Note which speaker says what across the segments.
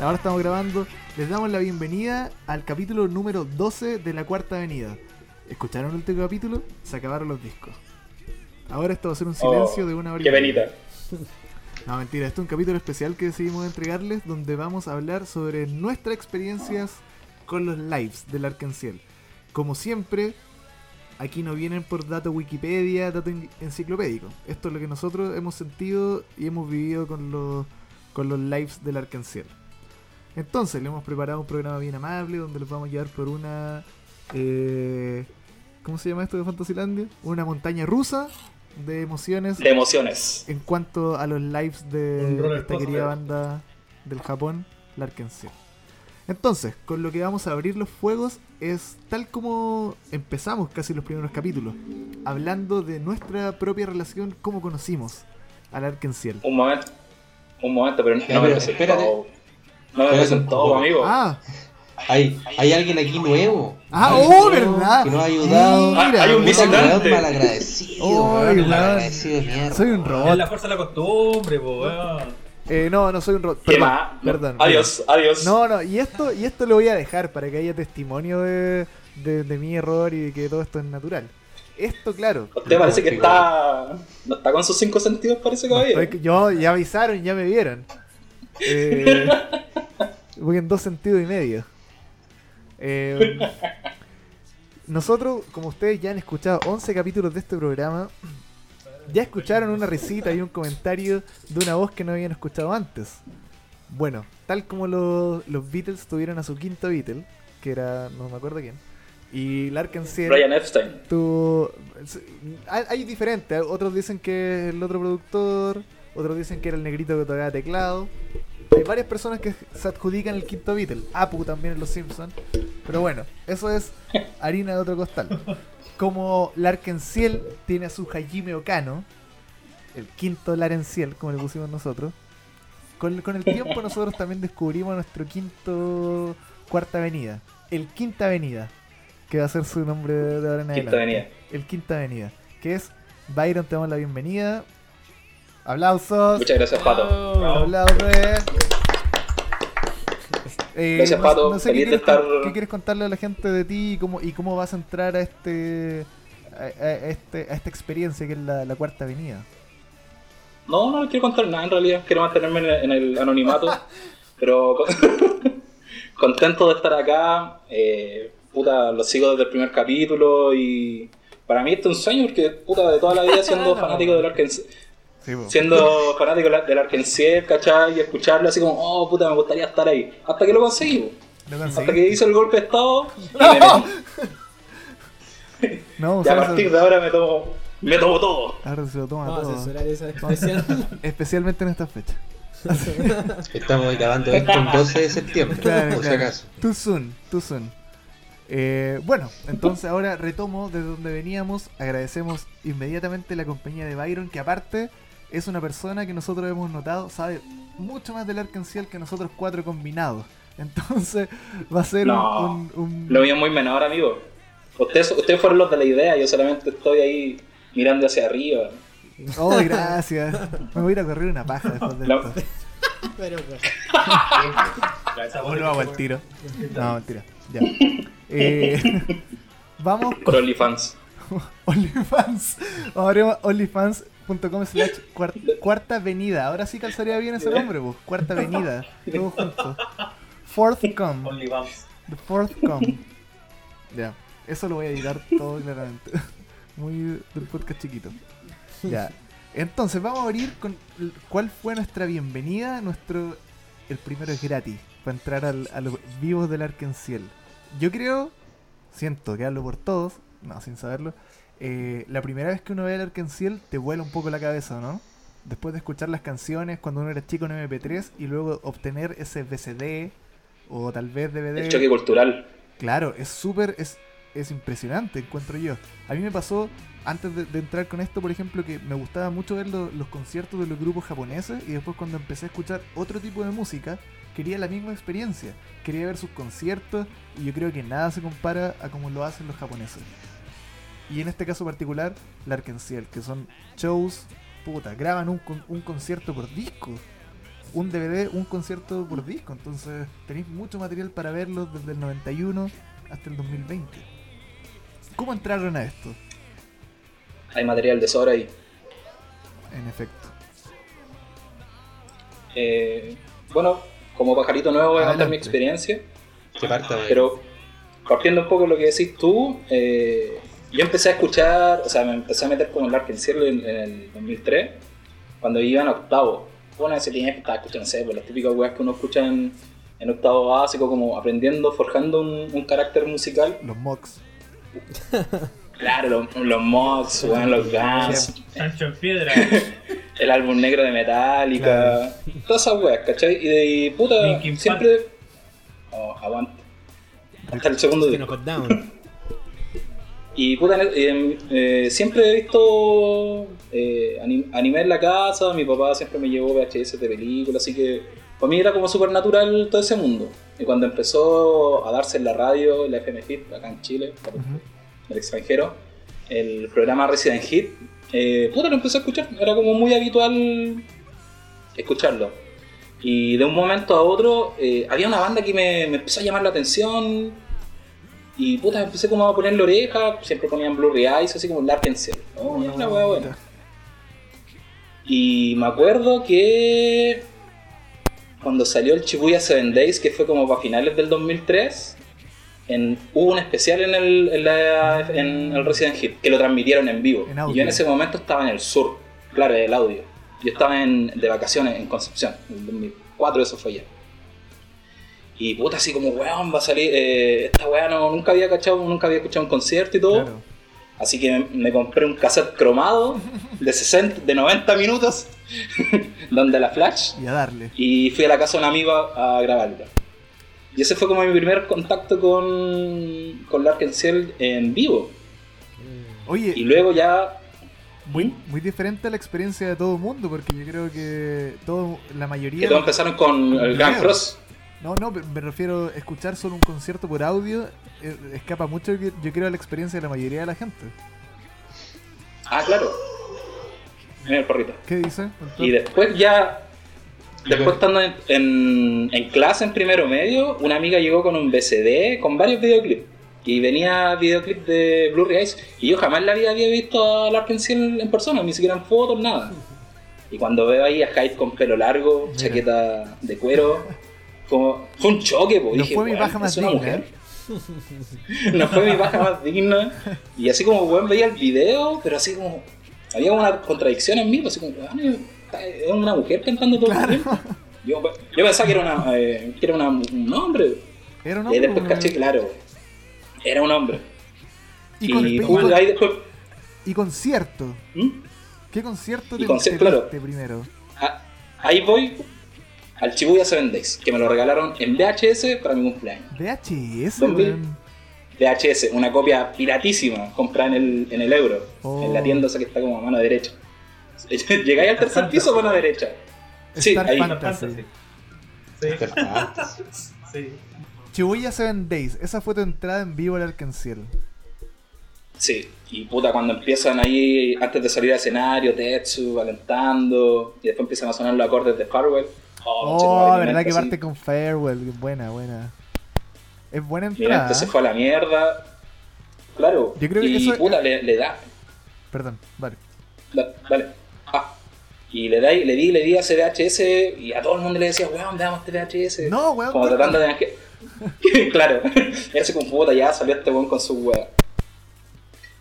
Speaker 1: Ahora estamos grabando. Les damos la bienvenida al capítulo número 12 de la Cuarta Avenida. ¿Escucharon el último capítulo? Se acabaron los discos. Ahora esto va a ser un silencio
Speaker 2: Oh,
Speaker 1: de una hora y
Speaker 2: Qué
Speaker 1: media.
Speaker 2: penita.
Speaker 1: No, mentira, esto es un capítulo especial que decidimos entregarles donde vamos a hablar sobre nuestras experiencias con los lives del Arcanciel. Como siempre, aquí no vienen por dato Wikipedia, dato en- enciclopédico. Esto es lo que nosotros hemos sentido y hemos vivido con los, con los lives del Arcanciel. Entonces, le hemos preparado un programa bien amable donde los vamos a llevar por una... eh, ¿Cómo se llama esto de Fantasylandia? Una montaña rusa de emociones
Speaker 2: De emociones.
Speaker 1: en cuanto a los lives
Speaker 3: Un
Speaker 1: de
Speaker 3: roller
Speaker 1: esta
Speaker 3: coaster.
Speaker 1: querida banda del Japón, la Arkansas. Entonces, con lo que vamos a abrir los fuegos es tal como empezamos casi los primeros capítulos, hablando de nuestra propia relación, cómo conocimos al Arkansas.
Speaker 2: Un momento. Un momento, pero no,
Speaker 4: Ya,
Speaker 2: no me
Speaker 4: pero
Speaker 2: presentó.
Speaker 4: espérate.
Speaker 2: No me
Speaker 4: Espérate un
Speaker 2: presentó,
Speaker 4: poco.
Speaker 2: amigo.
Speaker 1: Ah,
Speaker 4: Hay, hay alguien aquí nuevo.
Speaker 1: ah,
Speaker 4: Alguien
Speaker 1: oh,
Speaker 4: nuevo
Speaker 1: verdad.
Speaker 4: Que nos ha ayudado.
Speaker 2: Ah, hay un
Speaker 1: weón,
Speaker 4: Ese
Speaker 2: visitante.
Speaker 4: weón malagradecido,
Speaker 1: Oh,
Speaker 4: weón,
Speaker 1: weón.
Speaker 4: malagradecido de mierda.
Speaker 1: soy un
Speaker 3: Es la
Speaker 1: robot.
Speaker 3: fuerza de la costumbre, po, weón.
Speaker 1: Eh, no, no soy un robot.
Speaker 2: ¿Qué
Speaker 1: Perdón,
Speaker 2: más?
Speaker 1: perdón.
Speaker 2: adiós, adiós.
Speaker 1: No, no, y esto, y esto lo voy a dejar para que haya testimonio de, de- de mi error y de que todo esto es natural. Esto, claro.
Speaker 2: Usted parece que
Speaker 4: No,
Speaker 2: está. No está con sus cinco sentidos, parece que
Speaker 1: Estoy- yo ya avisaron, ya me vieron. Eh, voy en dos sentidos y medio. Eh, nosotros, como ustedes ya han escuchado 11 capítulos de este programa, ya escucharon una risita y un comentario de una voz que no habían escuchado antes. Bueno, tal como los, los Beatles tuvieron a su quinto Beatle, que era, no me acuerdo quién, y Larkensiel
Speaker 2: Brian Epstein.
Speaker 1: tu- hay, hay diferentes. Otros dicen que es el otro productor. Otros dicen que era el negrito que tocaba teclado. Hay varias personas que se adjudican el quinto Beatle. Apu también en Los Simpsons. Pero bueno, eso es harina de otro costal. Como Larkenciel tiene a su Hajime Okano, el quinto Larenciel, como le pusimos nosotros. Con, con el tiempo nosotros también descubrimos nuestro quinto cuarta avenida. El quinta avenida. Que va a ser su nombre de ahora en adelante.
Speaker 2: Quinta Avenida.
Speaker 1: El quinta avenida. Que es Byron, te damos la bienvenida. Aplausos.
Speaker 2: Muchas gracias, Pato.
Speaker 1: Aplausos. Eh,
Speaker 2: Gracias,
Speaker 1: no-
Speaker 2: Pato.
Speaker 1: no sé qué
Speaker 2: Feliz de
Speaker 1: quieres con-
Speaker 2: estar-
Speaker 1: ¿Qué quieres contarle a la gente de ti y cómo, y cómo vas a entrar a este a, a este, a esta experiencia que es la, la cuarta avenida?
Speaker 2: No, no les quiero contar nada en realidad. Quiero mantenerme en el, en el anonimato. pero con- contento de estar acá. Eh, puta, lo sigo desde el primer capítulo y. Para mí este es un sueño porque, puta, de toda la vida siendo fanático del Arkansas.
Speaker 1: Sí,
Speaker 2: siendo fanático de la- del Arkansas, ¿cachai? Y escucharlo así como, oh puta, me gustaría estar ahí. Hasta que lo conseguí, po. hasta que hizo el golpe de estado. y me
Speaker 1: ¡No!
Speaker 2: metí.
Speaker 1: No,
Speaker 2: Y a
Speaker 1: ahora se-
Speaker 2: partir de ahora me tomo, me tomo todo.
Speaker 1: ahora se lo toma
Speaker 5: Vamos
Speaker 1: todo.
Speaker 5: a censurar esa expresión.
Speaker 1: Especialmente en esta fecha.
Speaker 4: Estamos grabando esto el 12 de septiembre,
Speaker 1: Claro,
Speaker 4: por si
Speaker 1: claro.
Speaker 4: acaso.
Speaker 1: Too soon, too soon. Eh, bueno, entonces ahora retomo desde donde veníamos. Agradecemos inmediatamente la compañía de Byron, que aparte es una persona que nosotros hemos notado sabe mucho más del Arkansas que nosotros cuatro combinados. Entonces va a ser un-
Speaker 2: No,
Speaker 1: un, un-
Speaker 2: Lo mío es muy menor, amigo. Ustedes, ustedes fueron los de la idea, yo solamente estoy ahí mirando hacia arriba.
Speaker 1: Oh, gracias. Me voy a ir a correr una paja después de
Speaker 2: La-
Speaker 1: esto.
Speaker 5: Pero pues,
Speaker 1: Volvamos al tiro. No, mentira. Ya. Eh, vamos
Speaker 2: Por OnlyFans.
Speaker 1: OnlyFans. Ahora OnlyFans.com slash cuar- cuarta avenida. Ahora sí calzaría bien ese nombre, vos. Cuarta avenida. Todo junto. Fourth com.
Speaker 3: OnlyFans.
Speaker 1: The fourth com. Ya. Eso lo voy a editar todo claramente. Muy del podcast chiquito. Ya. Entonces, vamos a abrir con l- cuál fue nuestra bienvenida. Nuestro. El primero es gratis. Para entrar al- a los vivos del Arkenciel. Yo creo. Siento que hablo por todos. No, sin saberlo. eh, la primera vez que uno ve el Arkenciel te vuela un poco la cabeza, ¿no? Después de escuchar las canciones cuando uno era chico en MP3 y luego obtener ese VCD o tal vez DVD.
Speaker 2: El choque cultural.
Speaker 1: Claro, es súper, es, es impresionante, encuentro yo. A mí me pasó, antes de, de entrar con esto, por ejemplo, que me gustaba mucho ver lo- los conciertos de los grupos japoneses y después cuando empecé a escuchar otro tipo de música, quería la misma experiencia. Quería ver sus conciertos y yo creo que nada se compara a como lo hacen los japoneses. Y en este caso particular, Larkensiel, que son shows, puta, graban un, con- un concierto por disco. un DVD, un concierto por disco. Entonces tenéis mucho material para verlo desde el 91 hasta el 2020. ¿Cómo entraron a esto?
Speaker 2: Hay material de sobra ahí.
Speaker 1: En efecto.
Speaker 2: Eh, bueno, como pajarito nuevo voy a contar
Speaker 1: Adelante.
Speaker 2: mi experiencia,
Speaker 4: Que parta, wey.
Speaker 2: pero partiendo un poco de lo que decís tú, eh, yo empecé a escuchar, o sea, me empecé a meter como el Arc del Cielo en, en el 2003, cuando iba en octavo. Una disciplina que estaba escuchando, no sé, pues las típicas weas que uno escucha en, en octavo básico, como aprendiendo, forjando un- un carácter musical.
Speaker 1: Los mocks.
Speaker 2: Claro, los, los mods, weón, los Guns,
Speaker 3: Sancho en piedra.
Speaker 2: el álbum negro de Metallica, todas esas weas, ¿cachai? Y de y puta,
Speaker 3: Linkin Park.
Speaker 2: siempre. Oh, aguante. Hasta el segundo
Speaker 5: Que
Speaker 3: Este
Speaker 2: disco.
Speaker 5: no cut down.
Speaker 2: Y puta, eh, eh, siempre he visto eh, ani- anime en la casa, mi papá siempre me llevó VHS de películas, así que para mí era como súper natural todo ese mundo. Y cuando empezó a darse en la radio, en la FM Hit, acá en Chile, por-
Speaker 1: Ujú.
Speaker 2: del extranjero, el programa Resident Hit, eh, puta, lo empecé a escuchar, era como muy habitual escucharlo. Y de un momento a otro eh, había una banda que me, me empezó a llamar la atención y puta, empecé como a ponerle oreja, siempre ponían Blurry Eyes, así como Lark and Seal. Oh, ya, una hueá buena. Y me acuerdo que cuando salió el Chibuya Seven Days, que fue como para finales del 2003, en- hubo un especial en el, en la- en el Resident Hit que lo transmitieron en vivo.
Speaker 1: En audio.
Speaker 2: y yo en ese momento estaba en el sur, claro, el audio. Yo estaba en, de vacaciones en Concepción, en el 2004 eso fue ya. Y puta, así como, weón, va a salir, eh, esta weá no, nunca había cachado, nunca había escuchado un concierto y todo.
Speaker 1: Claro.
Speaker 2: Así que me- me compré un cassette cromado de 60, de 90 minutos, donde la flash,
Speaker 1: Y a darle.
Speaker 2: y fui a la casa de un amigo a, a grabarlo. Y ese fue como mi primer contacto con, con Lark and Ciel en vivo.
Speaker 1: Oye,
Speaker 2: Y luego ya...
Speaker 1: muy, muy diferente a la experiencia de todo el mundo, porque yo creo que todo, la
Speaker 2: Que
Speaker 1: mayoría.
Speaker 2: todos empezaron con el Grand
Speaker 1: Video.
Speaker 2: Cross.
Speaker 1: No, no, me- me refiero a escuchar solo un concierto por audio. eh, escapa mucho, yo yo creo, a la experiencia de la mayoría de la gente.
Speaker 2: Ah, claro. En el porrito.
Speaker 1: ¿Qué dice? doctor?
Speaker 2: Y después ya, después estando en, en- en clase en primero medio, una amiga llegó con un BCD con varios videoclips. Y venía videoclip de Blurry Eyes. Y yo jamás la vida había visto a Larkin Seal en persona, ni siquiera en fotos, nada. Y cuando veo ahí a Hyde con pelo largo,
Speaker 1: Mira.
Speaker 2: chaqueta de cuero, como, fue un choque, po.
Speaker 1: No
Speaker 2: dije,
Speaker 1: fue mi
Speaker 2: "Weón,
Speaker 1: baja más
Speaker 2: es una
Speaker 1: digna, ¿eh?
Speaker 2: mujer". no fue mi baja más digna. Y así como, weón, veía el video, pero así como, había una contradicción en mí, pues, así como, weón, es una mujer cantando todo el tiempo. Yo, yo pensaba que era, una, eh, que era una, un hombre.
Speaker 1: Era un
Speaker 2: y
Speaker 1: hombre,
Speaker 2: después caché, claro, era un hombre.
Speaker 1: Y, con-
Speaker 2: Y,
Speaker 1: y
Speaker 2: puta,
Speaker 1: con-
Speaker 2: ahí después,
Speaker 1: y concierto.
Speaker 2: ¿hmm?
Speaker 1: ¿Qué concierto
Speaker 2: Y
Speaker 1: te,
Speaker 2: conci-
Speaker 1: te
Speaker 2: claro.
Speaker 1: viste primero?
Speaker 2: Ah, ahí voy al Chibuya Seven Days, que me lo regalaron en VHS para mi cumpleaños.
Speaker 1: VHS,
Speaker 2: ¿Dónde?
Speaker 1: weón.
Speaker 2: VHS, una copia piratísima, comprada en el, en el euro,
Speaker 1: Oh.
Speaker 2: en la tienda esa que está como a mano derecha. Llegáis al tercer piso, mano derecha. Sí,
Speaker 1: Star
Speaker 2: ahí.
Speaker 1: Fantasy.
Speaker 3: Sí,
Speaker 4: Super fantasy.
Speaker 3: sí.
Speaker 1: Chibuya Seven Days. Esa fue tu entrada en vivo al Arcanciel.
Speaker 2: Sí, y puta, cuando empiezan ahí, antes de salir al escenario, Tetsu, alentando, y después empiezan a sonar los acordes de Farwell.
Speaker 1: Oh, verdad que parte
Speaker 2: parte
Speaker 1: con Farewell. Buena, buena. Es buena
Speaker 2: Mira,
Speaker 1: entrada. ¿eh?
Speaker 2: entonces fue a la mierda. Claro,
Speaker 1: Yo creo que
Speaker 2: y
Speaker 1: eso-
Speaker 2: puta, le, le da.
Speaker 1: Perdón, vale.
Speaker 2: Da- Dale. Ah. Y le, da, le di, le di a ese VHS y a todo el mundo le decía, weón, veamos este VHS.
Speaker 1: No, weón,
Speaker 2: Como
Speaker 1: corta.
Speaker 2: tratando de evangel- claro. Ese con puta ya salió este weón con su weón.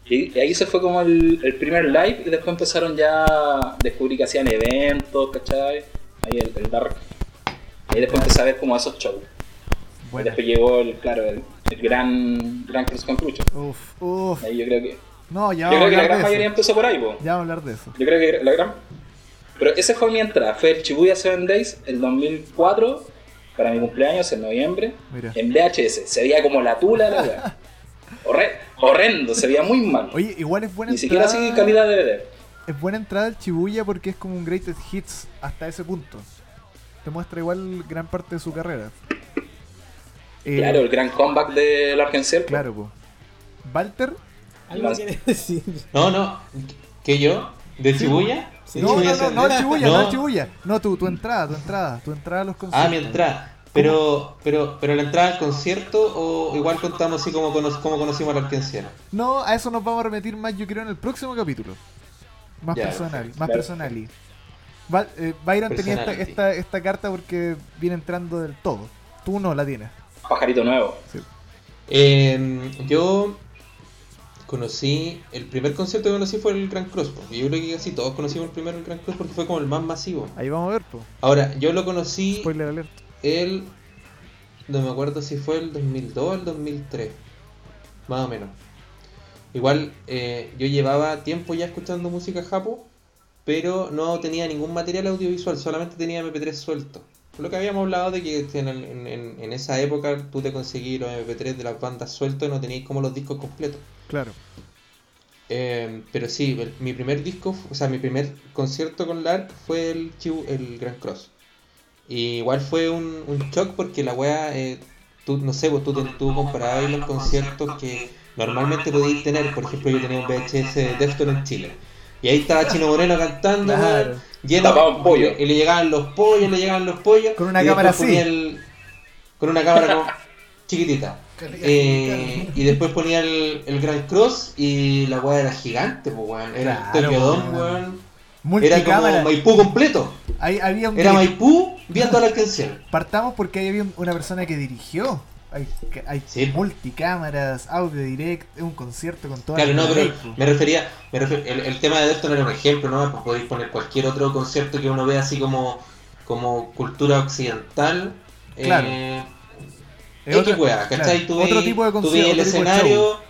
Speaker 2: Y, y ahí se fue como el, el primer live y después empezaron ya a descubrir que hacían eventos, ¿cachai? Ahí el, el dark. Y después empecé a ver como esos shows. Y
Speaker 1: Buena.
Speaker 2: después llegó el, claro, el, el gran, gran Cruz con Crucho.
Speaker 1: Uf, uf.
Speaker 2: Ahí yo creo que.
Speaker 1: No, ya vamos a
Speaker 2: yo creo que la
Speaker 1: hablar
Speaker 2: gran
Speaker 1: de
Speaker 2: mayoría
Speaker 1: eso.
Speaker 2: empezó por ahí, po.
Speaker 1: Ya vamos a hablar de eso.
Speaker 2: Yo creo que la gran. Pero ese fue mi entrada, fue el Shibuya Seven Days, el 2004, para mi cumpleaños, en noviembre,
Speaker 1: Mira.
Speaker 2: en VHS. Se veía como la tula de la weá. Horre- horrendo, se veía muy mal.
Speaker 1: Oye, igual es buena
Speaker 2: Ni siquiera
Speaker 1: entrada.
Speaker 2: así calidad de DVD.
Speaker 1: Es buena entrada el Chibuya porque es como un greatest hits hasta ese punto. Te muestra igual gran parte de su carrera. Eh,
Speaker 2: Claro, el gran comeback de Larkin
Speaker 1: Claro, po. Walter,
Speaker 5: Algo quiere decir.
Speaker 4: No, no. ¿Que yo? ¿De Shibuya? Sí,
Speaker 1: No,
Speaker 4: voy a
Speaker 1: no, no, no,
Speaker 4: hacer-
Speaker 1: Shibuya, no,
Speaker 4: No.
Speaker 1: Shibuya. No, tu, tu entrada, tu entrada, tu entrada a los conciertos.
Speaker 4: Ah, mi entrada. Pero, pero, pero la entrada al concierto o igual contamos así como, cono- como conocimos al arquenciano.
Speaker 1: No, a eso nos vamos a remitir más, yo creo, en el próximo capítulo. Más
Speaker 4: Ya,
Speaker 1: personal, más
Speaker 2: claro.
Speaker 1: personal. Va- eh, Byron tenía esta,
Speaker 4: Personality.
Speaker 1: esta, esta carta porque viene entrando del todo. Tú no la tienes.
Speaker 2: Pajarito nuevo.
Speaker 4: Eh, yo conocí, el primer concierto que conocí fue el Grand Cross, porque yo creo que casi todos conocimos el primero el Grand Cross porque fue como el más masivo.
Speaker 1: Ahí vamos a ver, po.
Speaker 4: Ahora, yo lo conocí
Speaker 1: Spoiler alert.
Speaker 4: el, no me acuerdo si fue el 2002 o el 2003, más o menos. Igual, eh, yo llevaba tiempo ya escuchando música japo, pero no tenía ningún material audiovisual, solamente tenía MP3 suelto. Lo que habíamos hablado de que este, en, el- en- en- en esa época tú te conseguís los MP3 de las bandas sueltos y no tenías como los discos completos.
Speaker 1: Claro.
Speaker 4: Eh, pero sí, el- mi primer disco, fu- o sea, mi primer concierto con Lark fue el, Chiu- el Grand Cross. Y igual fue un, un shock porque la wea, eh, tú, no sé, vos tú, te- tú comparabas los conciertos que normalmente podéis tener. Por ejemplo, yo tenía un VHS de Defton en Chile. Y ahí estaba Chino Moreno cantando,
Speaker 6: Claro.
Speaker 4: weón, lleno-
Speaker 2: Tapaban pollo.
Speaker 4: Y le llegaban los pollos, le llegaban los pollos.
Speaker 1: Con una
Speaker 4: y después
Speaker 1: cámara así.
Speaker 4: ponía el- con una cámara como chiquitita. Eh, y después ponía el, el Grand Cross y la weá era gigante, pues weón. Era
Speaker 1: Claro,
Speaker 4: Tokio Dome,
Speaker 1: weón.
Speaker 4: weón. Era como
Speaker 1: Multicámara.
Speaker 4: Maipú completo.
Speaker 1: Ahí había un
Speaker 4: Era
Speaker 1: diri-
Speaker 4: Maipú viendo la alcancía.
Speaker 1: Partamos porque ahí había un- una persona que dirigió. Hay, que- hay
Speaker 4: Sí.
Speaker 1: multicámaras, audio direct, es un concierto con todas
Speaker 4: Claro,
Speaker 1: las
Speaker 4: no, pero
Speaker 1: cosas.
Speaker 4: me refería, me refer- el, el tema de Defton era un ejemplo, ¿no? Pues podéis poner cualquier otro concepto que uno vea así como, como cultura occidental. eh,
Speaker 1: Claro. Es
Speaker 4: X
Speaker 1: otra-
Speaker 4: weá, ¿cachai?
Speaker 1: claro,
Speaker 4: Tú
Speaker 1: otro
Speaker 4: veis-
Speaker 1: tipo de
Speaker 4: tú
Speaker 1: concierto,
Speaker 4: veis el
Speaker 1: otro tipo de show.
Speaker 4: escenario.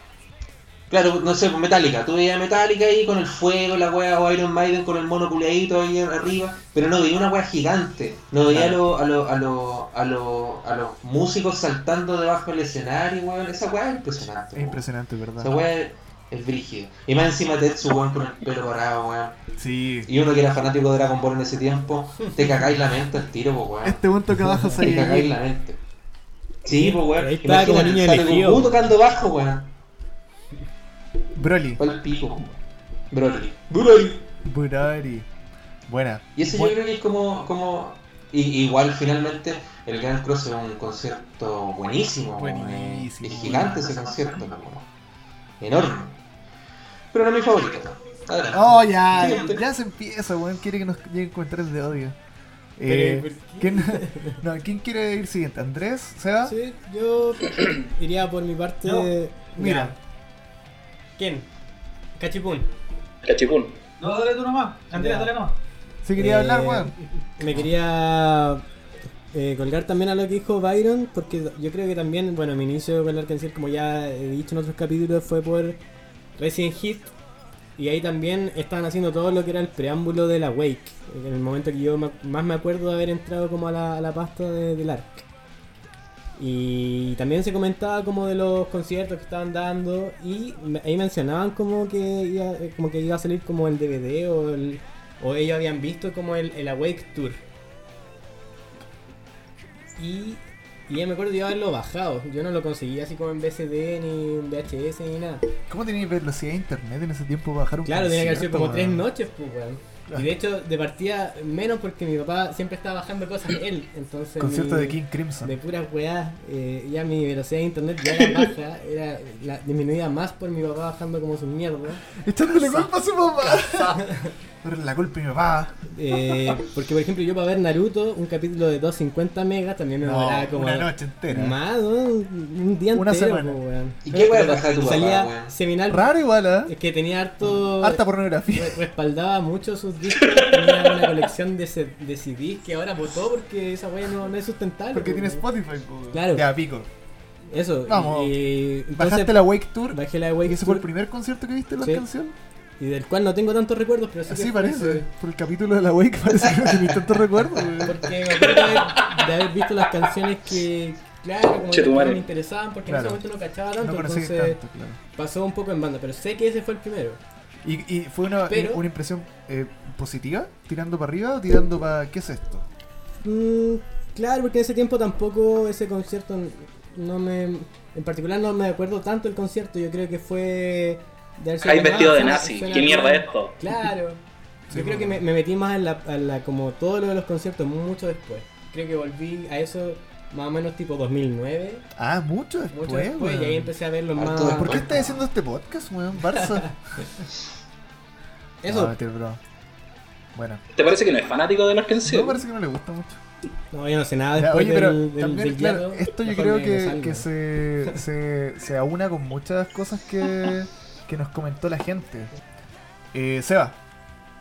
Speaker 4: Claro, no sé, pues Metallica. Tú veías Metallica ahí con el fuego, la wea, o Iron Maiden con el mono culeadito ahí arriba. Pero no veía una wea gigante. No veía a, los a, lo- a, lo- a los músicos saltando debajo del escenario, weón. Esa wea es impresionante.
Speaker 1: Es
Speaker 4: weón.
Speaker 1: impresionante, ¿verdad?
Speaker 4: Esa wea es, es brígida. Y más encima Tetsu, weón, con el pelo parado, weón.
Speaker 1: Sí.
Speaker 4: Y uno que era fanático de Dragon Ball en ese tiempo, te cagáis la mente al tiro, po, weón.
Speaker 1: Este punto que abajo
Speaker 4: Te cagáis
Speaker 1: se
Speaker 4: la mente. Sí, pues
Speaker 6: Pero
Speaker 4: weón.
Speaker 6: ahí estaba como niño
Speaker 4: sale
Speaker 6: elegido,
Speaker 4: Goku
Speaker 6: weón.
Speaker 4: tocando bajo, weón.
Speaker 1: Broly.
Speaker 4: Pal pico. Broly. Broly.
Speaker 1: Broly. Buena.
Speaker 4: Y eso yo creo que es como. como... y- igual finalmente el Grand Cross es un concierto buenísimo. weón.
Speaker 1: Buenísimo.
Speaker 4: Es gigante ese concierto, weón. Enorme. Pero no es mi favorito. Adelante.
Speaker 1: Oh, ya.
Speaker 4: Siguiente.
Speaker 1: Ya se empieza, weón. Quiere que nos lleguen comentarios de odio.
Speaker 6: Pero,
Speaker 1: Eh,
Speaker 6: ¿por qué?
Speaker 1: ¿quién, no, ¿Quién quiere ir siguiente? ¿Andrés? ¿Seba?
Speaker 6: Sí, yo iría por mi parte.
Speaker 3: Yo,
Speaker 1: mira.
Speaker 6: Ya. ¿Quién? Cachipún.
Speaker 2: Cachipún.
Speaker 3: No, dale tú nomás. Andrea,
Speaker 6: Ya.
Speaker 3: dale nomás.
Speaker 1: ¿Sí quería
Speaker 6: Eh,
Speaker 1: hablar, weón?
Speaker 6: Me quería eh, colgar también a lo que dijo Byron, porque yo creo que también, bueno, mi inicio con el Arkansas, como ya he dicho en otros capítulos, fue por Resident Hit. Y ahí también estaban haciendo todo lo que era el preámbulo de la Wake, en el momento que yo ma- más me acuerdo de haber entrado como a la, a la pasta de- del ARC. Y también se comentaba como de los conciertos que estaban dando y me- ahí mencionaban como que iba, eh, como que iba a salir como el DVD o, el- o ellos habían visto como el, el Awake Tour. Y, y ya me acuerdo de haberlo bajado. Yo no lo conseguí así como en VCD ni en VHS ni nada.
Speaker 1: ¿Cómo tenía velocidad de internet en ese tiempo para bajar un
Speaker 6: Claro, tenía que haber sido como tres
Speaker 1: concierto, weón?
Speaker 6: noches, pues, weón. Y de hecho, de partida menos porque mi papá siempre estaba bajando cosas él. Entonces,
Speaker 1: Concierto
Speaker 6: mi-
Speaker 1: de King Crimson.
Speaker 6: este, de puras weas, eh, ya mi velocidad de internet ya era baja, era la, disminuida más por mi papá bajando como su mierda.
Speaker 1: Echándole culpa a su mamá. Pero la culpa de mi papá.
Speaker 6: Eh, porque, por ejemplo, yo para ver Naruto, un capítulo de 250 megas también me
Speaker 1: No,
Speaker 6: demoraba como.
Speaker 1: una noche entera.
Speaker 6: Más, ¿no? un día
Speaker 1: Una
Speaker 6: entero,
Speaker 1: semana.
Speaker 6: po, weón.
Speaker 4: ¿Y qué weón baja tu papá,
Speaker 6: Salía
Speaker 4: weón?
Speaker 6: seminal.
Speaker 1: Raro igual, ¿eh?
Speaker 6: Es que tenía harto.
Speaker 1: Harta pornografía.
Speaker 6: re- Respaldaba mucho sus discos. Tenía una colección de, C- de CDs que ahora votó porque esa wea no, no es sustentable.
Speaker 1: Porque
Speaker 6: po,
Speaker 1: tiene
Speaker 6: weón.
Speaker 1: Spotify, weón.
Speaker 6: Claro.
Speaker 1: Ya, pico.
Speaker 6: Eso.
Speaker 1: Vamos.
Speaker 6: Y, entonces,
Speaker 1: Bajaste la Wake Tour.
Speaker 6: Bajé la de
Speaker 1: ¿Y
Speaker 6: Wake
Speaker 1: ese fue el
Speaker 6: Tour.
Speaker 1: primer concierto que viste en la
Speaker 6: Sí.
Speaker 1: canción?
Speaker 6: Y del cual no tengo tantos recuerdos, pero sí que
Speaker 1: Así
Speaker 6: fue
Speaker 1: parece.
Speaker 6: ese.
Speaker 1: Por el capítulo de la Wake parece que no tenía tantos recuerdos. weón.
Speaker 6: Porque me acuerdo de haber, de haber visto las canciones que, claro, como
Speaker 2: Che,
Speaker 6: que
Speaker 2: tu
Speaker 6: no
Speaker 2: madre.
Speaker 6: me interesaban porque
Speaker 1: Claro.
Speaker 6: en ese momento no cachaba
Speaker 1: No
Speaker 6: tanto,
Speaker 1: conocí
Speaker 6: entonces
Speaker 1: tanto, claro.
Speaker 6: pasó un poco en banda, pero sé que ese fue el primero.
Speaker 1: Y, y fue una,
Speaker 6: Pero-
Speaker 1: una impresión eh, positiva, tirando para arriba o tirando para. ¿Qué es esto?
Speaker 6: Mm, claro, porque en ese tiempo tampoco ese concierto n- no me... En particular no me acuerdo tanto el concierto, yo creo que fue... De haber sido
Speaker 2: Hay
Speaker 6: como,
Speaker 2: vestido
Speaker 6: ah,
Speaker 2: de
Speaker 6: suena-
Speaker 2: nazi.
Speaker 6: suena
Speaker 2: ¿Qué mierda
Speaker 6: bien.
Speaker 2: es esto?
Speaker 6: Claro.
Speaker 1: Sí,
Speaker 5: yo creo
Speaker 1: bueno.
Speaker 5: que me, me metí más en la, a la- como todo lo de los conciertos mucho después. Creo que volví a eso más o menos tipo 2009,
Speaker 1: Ah, mucho después,
Speaker 5: mucho después,
Speaker 1: weón.
Speaker 5: y ahí empecé a verlo
Speaker 4: Harto
Speaker 5: más.
Speaker 4: después.
Speaker 1: ¿Por qué estás haciendo este podcast, weón? Barça. No,
Speaker 5: Eso,
Speaker 1: mentira, bro. Bueno.
Speaker 2: ¿Te parece que no es fanático del Arkansas?
Speaker 1: No parece que no le gusta mucho.
Speaker 5: no, yo no sé nada
Speaker 1: Ya,
Speaker 5: después
Speaker 1: oye, pero
Speaker 5: del, del-
Speaker 1: también,
Speaker 5: del
Speaker 1: claro,
Speaker 5: Yato,
Speaker 1: esto yo
Speaker 5: mejor
Speaker 1: creo
Speaker 5: me- me
Speaker 1: que,
Speaker 5: salgo.
Speaker 1: que se, se, se aúna con muchas cosas que, que nos comentó la gente. Eh, Seba,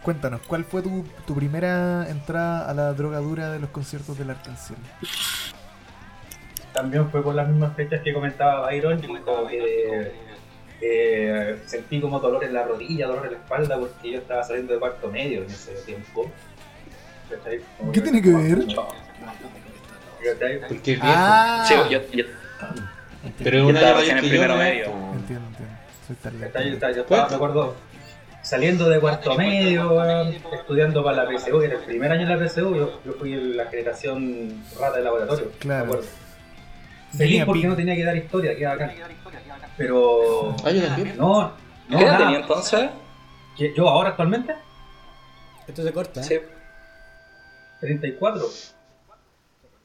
Speaker 1: cuéntanos, ¿cuál fue tu, tu primera entrada a la drogadura de los conciertos del Arcanciel?
Speaker 3: También fue por las mismas fechas que comentaba Byron, yo Ah, como que eh, sentí como dolor en la rodilla, dolor en la espalda, porque yo estaba saliendo de cuarto medio en ese tiempo. ¿Cachai? Como
Speaker 1: ¿Qué tiene que ver?
Speaker 3: ¿Cachai?
Speaker 4: Porque es viejo.
Speaker 1: Ah,
Speaker 2: Sí, yo, yo-
Speaker 4: pero es
Speaker 2: yo
Speaker 4: un año
Speaker 2: estaba recién
Speaker 4: mayor
Speaker 2: en
Speaker 4: que yo,
Speaker 2: primero
Speaker 4: ¿no?
Speaker 2: medio.
Speaker 1: entiendo, entiendo. Soy tan lento.
Speaker 3: ¿Cachai? Yo estaba- yo estaba- Ah, me acuerdo saliendo de cuarto medio, weón, estudiando para la PSU, era el primer año de la PSU, yo, yo fui la generación rata de laboratorio.
Speaker 1: Claro.
Speaker 3: Me acuerdo.
Speaker 1: Tenía
Speaker 3: Feliz porque
Speaker 1: pico.
Speaker 3: no tenía que dar historia, que acá. Pero.
Speaker 4: Ah, yo también.
Speaker 3: No,
Speaker 2: ¿Qué
Speaker 3: no,
Speaker 2: edad
Speaker 3: nada.
Speaker 2: tenía entonces?
Speaker 3: ¿Qué- ¿Yo ahora actualmente?
Speaker 5: Esto se corta. ¿eh?
Speaker 2: Sí.
Speaker 3: 34.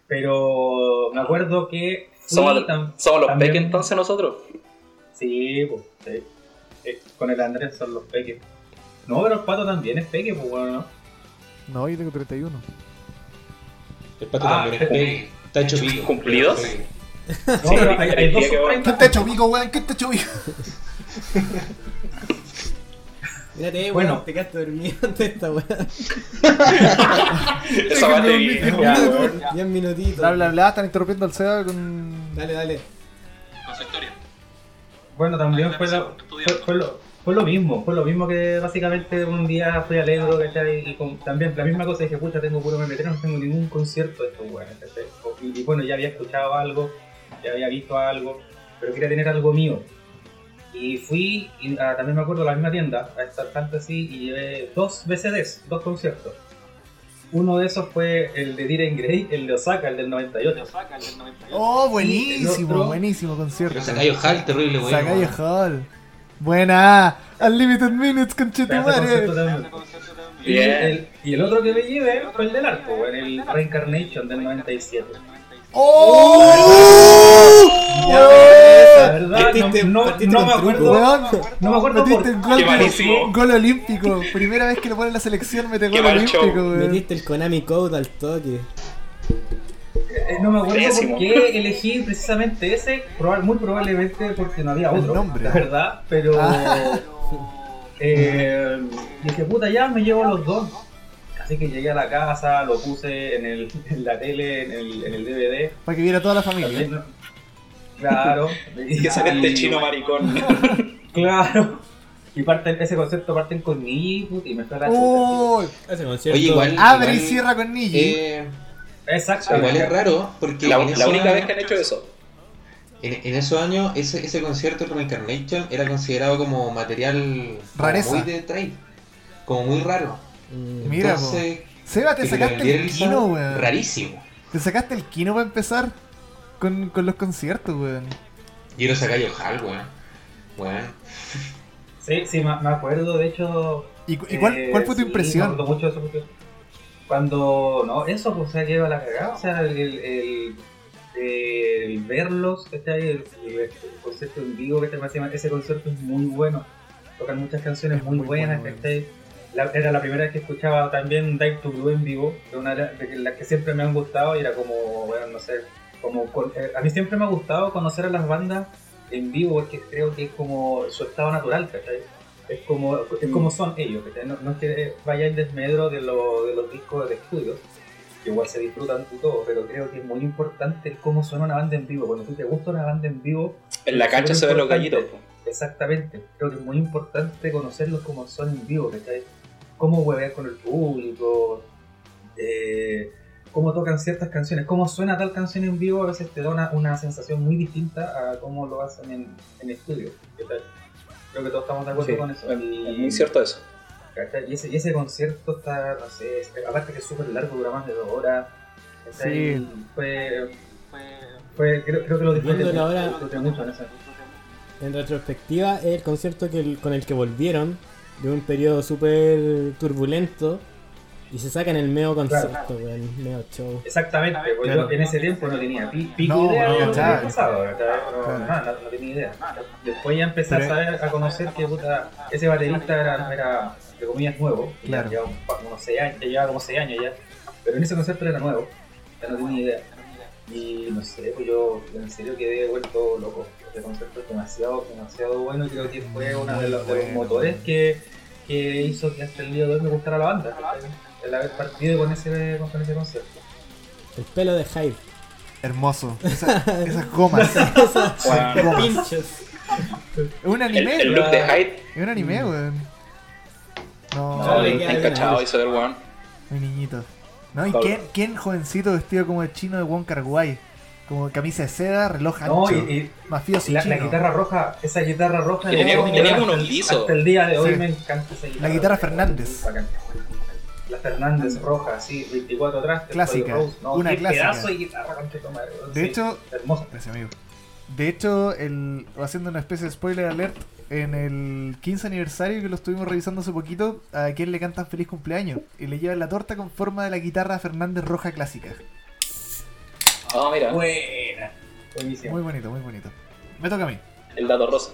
Speaker 3: Pero me acuerdo que. fui
Speaker 2: Somos, del-
Speaker 3: tam-
Speaker 2: somos los
Speaker 3: también-
Speaker 2: peques entonces nosotros.
Speaker 3: Sí, pues, sí. Eh, Con el Andrés son los peques. No, pero el pato también es peque, pues bueno, ¿no?
Speaker 1: No, yo tengo 31.
Speaker 4: El pato
Speaker 3: Ah,
Speaker 4: también es peque. Está hecho pico.
Speaker 2: ¿Cumplidos?
Speaker 4: Sí.
Speaker 3: No,
Speaker 2: Sí,
Speaker 3: pero
Speaker 2: el
Speaker 3: hay,
Speaker 2: día
Speaker 3: hay dos
Speaker 2: que va-
Speaker 1: ¿Qué
Speaker 3: sorpresas.
Speaker 1: te ha hecho, pico, weón? ¿Qué te ha hecho, pico?
Speaker 5: Mírate,
Speaker 3: Bueno.
Speaker 5: bueno, te quedaste dormido ante esta weá.
Speaker 2: Esa parte de viejo.
Speaker 3: Ya, weón.
Speaker 5: 10 minutitos.
Speaker 1: Bla, bla, bla, están interrumpiendo al Seba con...
Speaker 5: Dale, dale.
Speaker 3: Bueno, también fue, la- fue, fue lo, fue lo mismo, fue lo mismo que básicamente un día fui al Ebro, ¿cachai? Y con- también la misma cosa, dije, puta, tengo puro MPT, no tengo ningún concierto de estos weones, ¿cachai? O- Y, y bueno, ya había escuchado algo, ya había visto algo, pero quería tener algo mío. Y fui, y, ah, también me acuerdo, a la misma tienda, a Star Fantasy, y llevé dos BCDs, dos conciertos. Uno de esos fue el de Diren Grey, el de Osaka, el del 98.
Speaker 1: Oh,
Speaker 3: El
Speaker 1: buenísimo,
Speaker 3: otro-
Speaker 1: buenísimo concierto.
Speaker 4: Pero Sacayo Hall, terrible, weón.
Speaker 1: Sakai Hall. Buena. Unlimited Minutes, conchetumare.
Speaker 3: concierto también. Y
Speaker 2: Bien.
Speaker 3: el, y el otro que me llevé fue el del arco, weón, el Reincarnation del 97.
Speaker 1: ¡Oh!
Speaker 3: La
Speaker 1: ¡Yeah!
Speaker 3: verdad, no,
Speaker 5: Metiste-
Speaker 3: no-
Speaker 5: metiste
Speaker 3: no
Speaker 5: un
Speaker 3: me acuerdo.
Speaker 1: Weón,
Speaker 3: No me acuerdo
Speaker 1: metiste
Speaker 3: por
Speaker 1: el gol,
Speaker 2: Qué malísimo.
Speaker 1: gol olímpico. Primera vez que lo pone en la selección, mete
Speaker 2: Qué
Speaker 1: gol
Speaker 2: mal
Speaker 1: olímpico,
Speaker 2: show.
Speaker 1: weón.
Speaker 5: Metiste el Konami Code al toque.
Speaker 3: eh, no me acuerdo
Speaker 2: Pésimo.
Speaker 3: por qué elegí precisamente ese, proba- muy probablemente porque no había
Speaker 1: El
Speaker 3: otro,
Speaker 1: nombre.
Speaker 3: la verdad, pero
Speaker 1: Ah.
Speaker 3: eh, dije, puta, ya me llevo los dos. Así que llegué a la casa, lo puse en, el, en la tele, en el, en el DVD.
Speaker 1: Para que viera toda la familia.
Speaker 3: También, ¿no? Claro.
Speaker 2: Que sale este
Speaker 3: Y-
Speaker 2: chino maricón.
Speaker 3: Claro. Y parten, ese concepto parten con Niji, puta, y me fue a la chuta.
Speaker 1: ¡Oh!
Speaker 5: Ese concierto.
Speaker 4: Oye, igual.
Speaker 1: Abre y
Speaker 4: igual,
Speaker 1: cierra con Niji.
Speaker 4: eh, Igual es
Speaker 3: Exactamente.
Speaker 4: raro, porque
Speaker 2: La,
Speaker 4: en,
Speaker 2: la
Speaker 4: esos
Speaker 2: única
Speaker 4: años-
Speaker 2: vez que han hecho eso.
Speaker 4: en- en esos años ese, ese concierto con Incarnation era considerado como material como
Speaker 1: Rareza.
Speaker 4: muy de trade, como muy raro.
Speaker 5: Mm,
Speaker 1: Mira,
Speaker 4: Entonces,
Speaker 1: Seba, te
Speaker 4: que te
Speaker 1: sacaste
Speaker 4: vendieran
Speaker 1: el
Speaker 4: esa-
Speaker 1: kino, weón.
Speaker 4: Rarísimo.
Speaker 1: Te sacaste el kino para empezar con, con los conciertos, weón.
Speaker 4: Y era Sacayo Hall, weón. Weón.
Speaker 3: Sí, sí, me, me acuerdo, de hecho.
Speaker 1: ¿Y, cu- y cuál,
Speaker 3: eh,
Speaker 1: cuál fue tu
Speaker 3: sí, Me
Speaker 1: impresión?
Speaker 3: acuerdo mucho de eso porque Cuando. No, eso, pues, o sea, que iba a la cagada. O sea, el. el, el el verlos, ¿cachai? El, el, el concierto en vivo, que ese concierto es muy bueno. Tocan muchas canciones
Speaker 1: Es
Speaker 3: muy,
Speaker 1: muy
Speaker 3: buenas,
Speaker 1: bueno,
Speaker 3: ¿cachai? La- era la primera vez que escuchaba también Dive to Blue en vivo, que una de la- de las que siempre me han gustado y era como, bueno, no sé, como con- eh, a mí siempre me ha gustado conocer a las bandas en vivo porque creo que es como su estado natural, ¿cachai? Es como, es como son ellos, ¿cachai? No, no es que eh, vaya en desmedro de, lo- de los discos de estudio, que igual se disfrutan y todo, pero creo que es muy importante el cómo suena una banda en vivo. Cuando tú te gusta una banda en vivo,
Speaker 2: En la cancha se ven los gallitos. po.
Speaker 3: Exactamente, creo que es muy importante conocerlos como son en vivo, ¿cachai? Cómo huevear con el público, eh, cómo tocan ciertas canciones, cómo suena tal canción en vivo, a veces te da una, una sensación muy distinta a cómo lo hacen en, en estudio, ¿cachai? Creo que todos estamos de acuerdo
Speaker 2: Sí,
Speaker 3: con eso.
Speaker 2: es-
Speaker 3: y,
Speaker 2: es muy cierto eso.
Speaker 3: ¿cachai? Y ese, y ese concierto está, no sé, es- aparte que es súper largo, dura más de dos horas. ¿cachai?
Speaker 1: Sí.
Speaker 3: Fue, fue- creo, creo que lo disfruté,
Speaker 5: Viendo la hora-
Speaker 3: disfruté mucho en ese.
Speaker 5: En retrospectiva, el concierto que, con el que volvieron de un periodo súper turbulento y se sacan el meo
Speaker 3: Claro.
Speaker 5: concierto, weón, meo show.
Speaker 3: Exactamente, porque
Speaker 5: Claro.
Speaker 3: yo en ese tiempo no tenía pi- pico
Speaker 1: No,
Speaker 3: idea
Speaker 1: no,
Speaker 3: de lo que había
Speaker 1: cachai.
Speaker 3: pasado, ¿cachai? No,
Speaker 1: Claro.
Speaker 3: nada, no, no tenía idea. Después ya empecé a
Speaker 1: Pero-
Speaker 3: saber, a conocer que puta, ese baterista era, era entre comillas nuevo, que
Speaker 1: Claro.
Speaker 3: ya llevaba un pa- unos seis años, ya llevaba como 6 años ya, pero en ese concepto era nuevo, ya no tenía idea. Y no sé, pues yo en serio quedé vuelto loco. Este concepto es demasiado, demasiado bueno y creo que fue uno de los, de los
Speaker 1: Bueno.
Speaker 3: motores que, que hizo que hasta el día de hoy me gustara la banda. ¿cachai? El haber partido con ese, con ese concepto.
Speaker 5: El pelo de Hyde.
Speaker 1: Hermoso. Esa- esas gomas. Es
Speaker 2: Bueno,
Speaker 5: Pinches.
Speaker 1: un
Speaker 2: el,
Speaker 1: anime.
Speaker 2: el look de Hyde,
Speaker 1: Es un
Speaker 3: Mm.
Speaker 1: anime, weón. Ah, No,
Speaker 5: No, le
Speaker 2: el
Speaker 5: queda bien
Speaker 2: encachado
Speaker 5: ahí.
Speaker 2: hizo del weón.
Speaker 1: mi niñito. No, ¿y
Speaker 2: Pablo.
Speaker 1: quién, quién jovencito vestido como el chino de Wong Kar Wai? Como camisa de seda, reloj ancho.
Speaker 3: No, y, y
Speaker 1: mafioso
Speaker 3: la, la
Speaker 1: chino.
Speaker 3: guitarra roja, esa guitarra roja.
Speaker 2: Que tenía-
Speaker 3: no,
Speaker 2: tenía
Speaker 3: hasta-
Speaker 2: unos lisos.
Speaker 3: Hasta el día de hoy
Speaker 1: Sí.
Speaker 3: me encanta esa guitarra.
Speaker 1: La guitarra
Speaker 3: Es
Speaker 1: Fernández.
Speaker 3: bacán. La Fernández roja, sí, 24 trastes.
Speaker 1: Clásica,
Speaker 3: Rose, no,
Speaker 1: una
Speaker 3: qué
Speaker 1: clásica.
Speaker 3: pedazo de guitarra, conche tu madre,
Speaker 1: De
Speaker 3: sí,
Speaker 1: hecho,
Speaker 3: hermosa.
Speaker 1: Gracias, amigo. De hecho, el, haciendo una especie de spoiler alert, en el 15 aniversario que lo estuvimos revisando hace poquito, a quien le cantan feliz cumpleaños y le llevan la torta con forma de la guitarra Fernández Roja clásica.
Speaker 2: Ah, mira,
Speaker 3: Buena. Buenísimo.
Speaker 1: Muy bonito, muy bonito. Me toca a mí.
Speaker 2: el dato rosa.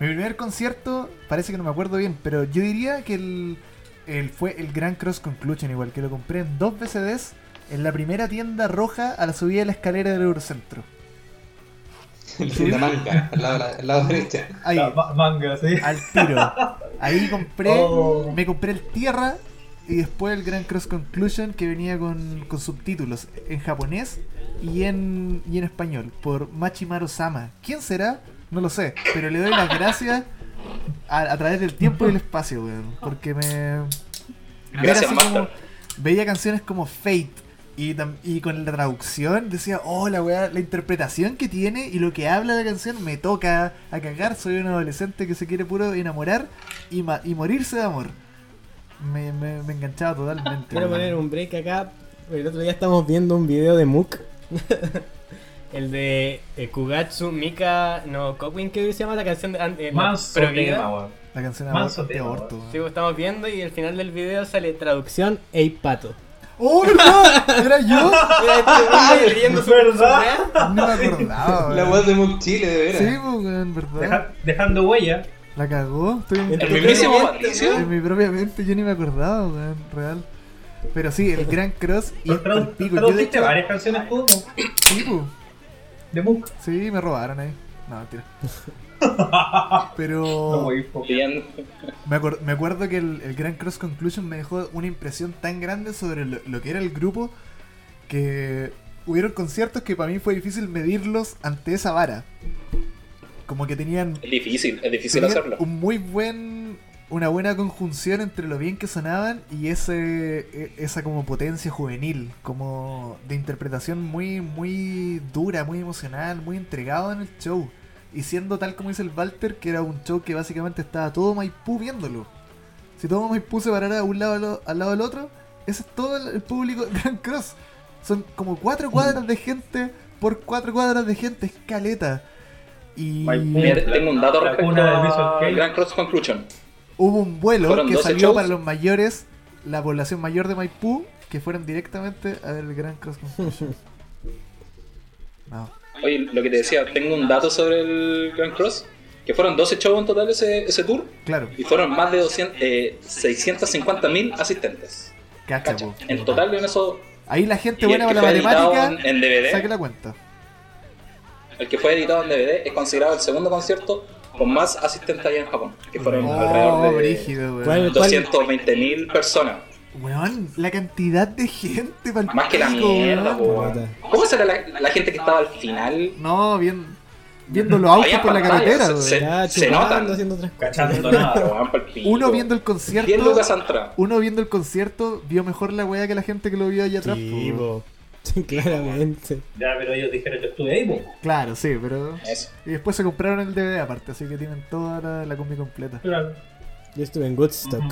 Speaker 1: Mi primer concierto, parece que no me acuerdo bien, pero yo diría que el, el- fue el Grand Cross Conclusion, igual que lo compré en dos VCDs en la primera tienda roja a la subida de la escalera del Eurocentro.
Speaker 4: La manga, al lado, al lado derecho.
Speaker 1: Ahí,
Speaker 3: La ma- manga, sí.
Speaker 1: al tiro. Ahí compré,
Speaker 3: Oh.
Speaker 1: me compré el Tierra y después el Grand Cross Conclusion que venía con, con subtítulos en japonés y en, y en español por Machimaru Sama. ¿Quién será? No lo sé, pero le doy las gracias a, a través del tiempo y el espacio, weón. Porque me.
Speaker 2: Gracias,
Speaker 1: era así
Speaker 2: Master.
Speaker 1: como- veía canciones como Fate y, tam- y con la traducción decía, oh la weá, la interpretación que tiene y lo que habla la canción me toca a cagar. Soy un adolescente que se quiere puro enamorar y, ma- y morirse de amor. Me, me- me enganchaba totalmente.
Speaker 5: Quiero
Speaker 1: weón.
Speaker 5: poner un break acá. porque El otro día estamos viendo un video de Mook. el de eh, Kugatsu Mika no Kokwin, que se llama la canción de an- eh, la
Speaker 3: Manso
Speaker 5: prohibida.
Speaker 3: tema, weón.
Speaker 1: La canción
Speaker 3: Manso
Speaker 1: de
Speaker 3: tema,
Speaker 1: aborto.
Speaker 5: Sí, pues, estamos viendo y al final del video sale traducción Ey Pato.
Speaker 1: ¡Oh, verdad! ¿Era yo?
Speaker 5: Mira, este hombre leyendo su-
Speaker 3: ¿Verdad?
Speaker 5: su
Speaker 1: No me acordaba.
Speaker 4: La
Speaker 1: weón.
Speaker 4: voz de Mook Chile, de veras.
Speaker 1: Sí, pues, weón, ¿verdad?
Speaker 3: Deja- dejando huella.
Speaker 1: La cagó. Estoy en-
Speaker 2: El mismísimo Patricio.
Speaker 1: En mi propia mente yo ni me acordaba, weón, real. Pero sí, el Gran Cross y el
Speaker 3: Tradu-
Speaker 1: pico. Yo, de
Speaker 3: Traduciste
Speaker 1: hecho,
Speaker 3: varias canciones tú
Speaker 1: sí, pues. pu,
Speaker 3: de Mook.
Speaker 1: sí, me robaron ahí. No, mentira.
Speaker 3: No,
Speaker 1: Pero
Speaker 3: muy poco.
Speaker 2: Bien.
Speaker 1: me, acuer- me acuerdo que el, el Gran Cross Conclusion me dejó una impresión tan grande sobre lo, lo que era el grupo que hubieron conciertos que para mí fue difícil medirlos ante esa vara. Como que tenían
Speaker 2: Es difícil, es difícil
Speaker 1: tenían
Speaker 2: hacerlo.
Speaker 1: Un muy buen. Una buena conjunción entre lo bien que sonaban y ese e- esa como potencia juvenil, como de interpretación muy muy dura, muy emocional, muy entregado en el show. Y siendo tal como dice el Walter, que era un show que básicamente estaba todo Maipú viéndolo. Si todo Maipú se parara de un lado al, o- al lado del otro, ese es todo el, el público de Grand Cross. Son como cuatro cuadras de gente por cuatro cuadras de gente, escaleta. Y...
Speaker 3: Maipú.
Speaker 2: Mira, tengo un dato
Speaker 3: La
Speaker 2: respecto
Speaker 3: cuna del Visual
Speaker 2: al
Speaker 3: Kei.
Speaker 2: Grand Cross Conclusion.
Speaker 1: Hubo un vuelo
Speaker 2: Fueron
Speaker 1: que
Speaker 2: 12
Speaker 1: salió
Speaker 2: shows.
Speaker 1: para los mayores, la población mayor de Maipú, que fueron directamente a ver el Gran Cross Conclusion. No.
Speaker 2: Oye, lo que te decía, tengo un dato sobre el Grand Cross, que fueron 12 shows en total ese, ese tour,
Speaker 1: Claro,
Speaker 2: y fueron más de 200, eh, 650.000 asistentes.
Speaker 1: cacha,
Speaker 2: Cacha.
Speaker 1: po.
Speaker 2: En total, en eso,
Speaker 1: Ahí la gente
Speaker 2: y el
Speaker 1: buena para
Speaker 2: que
Speaker 1: la
Speaker 2: fue editado en,
Speaker 1: matemática,
Speaker 2: en DVD,
Speaker 1: saque la cuenta.
Speaker 2: el que fue editado en DVD es considerado el segundo concierto con más asistentes allá en Japón, que fueron
Speaker 1: Oh,
Speaker 2: alrededor de
Speaker 1: brígido,
Speaker 5: ¿Cuál?
Speaker 1: weón.
Speaker 2: 220.000 personas.
Speaker 1: Weón, la cantidad de gente para
Speaker 2: Más que la mierda, po, weón. ¿Cómo será la, la gente que estaba al final?
Speaker 1: No, bien, viendo los autos
Speaker 2: Allá
Speaker 1: por la
Speaker 2: pantallas,
Speaker 1: carretera,
Speaker 2: se-
Speaker 1: weón.
Speaker 5: Ya,
Speaker 2: Eh, Se
Speaker 5: chupando,
Speaker 2: notan.
Speaker 5: haciendo otras cosas.
Speaker 3: Cachando nada.
Speaker 2: Ah, Weón, pa'l pico.
Speaker 1: Uno viendo el concierto,
Speaker 2: 10 lucas entrada.
Speaker 1: uno viendo el concierto, vio mejor la weá que la gente que lo vio allá atrás.
Speaker 5: Sí,
Speaker 6: pues.
Speaker 1: po.
Speaker 5: po. Sí, claramente.
Speaker 3: Ya, pero ellos dijeron yo estuve ahí, pues. Mook.
Speaker 1: Claro, sí, pero...
Speaker 2: Eso.
Speaker 1: Y después se compraron el DVD aparte, así que tienen toda la, la combi completa.
Speaker 3: Claro.
Speaker 5: Yo estuve en Woodstock.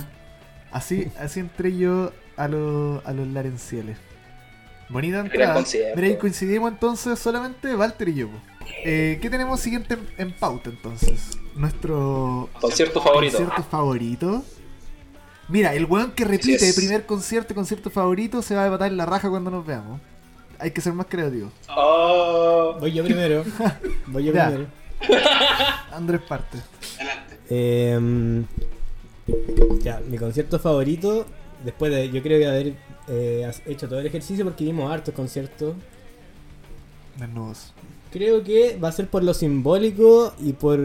Speaker 1: Así, así entré yo a, los a los larenciales. Bonita entrada.
Speaker 2: concierto.
Speaker 1: Mira, y coincidimos entonces solamente Walter y yo. po. Eh, ¿Qué tenemos siguiente en, en pauta entonces? nuestro
Speaker 2: Concierto favorito.
Speaker 1: concierto favorito. Mira, el weón que repite
Speaker 2: Así es.
Speaker 1: primer concierto y concierto favorito se va a matar la raja cuando nos veamos. Hay que ser más creativos.
Speaker 2: Oh,
Speaker 6: Voy yo primero. Voy yo
Speaker 1: Ya.
Speaker 6: primero.
Speaker 1: Andrés parte.
Speaker 4: Adelante.
Speaker 6: Em, ya, mi concierto favorito, después de, yo creo que haber eh, has- hecho todo el ejercicio porque vimos hartos conciertos,
Speaker 1: Desnudos.
Speaker 6: creo que va a ser por lo simbólico y por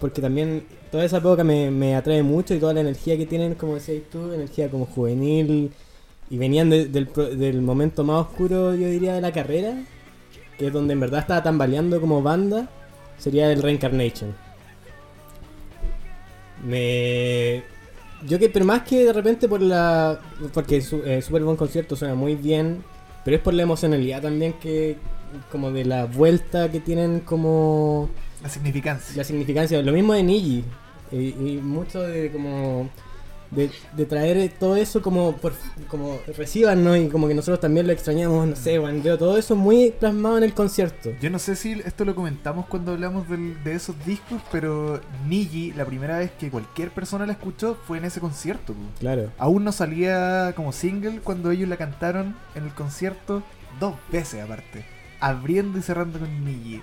Speaker 6: porque también toda esa época me, me atrae mucho y toda la energía que tienen, como decías tú, energía como juvenil y venían de- del, pro- del momento más oscuro, yo diría, de la carrera, que es donde en verdad estaba tambaleando como banda, sería el Reincarnation. Me... Yo que, pero más que de repente por la... Porque su, eh, Super Bon Concierto suena muy bien, pero es por la emocionalidad también que... Como de la vuelta que tienen como...
Speaker 1: La significancia.
Speaker 6: La significancia. Lo mismo de Niji. Y, y mucho de como... De, de traer todo eso como por, como reciban, ¿no? Y como que nosotros también lo extrañamos, no sé, weón, veo todo eso muy plasmado en el concierto.
Speaker 1: Yo no sé si esto lo comentamos cuando hablamos del- de esos discos, pero Niji, la primera vez que cualquier persona la escuchó fue en ese concierto. po.
Speaker 6: Claro.
Speaker 1: Aún no salía como single cuando ellos la cantaron en el concierto dos veces aparte. Abriendo y cerrando con Niji.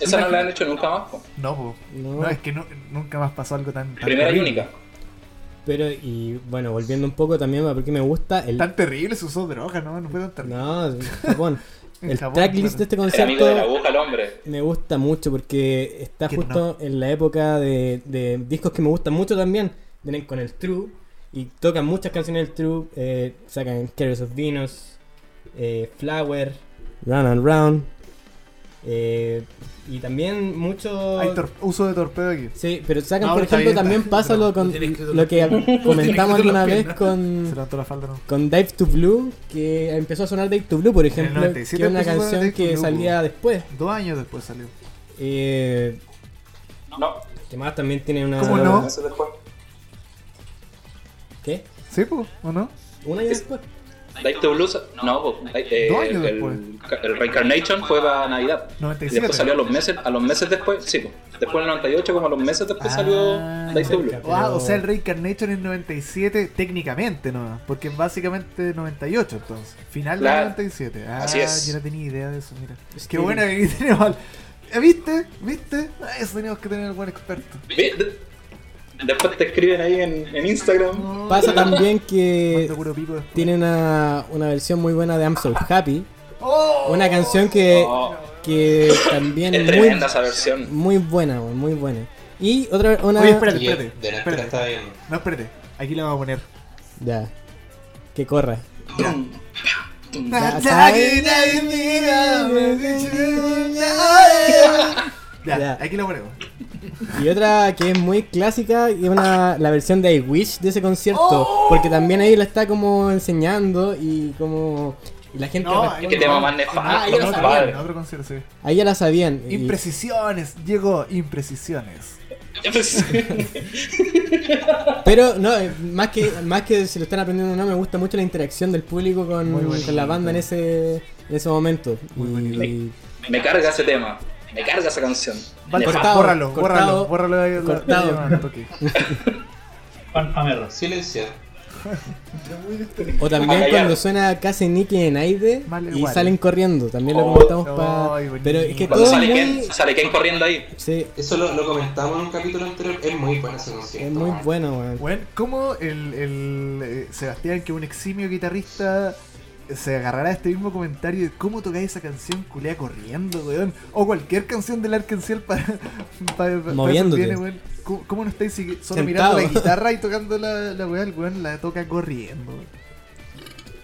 Speaker 2: esa no la han hecho nunca más. po.
Speaker 1: No, po.
Speaker 6: No.
Speaker 1: No, es que nu- nunca más pasó algo tan, tan
Speaker 2: Primera y
Speaker 1: terrible.
Speaker 2: única.
Speaker 6: Pero, y bueno, volviendo un poco también, porque me gusta el...
Speaker 1: Tan terrible se usó droga, ¿no? No fue tan terrible.
Speaker 6: No, en Japón.
Speaker 1: En
Speaker 6: El
Speaker 1: Japón,
Speaker 6: tracklist de
Speaker 1: claro.
Speaker 6: este
Speaker 2: El amigo de la aguja,
Speaker 6: concierto
Speaker 2: el hombre.
Speaker 6: me gusta mucho porque está
Speaker 1: Que
Speaker 6: justo en la época de, de discos que me gustan mucho también. Vienen con el True y tocan muchas canciones del True. eh, sacan Carriers of Venus, eh, Flower, Round and Round. eh, y también mucho.
Speaker 1: Hay tor- uso de torpedo aquí.
Speaker 6: Sí, pero sacan,
Speaker 1: No,
Speaker 6: por
Speaker 1: está
Speaker 6: ejemplo,
Speaker 1: bien,
Speaker 6: también
Speaker 1: está-
Speaker 6: pasa lo, con,
Speaker 7: tiene escrito
Speaker 6: lo que comentamos
Speaker 7: escrito
Speaker 6: alguna
Speaker 7: las
Speaker 6: vez
Speaker 7: piernas.
Speaker 6: con.
Speaker 1: Se levantó la falda, ¿no?
Speaker 6: con Dive to Blue, que empezó a sonar Dive to Blue, por ejemplo, que
Speaker 1: 97
Speaker 6: es una
Speaker 1: empezó a sonar
Speaker 6: canción
Speaker 1: Dive to
Speaker 6: que
Speaker 1: Blue.
Speaker 6: salía después.
Speaker 1: Dos años después salió.
Speaker 6: Eh,
Speaker 2: No,
Speaker 6: que más también tiene una.
Speaker 1: ¿Cómo Ah, no?
Speaker 2: meses después.
Speaker 6: ¿Qué?
Speaker 1: ¿Sí, po? ¿O no?
Speaker 6: ¿Un año después?
Speaker 2: Light to Blue, no, po. eh,
Speaker 1: Dos años
Speaker 2: el,
Speaker 1: después.
Speaker 2: el Reincarnation fue para Navidad. Y
Speaker 1: 97.
Speaker 2: después salió a los meses, a los meses después, sí, po. después del 98, como a los meses después
Speaker 1: Ah,
Speaker 2: salió Light to Blue.
Speaker 6: cerca.
Speaker 1: Ah,
Speaker 6: Pero-
Speaker 1: o sea, el Reincarnation en 97 técnicamente, ¿no? Porque es básicamente 98 entonces. Final de
Speaker 2: Claro.
Speaker 1: 97. Ah,
Speaker 2: Así es.
Speaker 1: yo no tenía idea de eso, mira.
Speaker 6: Es
Speaker 1: Qué
Speaker 6: que-
Speaker 1: buena que tenemos al- Eh, ¿Viste? ¿Viste? Ah, Eso teníamos que tener el buen experto.
Speaker 2: Ve- de- Después te escriben ahí en, en Instagram.
Speaker 6: Pasa también que
Speaker 1: Mando puro pico después.
Speaker 6: tiene una, una versión muy buena de I'm So Happy,
Speaker 1: ¡Oh!
Speaker 6: una canción que,
Speaker 2: Oh,
Speaker 6: que también
Speaker 2: es
Speaker 6: es
Speaker 2: tremenda
Speaker 6: muy,
Speaker 2: esa versión.
Speaker 6: muy buena, weón, muy buena. Y otra una
Speaker 1: Oye, espérate,
Speaker 4: Y el-
Speaker 1: espérate.
Speaker 4: de la espera
Speaker 1: espérate.
Speaker 4: está bien.
Speaker 1: No, espérate. Aquí la vamos a poner.
Speaker 6: ya que corra.
Speaker 1: Ya,
Speaker 6: Ya.
Speaker 1: aquí la ponemos.
Speaker 6: Y otra que es muy clásica y una la versión de I Wish de ese concierto,
Speaker 1: ¡Oh!
Speaker 6: porque también ahí la está como enseñando y como y la gente
Speaker 1: No,
Speaker 6: responde.
Speaker 2: Qué tema más
Speaker 6: Ah, yo
Speaker 2: nefasto,
Speaker 6: lo
Speaker 1: otro,
Speaker 6: sabía.
Speaker 2: compadre.
Speaker 1: otro, otro concierto, sí.
Speaker 6: ahí ya la sabían. y-
Speaker 1: Imprecisiones, llegó imprecisiones.
Speaker 2: pues,
Speaker 6: pero no, eh, más que más que si lo están aprendiendo o no, me gusta mucho la interacción del público con,
Speaker 1: Muy bonito.
Speaker 6: con la banda en ese en ese momento. y
Speaker 2: Me carga ese tema. Me carga esa canción.
Speaker 1: Vale,
Speaker 2: Nefasto.
Speaker 6: Cortado,
Speaker 1: bórralo, bórralo,
Speaker 6: cortado,
Speaker 1: bórralo de la-
Speaker 6: cortado.
Speaker 1: de la llamada, ok.
Speaker 8: Panfamerro.
Speaker 4: Silencio.
Speaker 6: o también
Speaker 2: callar.
Speaker 6: cuando suena casi Nicky en aire
Speaker 1: Mal
Speaker 6: y
Speaker 1: igual.
Speaker 6: salen corriendo, también lo
Speaker 2: Oh,
Speaker 6: comentamos
Speaker 1: ay,
Speaker 6: para
Speaker 1: bonito.
Speaker 6: pero es que todo
Speaker 2: Cuando
Speaker 6: es
Speaker 2: sale
Speaker 6: muy,
Speaker 2: Ken, sale Ken corriendo ahí.
Speaker 6: sí,
Speaker 4: Eso lo, lo comentamos en un capítulo anterior. Es muy buena esa concierto.
Speaker 6: es muy
Speaker 4: man.
Speaker 6: bueno, weón.
Speaker 1: Bueno, ¿cómo el, el, eh, Sebastián, que es un eximio guitarrista, se agarrará a este mismo comentario de cómo tocáis esa canción culea corriendo, weón? O cualquier canción del Arkansas para, para, para
Speaker 6: Moviéndote.
Speaker 1: esos bienes, weón. ¿Cómo, cómo no estáis sigui- solo
Speaker 6: Sentado.
Speaker 1: mirando la guitarra y tocando la, la weá? El weón la toca corriendo. weón.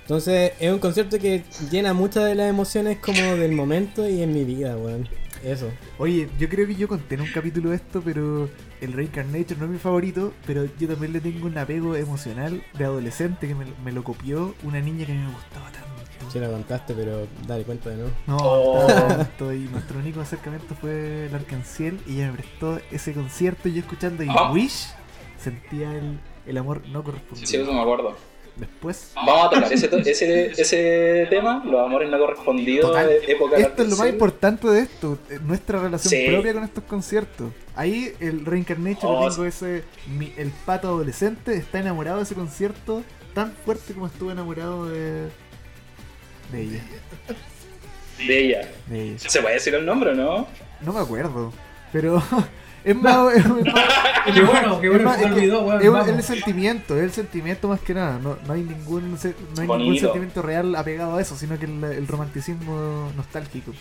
Speaker 6: Entonces es un concierto que llena muchas de las emociones como del momento y en mi vida, weón. Eso.
Speaker 1: Oye, yo creo que yo conté en un capítulo esto, pero el Reincarnator no es mi favorito, pero yo también le tengo un apego emocional de adolescente que me, me lo copió una niña que me gustaba tanto.
Speaker 6: Sí lo contaste, pero dale cuenta de nuevo.
Speaker 1: No,
Speaker 2: Oh.
Speaker 1: estaba harto y nuestro único acercamiento fue el Arcanciel y ella me prestó ese concierto y yo escuchando y
Speaker 2: Ah.
Speaker 1: Wish sentía el, el amor no correspondido.
Speaker 2: Sí, eso me acuerdo.
Speaker 1: Después.
Speaker 2: Vamos a tocar ese, to- ese, ese tema, los amores no correspondidos,
Speaker 1: Total.
Speaker 2: eh, época
Speaker 1: Esto es lo más
Speaker 2: Cartel.
Speaker 1: importante de esto, eh, nuestra relación
Speaker 2: Sí.
Speaker 1: propia con estos conciertos. Ahí el Reincarnation,
Speaker 2: Oh,
Speaker 1: lo tengo ese, mi- el pato adolescente está enamorado de ese concierto tan fuerte como estuvo enamorado de, de ella.
Speaker 2: de ella.
Speaker 1: de ella.
Speaker 2: Se puede decir el nombre, ¿no?
Speaker 1: No me acuerdo, pero es más... es más-
Speaker 3: Qué bueno, qué
Speaker 1: es
Speaker 3: bueno
Speaker 1: más-
Speaker 3: que se
Speaker 1: es que-
Speaker 3: olvidó,
Speaker 1: es-
Speaker 3: weón.
Speaker 1: es el
Speaker 3: vamos.
Speaker 1: sentimiento, es el sentimiento más que nada. No, no hay, ningún, se- no hay ningún
Speaker 2: Bonito.
Speaker 1: sentimiento real apegado a eso, sino que el, el romanticismo nostálgico.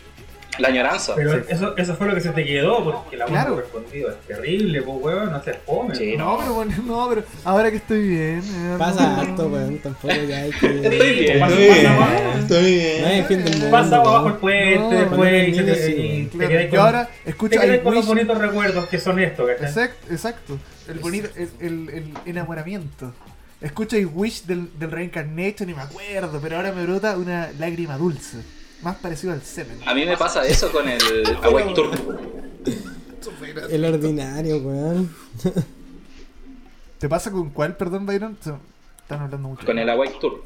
Speaker 2: La añoranza.
Speaker 3: Pero
Speaker 1: Sí.
Speaker 3: eso, eso fue lo que se te quedó, porque la
Speaker 1: Claro.
Speaker 3: claro. correspondido es terrible, pues weón, no seas fome.
Speaker 2: Sí,
Speaker 3: po.
Speaker 1: No, pero bueno, no, pero ahora que estoy bien. eh,
Speaker 5: Pasa
Speaker 1: no,
Speaker 5: harto, weón. Tampoco ya hay
Speaker 2: Estoy
Speaker 5: que.
Speaker 2: bien.
Speaker 3: Pasa-
Speaker 4: Estoy bien,
Speaker 3: pasa-
Speaker 4: estoy bien.
Speaker 5: No hay fin del mundo.
Speaker 3: Pasa
Speaker 5: weón.
Speaker 3: abajo el puente,
Speaker 1: No,
Speaker 5: poner
Speaker 3: después,
Speaker 5: el
Speaker 3: y se
Speaker 5: niño
Speaker 3: te,
Speaker 5: así,
Speaker 3: y
Speaker 5: weón.
Speaker 3: te
Speaker 1: claro,
Speaker 3: quedáis
Speaker 1: y
Speaker 3: con,
Speaker 1: ahora,
Speaker 3: te
Speaker 1: escucha,
Speaker 3: quedáis
Speaker 1: el
Speaker 3: con los
Speaker 1: wish-
Speaker 3: bonitos recuerdos que son estos, ¿cachai?
Speaker 1: Exacto, exacto. El bonito, el, el, el enamoramiento. Escucha el Wish del, del Reincarnation y me acuerdo, pero ahora me brota una lágrima dulce. Más parecido al semen.
Speaker 2: A mí me pasa eso con el Awake Tour.
Speaker 5: El ordinario, weón.
Speaker 1: ¿Te pasa con cuál, perdón, Byron? Se- Están hablando mucho.
Speaker 2: Con el Awake Tour.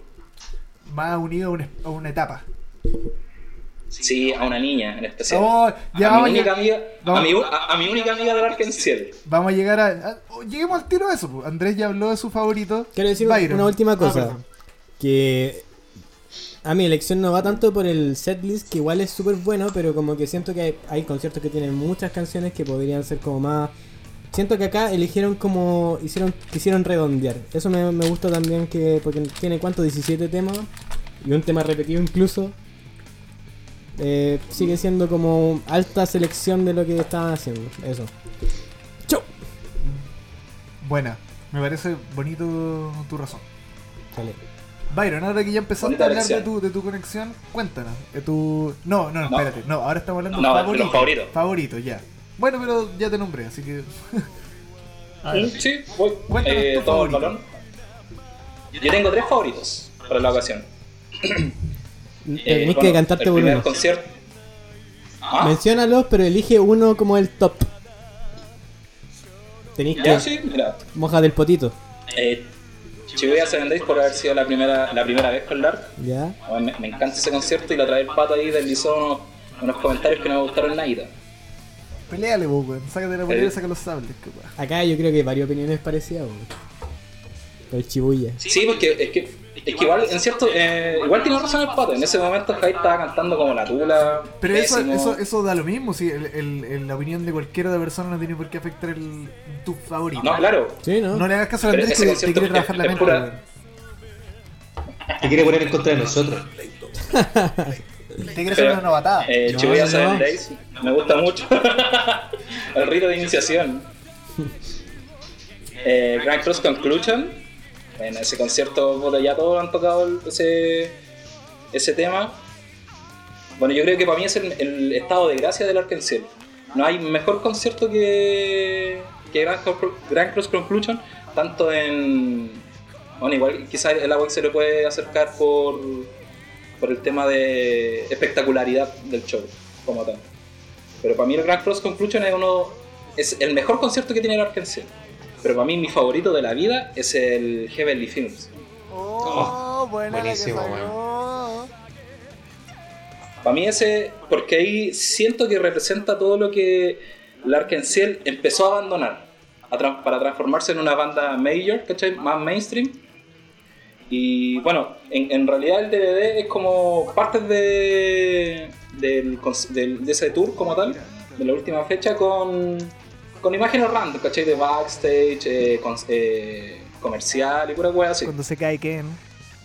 Speaker 1: Más unido a una, a una etapa.
Speaker 2: Sí, a una niña en especial.
Speaker 1: Oh, ya
Speaker 2: a,
Speaker 1: vamos,
Speaker 2: mi
Speaker 1: a
Speaker 2: única
Speaker 1: lleg-
Speaker 2: amiga,
Speaker 1: vamos.
Speaker 2: a, mi, u- a- a mi única amiga del Arkenciel.
Speaker 1: vamos a llegar a. a- oh, lleguemos al tiro de eso. po. Andrés ya habló de su favorito.
Speaker 5: Quiero decir una-
Speaker 1: Byron.
Speaker 5: una última
Speaker 1: Ah,
Speaker 5: cosa.
Speaker 1: perdón.
Speaker 5: que a mi elección no va tanto por el setlist, que igual es súper bueno, pero como que siento que hay, hay conciertos que tienen muchas canciones que podrían ser como más... Siento que acá eligieron como... hicieron Quisieron redondear. Eso me, me gusta también que... Porque tiene cuánto, 17 temas. Y un tema repetido incluso. Eh, sigue siendo como alta selección de lo que estaban haciendo. Eso. ¡Chau!
Speaker 1: Buena. Me parece bonito tu razón.
Speaker 5: Vale.
Speaker 1: Byron, ahora que ya empezaste
Speaker 2: Bonita
Speaker 1: a hablar de
Speaker 2: elección.
Speaker 1: tu, de tu conexión, cuéntanos. De tu... No, no, no,
Speaker 2: No.
Speaker 1: espérate. No, ahora estamos hablando
Speaker 2: No,
Speaker 1: de
Speaker 2: de
Speaker 1: favorito.
Speaker 2: los favoritos.
Speaker 1: Favorito, ya. Bueno, pero ya te nombré, así que. A ver.
Speaker 2: Sí, voy.
Speaker 1: Ah, Cuéntanos
Speaker 2: Eh,
Speaker 1: tu
Speaker 2: todo el
Speaker 1: favorito.
Speaker 2: balón. Yo tengo tres favoritos para la ocasión.
Speaker 5: Tenés
Speaker 2: Eh,
Speaker 5: que
Speaker 2: bueno,
Speaker 5: cantarte
Speaker 2: el
Speaker 5: por
Speaker 2: primer
Speaker 5: uno.
Speaker 2: concierto. Ah,
Speaker 5: Menciónalos, pero elige uno como el top. Tenéis
Speaker 2: ya,
Speaker 5: que
Speaker 2: sí, mira.
Speaker 5: moja del potito.
Speaker 2: Eh, Chibuya Seven Days por haber sido la primera, la primera vez con Lark.
Speaker 5: Ya.
Speaker 2: Bueno, Me, me encanta ese concierto y la otra vez el pato ahí deslizó unos, unos comentarios que no me gustaron nadita.
Speaker 1: Peleale, vos, weón. Sácate la polera y
Speaker 2: Eh.
Speaker 1: saca los sables, capaz.
Speaker 5: Acá yo creo que varias opiniones parecidas. weón. Pero Chibuya.
Speaker 2: Sí, porque es que, es que igual, en cierto, eh, igual tiene razón el pato. En ese momento Jai estaba cantando como la tula.
Speaker 1: Pero eso,
Speaker 2: pésimo.
Speaker 1: eso, eso da lo mismo, si el, el- el- la opinión de cualquiera de persona no tiene por qué afectar el, tu favorito.
Speaker 2: No, claro.
Speaker 5: Sí,
Speaker 1: No,
Speaker 5: ¿no?
Speaker 1: le hagas caso a
Speaker 2: Pero
Speaker 1: Andrés que
Speaker 2: ese
Speaker 1: te
Speaker 2: concierto
Speaker 1: quiere
Speaker 2: es-
Speaker 1: trabajar la
Speaker 2: es
Speaker 1: mente,
Speaker 2: pura-
Speaker 1: weón.
Speaker 4: Te quiere poner en contra de nosotros.
Speaker 1: Te quiere hacer
Speaker 2: Pero,
Speaker 1: una novatada.
Speaker 2: Eh, Chibuya
Speaker 5: no.
Speaker 2: Seven Days, me gusta mucho. el rito de iniciación. Eh, Grand Cross Conclusion. En ese concierto, puta, ya todos han tocado el- ese, ese tema. Bueno, yo creo que para mí es el, el estado de gracia del Arkansas. No hay mejor concierto que, que Grand, Cor- Grand Cross Conclusion, tanto en. Bueno, igual quizás el Awake se le puede acercar por, por el tema de espectacularidad del show, como tal. Pero para mí el Grand Cross Conclusion es uno. es el mejor concierto que tiene el Arkansas. Pero para mí mi favorito de la vida es el Heavenly Films.
Speaker 1: Oh, buena la que
Speaker 4: buenísimo,
Speaker 1: sacó.
Speaker 2: Para mí ese, porque ahí siento que representa todo lo que Larkensiel empezó a abandonar a tra- para transformarse en una banda major, ¿cachai? Más mainstream. Y bueno, en, en realidad el DVD es como parte de, del cons- del- de ese tour como tal, de la última fecha, con, con imágenes random, ¿cachai? De backstage, eh, cons- eh, comercial y pura wea así.
Speaker 1: Cuando se cae Ken.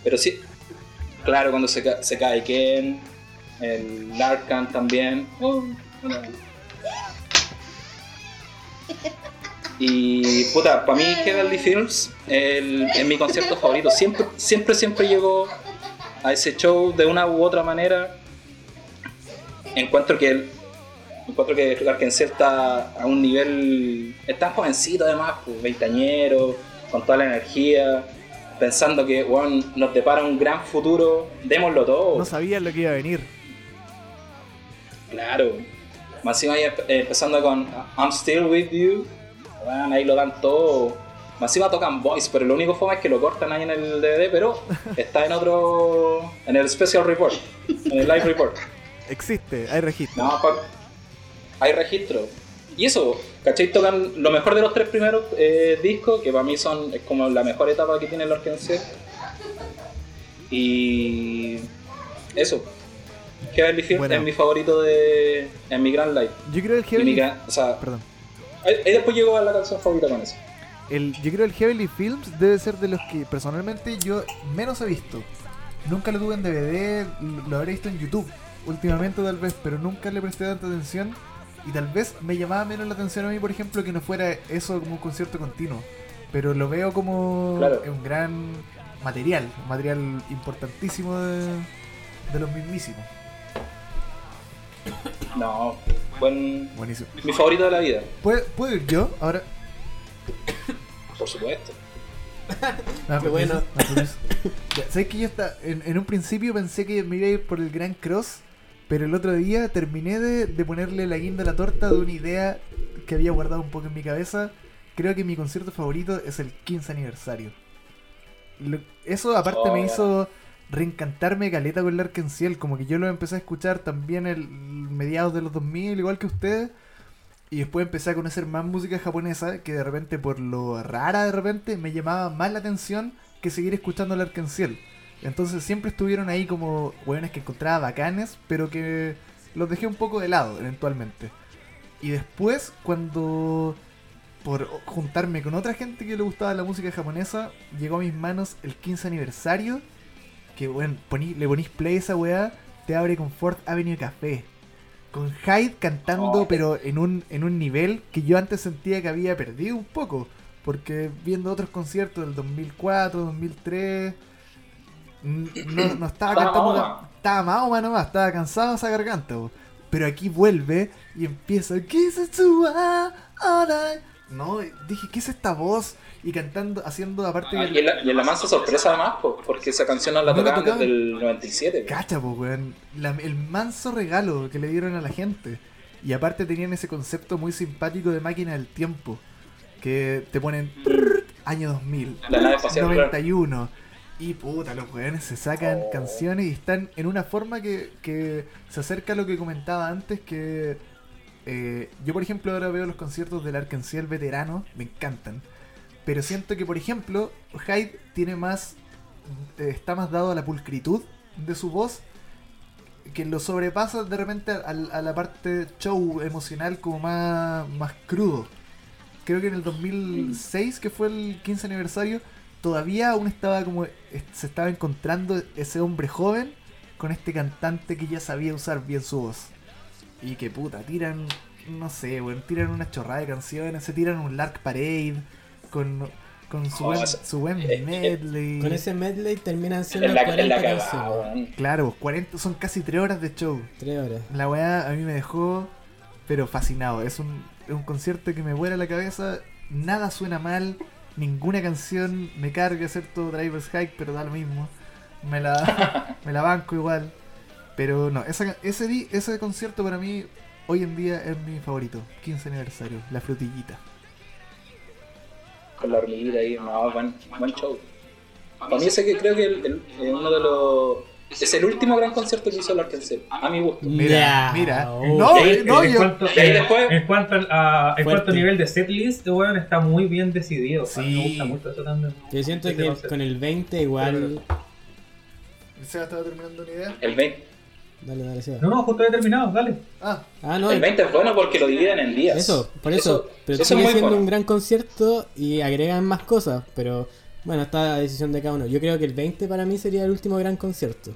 Speaker 2: Pero sí, claro, cuando se, ca- se cae Ken, el Larkan también. Oh, hola. Y puta, para mí Heavenly Films el- es mi concierto favorito. Siempre, siempre, siempre llego a ese show de una u otra manera. Encuentro que el, encuentro que Larkensiel está a un nivel. Es tan jovencito además, pues, veinteañero, con toda la energía, pensando que weón, nos depara un gran futuro, démoslo todo.
Speaker 1: No sabía lo que iba a venir.
Speaker 2: Claro. uh, Más encima ahí empe- empezando con I'm still with you. Weón, ahí lo dan todo. Más encima tocan voice, pero lo único fome es que lo cortan ahí en el DVD, pero está en otro. en el Special Report, en el Live Report.
Speaker 1: Existe, hay registro.
Speaker 2: No, pa- hay registro. Y eso, ¿cachai? Tocan lo mejor de los tres primeros eh, discos, que para mí son es como la mejor etapa que tiene la Orquense. Y eso. Heavenly Feel
Speaker 1: Bueno.
Speaker 2: es mi favorito de. en mi gran live.
Speaker 1: Yo creo el
Speaker 2: Y mi
Speaker 1: Heavenly.
Speaker 2: gran- o sea,
Speaker 1: Perdón.
Speaker 2: ahí, ahí después llegó a la canción favorita con eso.
Speaker 1: El, yo creo el Heavenly Films debe ser de los que personalmente yo menos he visto. Nunca lo tuve en DVD, lo- lo habré visto en YouTube últimamente tal vez, pero nunca le presté tanta atención. Y tal vez me llamaba menos la atención a mí, por ejemplo, que no fuera eso como un concierto continuo. Pero lo veo como
Speaker 2: Claro.
Speaker 1: un gran material, un material importantísimo de, de los mismísimos.
Speaker 2: No, buen.
Speaker 1: Buenísimo.
Speaker 2: Mi favorito de la vida,
Speaker 1: ¿Puedo, puedo ir yo ahora?
Speaker 2: por supuesto.
Speaker 1: Ah,
Speaker 5: Qué
Speaker 1: permiso,
Speaker 5: bueno.
Speaker 1: ah, permiso. Ya, ¿Sabes que yo hasta, en, en un principio pensé que me iba a ir por el Gran Cross? Pero el otro día terminé de, de ponerle la guinda a la torta de una idea que había guardado un poco en mi cabeza. Creo que mi concierto favorito es el 15 aniversario. Lo- eso aparte
Speaker 2: Oh,
Speaker 1: me
Speaker 2: ya.
Speaker 1: hizo reencantarme caleta con Larkin Ciel. Como que yo lo empecé a escuchar también el mediados de los 2000, igual que ustedes. Y después empecé a conocer más música japonesa que de repente por lo rara de repente me llamaba más la atención que seguir escuchando el Arcanciel. Entonces siempre estuvieron ahí como hueones que encontraba bacanes, pero que los dejé un poco de lado eventualmente. Y después cuando por juntarme con otra gente que le gustaba la música japonesa, llegó a mis manos el 15 aniversario, que bueno, poní- le ponís play a esa weá, te abre con Fort Avenue Café. Con Hyde cantando,
Speaker 2: Oh.
Speaker 1: pero en un, en un nivel que yo antes sentía que había perdido un poco. Porque viendo otros conciertos del 2004, 2003, n- no, no estaba
Speaker 2: Estaba
Speaker 1: cantando.
Speaker 2: Mahoma.
Speaker 1: ca- Estaba Mahoma nomás, estaba cansado esa garganta. po. Pero aquí vuelve y empieza. "Kiss it to a- all night". No, dije, ¿qué es esta voz? Y cantando, haciendo aparte.
Speaker 2: Ah, y en la, y en la mansa sorpresa además, po, porque esa canción no la
Speaker 1: No la
Speaker 2: tocaban
Speaker 1: tocaban.
Speaker 2: desde el 97. po.
Speaker 1: Cacha, po, weón. La- el manso regalo que le dieron a la gente. Y aparte tenían ese concepto muy simpático de máquina del tiempo. Que te ponen trrrt, año 2000,
Speaker 2: Mm. La nave espacial, claro.
Speaker 1: 91. Y puta, los weones se sacan
Speaker 2: Oh.
Speaker 1: canciones y están en una forma que, que se acerca a lo que comentaba antes. Que eh, yo, por ejemplo, ahora veo los conciertos del Arkansas veterano, me encantan. Pero siento que, por ejemplo, Hyde tiene más. eh, está más dado a la pulcritud de su voz. Que lo sobrepasa de repente a, a la parte show emocional como más, más crudo. Creo que en el 2006, que fue el 15 aniversario, todavía aún estaba como. es- se estaba encontrando ese hombre joven con este cantante que ya sabía usar bien su voz. Y que puta, tiran. No sé, weón, tiran una chorrada de canciones, se tiran un Lark Parade con, con su,
Speaker 2: Oh,
Speaker 1: buen,
Speaker 2: esa-
Speaker 1: su buen
Speaker 2: eh, eh,
Speaker 1: medley.
Speaker 5: Con ese medley terminan siendo
Speaker 2: En la, en la
Speaker 5: 40
Speaker 2: cagada,
Speaker 5: canciones.
Speaker 2: weón.
Speaker 1: Claro, 40, son casi 3 horas de show.
Speaker 5: Tres horas.
Speaker 1: La weá a mí me dejó, pero fascinado. Es un, es un concierto que me vuela la cabeza. Nada suena mal. Ninguna canción me carga, excepto Driver's Hike, pero da lo mismo. Me la, me la banco igual. Pero no, esa- ese, di- ese concierto para mí hoy en día es mi favorito. 15 aniversario, La Frutillita.
Speaker 2: Con la hormiguita ahí, no, buen, buen show. Para mí ese que creo que el- el- eh, uno de los... Es el último gran concierto que hizo el Arkansas, a mi gusto.
Speaker 1: Mira,
Speaker 5: Ya,
Speaker 1: mira.
Speaker 5: oh.
Speaker 1: No,
Speaker 2: Eh,
Speaker 1: no,
Speaker 3: en,
Speaker 1: yo-
Speaker 3: cuanto,
Speaker 2: y ahí
Speaker 3: eh,
Speaker 2: después-
Speaker 3: en cuanto al a- en
Speaker 5: Fuerte.
Speaker 3: cuanto nivel de setlist, weón, está muy bien decidido.
Speaker 1: Sí.
Speaker 3: weón. Me gusta mucho eso también.
Speaker 5: Yo siento
Speaker 3: Este
Speaker 5: que
Speaker 3: concepto.
Speaker 5: con el 20 igual.
Speaker 1: ¿Se estaba terminando una idea?
Speaker 2: El 20,
Speaker 5: Dale, dale, Seba.
Speaker 3: No, no, justo he terminado, dale.
Speaker 1: Ah,
Speaker 5: Ah, no,
Speaker 2: el 20 es bueno porque lo dividen en días.
Speaker 5: Eso, por eso. pero
Speaker 2: eso es
Speaker 5: sigue
Speaker 2: muy
Speaker 5: siendo
Speaker 2: bueno.
Speaker 5: un gran concierto y agregan más cosas, pero bueno, está a decisión de cada uno. Yo creo que el 20 para mí sería el último gran concierto.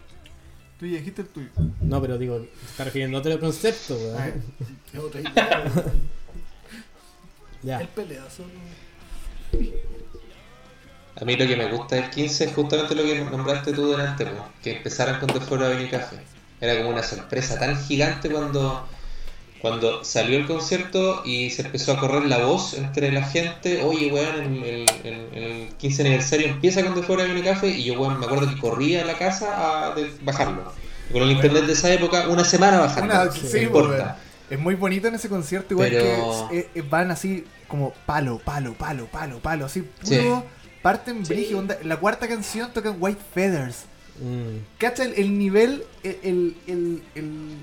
Speaker 1: tú ya dijiste el tuyo.
Speaker 5: No, pero digo, se está refiriendo a otro concepto, weón.
Speaker 1: Ah, es otra idea. El
Speaker 5: Ya.
Speaker 1: peleazo.
Speaker 4: A mí lo que me gusta del 15 es justamente lo que nombraste tú delante, po, que empezaran con The Foro Avenue Café. Era como una sorpresa tan gigante cuando, cuando salió el concierto y se empezó a correr la voz entre la gente. Oye, weón, el, el, el- el 15 aniversario empieza con The Foro Avenue Café y yo, weón, me acuerdo que corría a la casa a de- bajarlo. Con el internet de esa época, una semana bajarlo.
Speaker 1: Una-
Speaker 4: no
Speaker 1: sí, pues,
Speaker 4: importa.
Speaker 1: weón. Es muy bonito en ese concierto, igual
Speaker 4: Pero-
Speaker 1: que es- es- van así como palo, palo, palo, palo, palo, así.
Speaker 4: Sí.
Speaker 1: Puro, parten brillo, onda. La cuarta canción tocan White Feathers.
Speaker 5: Mm.
Speaker 1: ¿Cacha el, el nivel, el, el, el,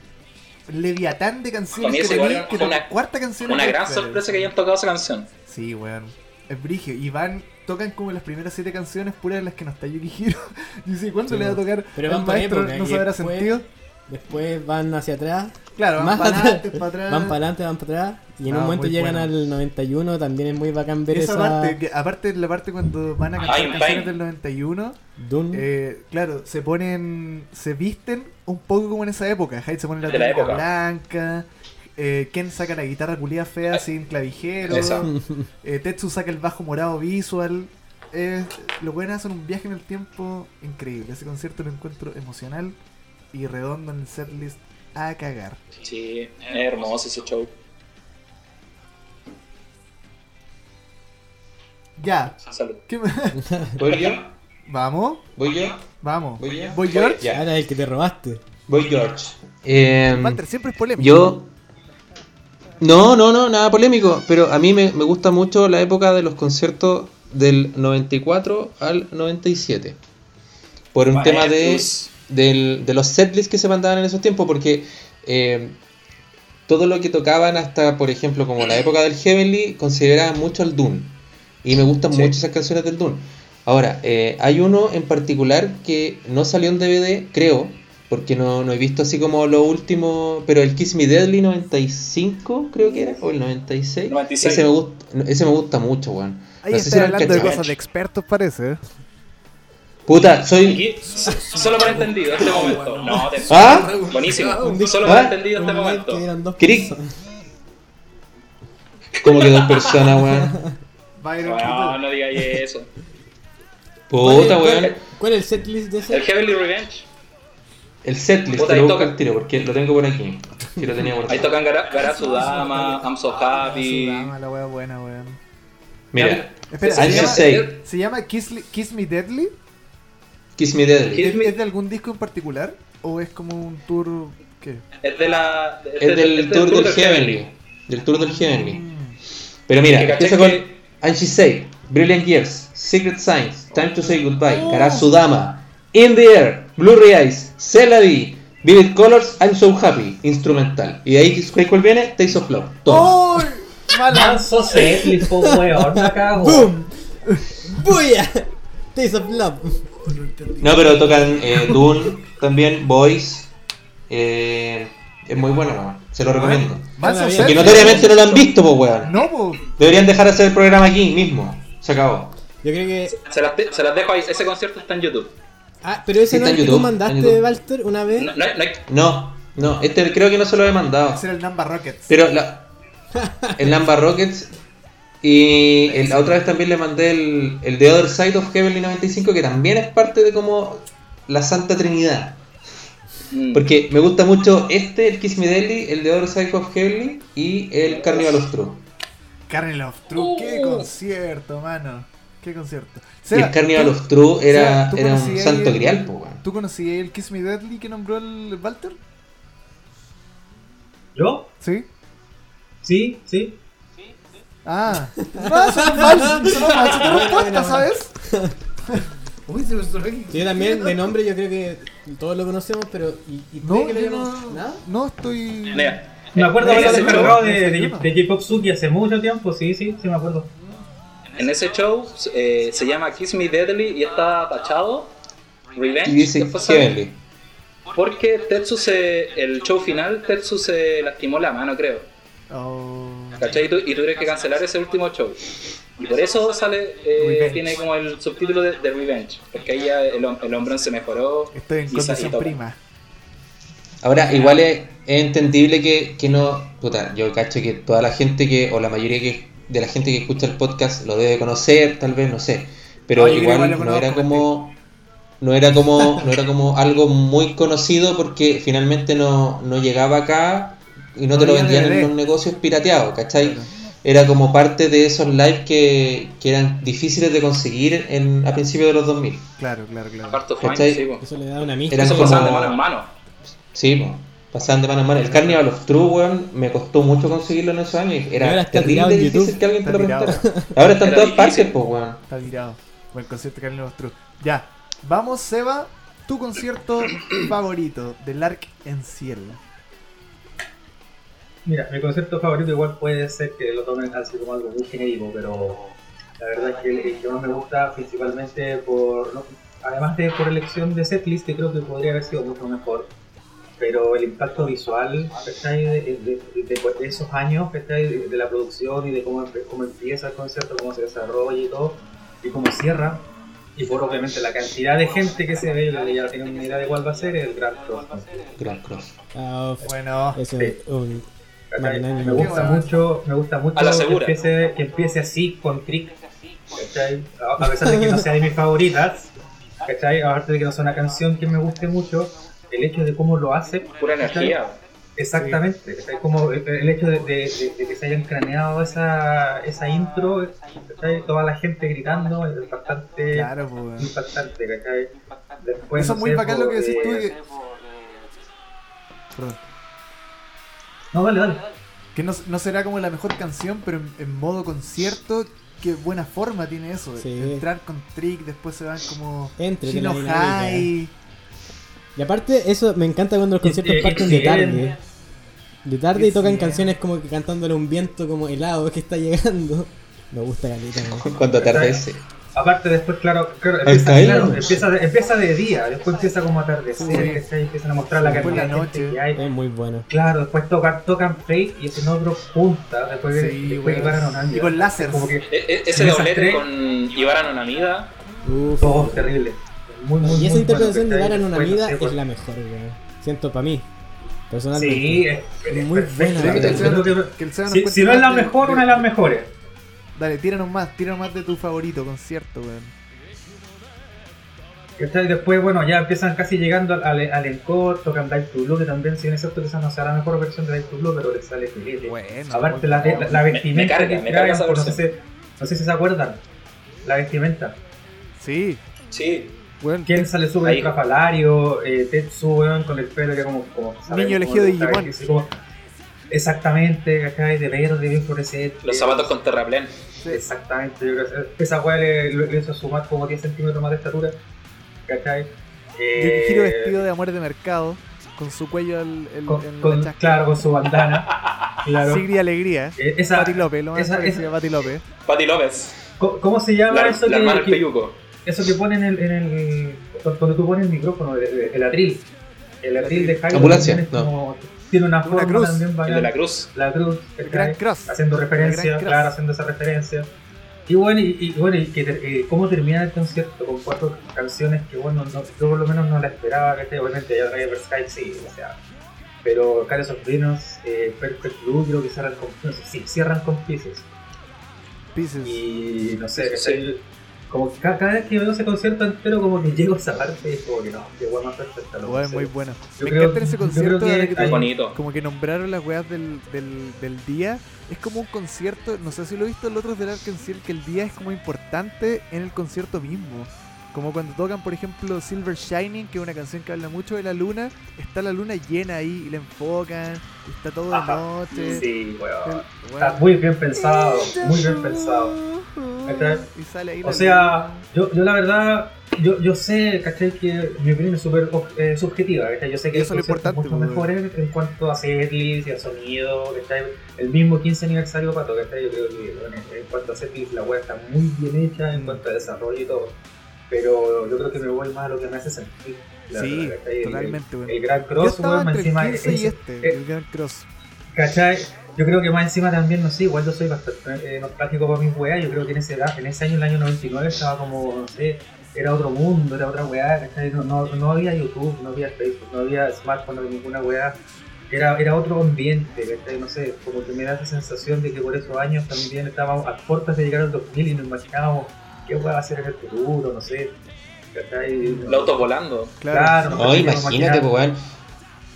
Speaker 1: el leviatán de
Speaker 2: Para
Speaker 1: canciones
Speaker 2: mí
Speaker 1: que
Speaker 2: es igual,
Speaker 1: tenía, que
Speaker 2: fue
Speaker 1: la
Speaker 2: una-
Speaker 1: cuarta canción
Speaker 2: Una
Speaker 1: es
Speaker 2: gran
Speaker 1: White Feathers.
Speaker 2: sorpresa que hayan tocado esa canción.
Speaker 1: Sí, weón. Es brigio. Y van, tocan como las primeras siete canciones puras de las que no está Yuki Hiro. Dice, ¿cuánto
Speaker 5: Sí,
Speaker 1: le va a
Speaker 5: weón.
Speaker 1: tocar
Speaker 5: Pero
Speaker 1: el
Speaker 5: van por
Speaker 1: maestro?
Speaker 5: época,
Speaker 1: ¿No
Speaker 5: y
Speaker 1: se habrá
Speaker 5: después-
Speaker 1: sentido?
Speaker 5: Después van hacia atrás,
Speaker 1: Claro, van
Speaker 5: más
Speaker 1: para
Speaker 5: atrás,
Speaker 1: adelante, para atrás.
Speaker 5: van para adelante, van para atrás. Y en
Speaker 1: Ah,
Speaker 5: un momento
Speaker 1: muy
Speaker 5: llegan
Speaker 1: bueno.
Speaker 5: al 91, también es muy bacán ver
Speaker 1: Esa
Speaker 5: esa,
Speaker 1: parte, que- aparte la parte cuando van a cantar
Speaker 2: Ay,
Speaker 1: canciones
Speaker 2: Pain.
Speaker 1: del 91,
Speaker 6: Mm.
Speaker 5: Dune.
Speaker 1: eh, claro, se ponen, se visten un poco como en esa época. Hyde se pone la
Speaker 2: De la
Speaker 1: túnica
Speaker 2: época.
Speaker 1: blanca, eh, Ken saca la guitarra culia fea sin clavijero,
Speaker 2: Esa.
Speaker 1: eh, Tetsu saca el bajo morado visual. Eh, los buenos hacen un viaje en el tiempo increíble. Ese concierto lo encuentro emocional y redondo en el setlist a cagar.
Speaker 2: Sí, es hermoso ese show.
Speaker 1: Ya,
Speaker 2: Salud.
Speaker 1: ¿qué me-
Speaker 4: ¿Voy yo?
Speaker 1: vamos,
Speaker 4: ¿Voy yo?
Speaker 1: vamos.
Speaker 4: ¿Voy yo?
Speaker 1: Voy George.
Speaker 4: Ya.
Speaker 5: Ahora es el que te robaste.
Speaker 4: Voy George. Em,
Speaker 1: Walter, siempre es polémico.
Speaker 4: Yo. No, no, no, nada polémico. Pero a mí me, me gusta mucho la época de los conciertos del 94 al 97. Por un
Speaker 2: Maestros.
Speaker 4: tema de, del- de los setlists que se mandaban en esos tiempos. Porque eh, todo lo que tocaban hasta, por ejemplo, como la época del Heavenly, consideraban mucho al Doom. Y me gustan
Speaker 2: Sí.
Speaker 4: mucho esas canciones del Doom. Ahora, eh, hay uno en particular que no salió en DVD, creo, porque no, no he visto así como lo último, pero el Kiss Me Deadly 95 creo que era, o el 96.
Speaker 2: 96.
Speaker 4: Ese, me gusta, ese me gusta mucho, weón.
Speaker 1: Ahí
Speaker 4: No sé si
Speaker 1: está
Speaker 4: lo
Speaker 1: hablando de
Speaker 4: alcanzan.
Speaker 1: cosas de expertos, parece. ¿eh?
Speaker 4: Puta, soy...
Speaker 2: Aquí, so- solo para entendido este momento. No, te-
Speaker 4: ¿Ah?
Speaker 2: Buenísimo. Solo para
Speaker 4: ¿Ah?
Speaker 2: entendido este
Speaker 5: Como
Speaker 2: momento.
Speaker 5: que eran dos
Speaker 4: Cric.
Speaker 5: personas.
Speaker 4: Como que dos personas, weón.
Speaker 1: Byron,
Speaker 2: No, no digáis eso.
Speaker 4: Puta,
Speaker 5: ¿Cuál es-
Speaker 4: weón.
Speaker 5: ¿Cuál es el setlist de ese?
Speaker 2: El Heavenly Revenge.
Speaker 4: El setlist,
Speaker 2: Puta,
Speaker 4: te lo
Speaker 2: ahí
Speaker 4: busco
Speaker 2: toca.
Speaker 4: al tiro, porque lo tengo por aquí. Que lo tenía por
Speaker 2: Ahí tocan Gara- Garazu Dama, I'm So Happy.
Speaker 1: Sudama, la wea buena, weón.
Speaker 4: Mira,
Speaker 1: Espera,
Speaker 4: Anxious
Speaker 1: se llama,
Speaker 4: Save.
Speaker 1: se llama Kiss, Kiss Me Deadly.
Speaker 4: Kiss Me Deadly.
Speaker 2: Kiss
Speaker 1: ¿Es,
Speaker 2: Me-
Speaker 1: es de algún disco en particular? ¿O es como un tour qué?
Speaker 2: Es de la. Es,
Speaker 4: Es
Speaker 2: del-
Speaker 4: del
Speaker 2: este, es
Speaker 4: tour del Heavenly. Del tour del Heavenly. Pero mira,
Speaker 2: Que caché
Speaker 4: empieza con
Speaker 2: que-
Speaker 4: And She Say, Brilliant Years, Secret Signs, Time to
Speaker 2: Oh.
Speaker 4: Say Goodbye, Karasu Dama, In the Air, Blurry Eyes, Celavi, Vivid Colors, I'm So Happy, instrumental. Y de ahí, ¿sabes ¿cuál viene? Taste of Love. Toma.
Speaker 1: ¡Oh! Mala.
Speaker 3: Manso setlist, po, weón, me cago.
Speaker 5: ¡Boom! ¡Buya! Taste of Love.
Speaker 4: No, pero tocan eh, Dune, también Boys. eh, es muy bueno, weón. se lo recomiendo.
Speaker 1: Manso
Speaker 5: Suena bien.
Speaker 1: Set.
Speaker 4: Que notoriamente no lo han visto, pues, weón.
Speaker 1: No, po.
Speaker 4: Deberían dejar hacer el programa aquí mismo. Se acabó.
Speaker 5: Yo creo que.
Speaker 2: Se las, de- se las dejo ahí. Ese concierto está en YouTube.
Speaker 5: Ah, pero ese
Speaker 4: Sí,
Speaker 5: no
Speaker 4: está
Speaker 5: es
Speaker 4: en
Speaker 5: el que tú
Speaker 4: YouTube, está en
Speaker 5: mandaste,
Speaker 4: YouTube.
Speaker 5: Walter, una vez.
Speaker 2: No, no hay- no hay-
Speaker 4: No, no, este creo que no se lo he mandado.
Speaker 1: Ese era el Namba Rockets.
Speaker 4: Pero la, el Namba Rockets y el- la otra vez también le mandé el, el The Other Side of Heavenly 95 que también es parte de como la Santa Trinidad.
Speaker 2: Mm.
Speaker 4: Porque me gusta mucho este, el Kiss Me Deadly, el The Other Side of Heavenly y el Carnival of True.
Speaker 1: Carnival of True. ¡Qué concierto, mano! ¡Qué concierto!
Speaker 4: Y el Carnival of True era,
Speaker 1: Seba, ¿tú
Speaker 4: era un
Speaker 1: conocías
Speaker 4: santo
Speaker 1: el-
Speaker 4: grial, po, weón.
Speaker 2: ¿Eh?
Speaker 1: ¿Tú conocías el Kiss Me Deadly que nombró el Walter?
Speaker 3: ¿Yo?
Speaker 1: ¿Sí?
Speaker 3: Sí, sí.
Speaker 1: Ah. No, son falsas. Son falsas tus respuestas, ¿sabes?
Speaker 9: Uy, se me sonó.
Speaker 5: Yo también, de nombre, yo creo que todos lo conocemos, pero. ¿Y, y
Speaker 1: No,
Speaker 5: creo que lo
Speaker 1: yo
Speaker 5: hayamos-
Speaker 1: no.
Speaker 5: ¿Nada?
Speaker 1: No estoy.
Speaker 2: Mira,
Speaker 3: Me acuerdo
Speaker 2: Eh,
Speaker 3: haberlo
Speaker 2: ese
Speaker 3: descargado
Speaker 1: juego,
Speaker 3: de,
Speaker 1: ese
Speaker 3: de,
Speaker 1: juego.
Speaker 3: de J-Pop Suki hace mucho tiempo, sí, sí, sí me acuerdo.
Speaker 2: en ese show eh, se llama Kiss Me Deadly y está tachado. Revenge.
Speaker 4: Y dice
Speaker 2: después sale-
Speaker 4: Heavenly.
Speaker 2: Porque Tetsu se. El show final, Tetsu se lastimó la mano, creo.
Speaker 1: Oh.
Speaker 2: ¿Cachai? Y, tu- y tuvieron que cancelar ese último show. Y por eso sale. eh,
Speaker 1: Revenge.
Speaker 2: tiene como el subtítulo de, de Revenge. Porque ahí ya el, hom- el hombrón se mejoró.
Speaker 1: Estoy en
Speaker 2: y sa- y
Speaker 1: condición
Speaker 2: toca.
Speaker 1: prima.
Speaker 4: Ahora, igual es, es entendible que, que no. Puta, yo cacho que toda la gente que, o la mayoría que, de la gente que escucha el podcast lo debe conocer, tal vez, no sé. Pero
Speaker 1: No, yo creo
Speaker 4: igual,
Speaker 1: igual lo
Speaker 4: no era
Speaker 1: conozco,
Speaker 4: como. No era como. No era como algo muy conocido porque finalmente no, no llegaba acá y no,
Speaker 1: No
Speaker 4: te lo
Speaker 1: había
Speaker 4: vendían en
Speaker 1: DVD.
Speaker 4: los negocios pirateados, ¿cachai?
Speaker 1: Claro.
Speaker 4: Era como parte de esos live que, que eran difíciles de conseguir en, a principios de los 2000.
Speaker 1: Claro, claro, claro.
Speaker 2: Aparte, Fine,
Speaker 4: ¿Cachai?
Speaker 2: sí, po.
Speaker 5: Eso le da una mía.
Speaker 4: Eran
Speaker 2: Eso pasaban de
Speaker 4: como-
Speaker 2: mano en mano.
Speaker 4: Sí, po. Pasaban de mano en mano. El Carnival of True, weón, me costó mucho conseguirlo en esos años. Era
Speaker 5: ahora está tirado
Speaker 4: terrible
Speaker 5: en
Speaker 4: difícil
Speaker 5: YouTube.
Speaker 4: que alguien te
Speaker 1: Está
Speaker 4: lo
Speaker 1: tirado.
Speaker 4: rentara. Ahora está en
Speaker 2: Era
Speaker 4: todas partes,
Speaker 2: difícil.
Speaker 4: pues, weón.
Speaker 1: Está tirado. Buen concierto de Carlos True. Ya. Vamos, Seba. Tu concierto favorito del Arc en Cielo.
Speaker 3: Mira, mi concepto favorito igual puede ser que lo tomen así como algo muy genérico, pero la verdad es que el, el que más me gusta principalmente por, no, además de por elección de setlist, que creo que podría haber sido mucho mejor, pero el impacto visual ¿cachai? de, de- de- de- de esos años ¿cachai? de, de la producción y de cómo, empe- cómo empieza el concierto, cómo se desarrolla y todo, y cómo cierra. Y por obviamente la cantidad de gente que se ve, yo creo que ya tienen una idea de cuál va a ser el Grand Cross. ¿cachai?
Speaker 4: Gran cross.
Speaker 5: Ah, f-
Speaker 1: Bueno.
Speaker 5: eso
Speaker 3: Sí.
Speaker 5: es un- Magnánimo.
Speaker 3: Me gusta mucho, me gusta mucho
Speaker 2: A la
Speaker 3: que,
Speaker 2: segura.
Speaker 3: empiece, que empiece así con Trick. ¿cachai? A a pesar de que no sea de mis favoritas, ¿cachai? aparte de que no sea una canción que me guste mucho, el hecho de cómo lo hace,
Speaker 2: Pura energía.
Speaker 3: exactamente, ¿cachai? como el- el hecho de, de- de- de que se hayan craneado esa, esa intro, ¿cachai? toda la gente gritando, es impactante,
Speaker 1: Claro, pues. weón.
Speaker 3: impactante, ¿cachai? Después,
Speaker 1: Eso
Speaker 3: no
Speaker 1: es muy
Speaker 3: sé,
Speaker 1: bacán lo que
Speaker 3: po,
Speaker 1: decís tú.
Speaker 3: eh,
Speaker 1: Que...
Speaker 5: eh,
Speaker 1: Perdón.
Speaker 3: No, dale, dale.
Speaker 1: Que no, no será como la mejor canción, pero en, en modo concierto, qué buena forma tiene eso. de-
Speaker 5: Sí.
Speaker 1: de entrar con Trick, después se van como
Speaker 5: Entre de la
Speaker 1: Chino
Speaker 5: dinámica.
Speaker 1: High.
Speaker 5: Y aparte, eso me encanta cuando los conciertos
Speaker 3: Eh,
Speaker 5: parten de tarde.
Speaker 3: excelente.
Speaker 5: De tarde y tocan
Speaker 1: Excelente.
Speaker 5: canciones como que cantándole a un viento como helado que está llegando. Me gusta Caleta, ¿no?
Speaker 4: Cuando atardece.
Speaker 3: Aparte después, claro, claro,
Speaker 4: Ahí
Speaker 3: empieza,
Speaker 4: está,
Speaker 3: claro,
Speaker 4: ¿eh?
Speaker 3: empieza, de, empieza de día, después empieza como a atardecer,
Speaker 1: Sí.
Speaker 3: ¿cachai? empiezan a mostrar la
Speaker 1: Después
Speaker 3: cantidad
Speaker 1: la
Speaker 3: de gente
Speaker 1: noche.
Speaker 3: que hay.
Speaker 5: Es muy bueno.
Speaker 3: Claro, después tocan, tocan Fate y ese otro punta, después de
Speaker 1: Sí,
Speaker 3: después
Speaker 1: weón.
Speaker 3: llevaron a Nami.
Speaker 1: Y con láseres.
Speaker 3: Como que,
Speaker 2: E- e- ese
Speaker 3: En esas
Speaker 2: doblete
Speaker 3: tres-
Speaker 2: con Ibarano Namida.
Speaker 5: Uf.
Speaker 3: oh, terrible. Muy, muy,
Speaker 5: y esa
Speaker 3: muy
Speaker 5: interpretación de
Speaker 3: bueno,
Speaker 5: Darán una
Speaker 3: ¿cachai?
Speaker 5: vida
Speaker 3: Después,
Speaker 5: es la mejor, weón. Siento para mí. Personalmente.
Speaker 3: Sí, es, es
Speaker 5: Muy buena,
Speaker 3: perfecta, yo creo que-
Speaker 1: Que el Seba nos
Speaker 3: Si,
Speaker 1: cuente
Speaker 3: si no es la
Speaker 1: más de-
Speaker 3: mejor,
Speaker 1: de-
Speaker 3: una de las mejores.
Speaker 1: Dale, tíranos más, tíranos más de tu favorito concierto, weón.
Speaker 3: ¿Cachai? Después, bueno, ya empiezan casi llegando al, al, al encore, tocan Dive to Blue, que también, si bien es cierto, quizás no sea la mejor versión de Dive to Blue, pero le sale filete.
Speaker 1: Bueno,
Speaker 3: Aparte, la, la, la vestimenta.
Speaker 2: me carga,
Speaker 3: que
Speaker 2: me
Speaker 3: traen,
Speaker 2: carga esa
Speaker 3: pues, no, sé,
Speaker 2: versión.
Speaker 3: si- no sé si se acuerdan. La vestimenta.
Speaker 1: Sí,
Speaker 2: Sí.
Speaker 1: weón.
Speaker 3: Quién sale súper
Speaker 2: Ahí.
Speaker 3: estrafalario, eh, Tetsu, weón, con el pelo que como. como ¿sabes?
Speaker 1: Niño elegido
Speaker 3: Como-
Speaker 1: de Digimon.
Speaker 3: ¿sabes? Así como- Exactamente, ¿cachai? De verde, bien fluorescente.
Speaker 2: Los zapatos con terraplén.
Speaker 3: Exactamente, yo creo que esa weá le, le hizo sumar como 10 centímetros más de estatura, ¿cachai? Eh,
Speaker 1: Yukihiro vestido de amor de mercado, con su cuello al- el-
Speaker 3: con-
Speaker 1: en
Speaker 3: con-
Speaker 1: la chasca.
Speaker 3: claro, con su bandana. claro.
Speaker 1: Sigrid Alegría.
Speaker 3: Eh, esa,
Speaker 1: Pati López, lo más
Speaker 3: esa-
Speaker 1: parecido
Speaker 3: esa-
Speaker 1: a Pati López.
Speaker 2: Patti López.
Speaker 3: ¿Cómo cómo se llama
Speaker 2: La, la
Speaker 3: Ah, eso que-
Speaker 2: hermana del
Speaker 3: que,
Speaker 2: Peyuco.
Speaker 3: Eso que pone en el, en el. Donde tú pones el micrófono, el, el- el atril. El atril de Jairo.
Speaker 4: Ambulancia,
Speaker 3: también es
Speaker 4: no.
Speaker 3: como- Tiene una forma
Speaker 1: cruz,
Speaker 3: también
Speaker 2: El
Speaker 3: bacán.
Speaker 2: de la Cruz.
Speaker 3: La cruz,
Speaker 1: El
Speaker 3: ¿cachai?
Speaker 1: Gran Cross.
Speaker 3: haciendo
Speaker 1: El
Speaker 3: referencia,
Speaker 1: Gran Cross.
Speaker 3: claro, haciendo esa referencia. Y bueno, y, y bueno, y que, te- eh, cómo termina el concierto con cuatro canciones que bueno, no- yo por lo menos no la esperaba, que obviamente ya Driver Sky sí, o sea. Pero Carlos of Venus, eh, Perfect Blue, creo que cierran con no sé, sí, cierran con Pieces.
Speaker 1: Pieces.
Speaker 3: Y no sé,
Speaker 2: Sí,
Speaker 3: ¿cachai? como que ca- cada, vez que veo ese concierto entero como que llego a esa parte y es como que no, que bueno, más perfecta lo
Speaker 1: Weón, muy bueno.
Speaker 3: Yo
Speaker 1: Me
Speaker 3: creo-
Speaker 1: encanta ese
Speaker 3: yo creo
Speaker 1: concierto
Speaker 3: que
Speaker 1: ahora que
Speaker 2: Es
Speaker 3: Ahí.
Speaker 1: te-
Speaker 2: bonito.
Speaker 1: como que nombraron las weas del, del, del día. Es como un concierto, no sé si lo he visto en los otros del Arkansas, que el día es como importante en el concierto mismo. Como cuando tocan, por ejemplo, Silver Shining, que es una canción que habla mucho de la luna, está la luna llena ahí y la enfocan, y está todo de
Speaker 3: Ajá.
Speaker 1: noche.
Speaker 3: Sí, weón.
Speaker 1: El-
Speaker 3: Está
Speaker 1: weón.
Speaker 3: muy bien pensado, muy bien pensado. ¿Cachai?
Speaker 1: Y sale ahí
Speaker 3: O
Speaker 1: la
Speaker 3: sea,
Speaker 1: luna.
Speaker 3: yo, yo la verdad, yo, yo sé, ¿cachai? Que mi opinión es súper ob- eh, subjetiva, ¿cachai? Yo sé que
Speaker 1: Eso es lo
Speaker 3: conciertos
Speaker 1: importante,
Speaker 3: mucho
Speaker 1: pues,
Speaker 3: mejores en cuanto a setlist y a sonido, ¿cachai? El mismo 15 aniversario Pato, ¿cachai? Yo creo que bueno, en cuanto a setlist la web está muy bien hecha, en cuanto a desarrollo y todo. Pero yo creo que me voy más a lo que me hace sentir. la
Speaker 1: Sí,
Speaker 3: verdad, ¿cachai? El-
Speaker 1: totalmente,
Speaker 3: El,
Speaker 1: weón.
Speaker 3: el Gran
Speaker 1: Yo
Speaker 3: Cross,
Speaker 1: estaba
Speaker 3: weón,
Speaker 1: entre el
Speaker 3: encima
Speaker 1: 15 y
Speaker 3: ese-
Speaker 1: este,
Speaker 3: eh,
Speaker 1: el Grand Cross.
Speaker 3: ¿Cachai? Yo creo que más encima también, no sé, igual yo soy bastante eh, nostálgico para mis weas. Yo creo que en, esa edad, en ese año, el año 99, estaba como, no sé, era otro mundo, era otra weá, ¿cachai? No, no, no había YouTube, no había Facebook, no había smartphone, no había ninguna weá. Era, era otro ambiente, ¿cachai? No sé, como que me da esa sensación de que por esos años también estábamos a puertas de llegar al 2000 y nos imaginábamos qué weá va a ser en el futuro, no sé, ¿cachai?
Speaker 2: Los autos volando.
Speaker 1: Claro.
Speaker 3: Claro.
Speaker 4: No, imagínate, pues, weón.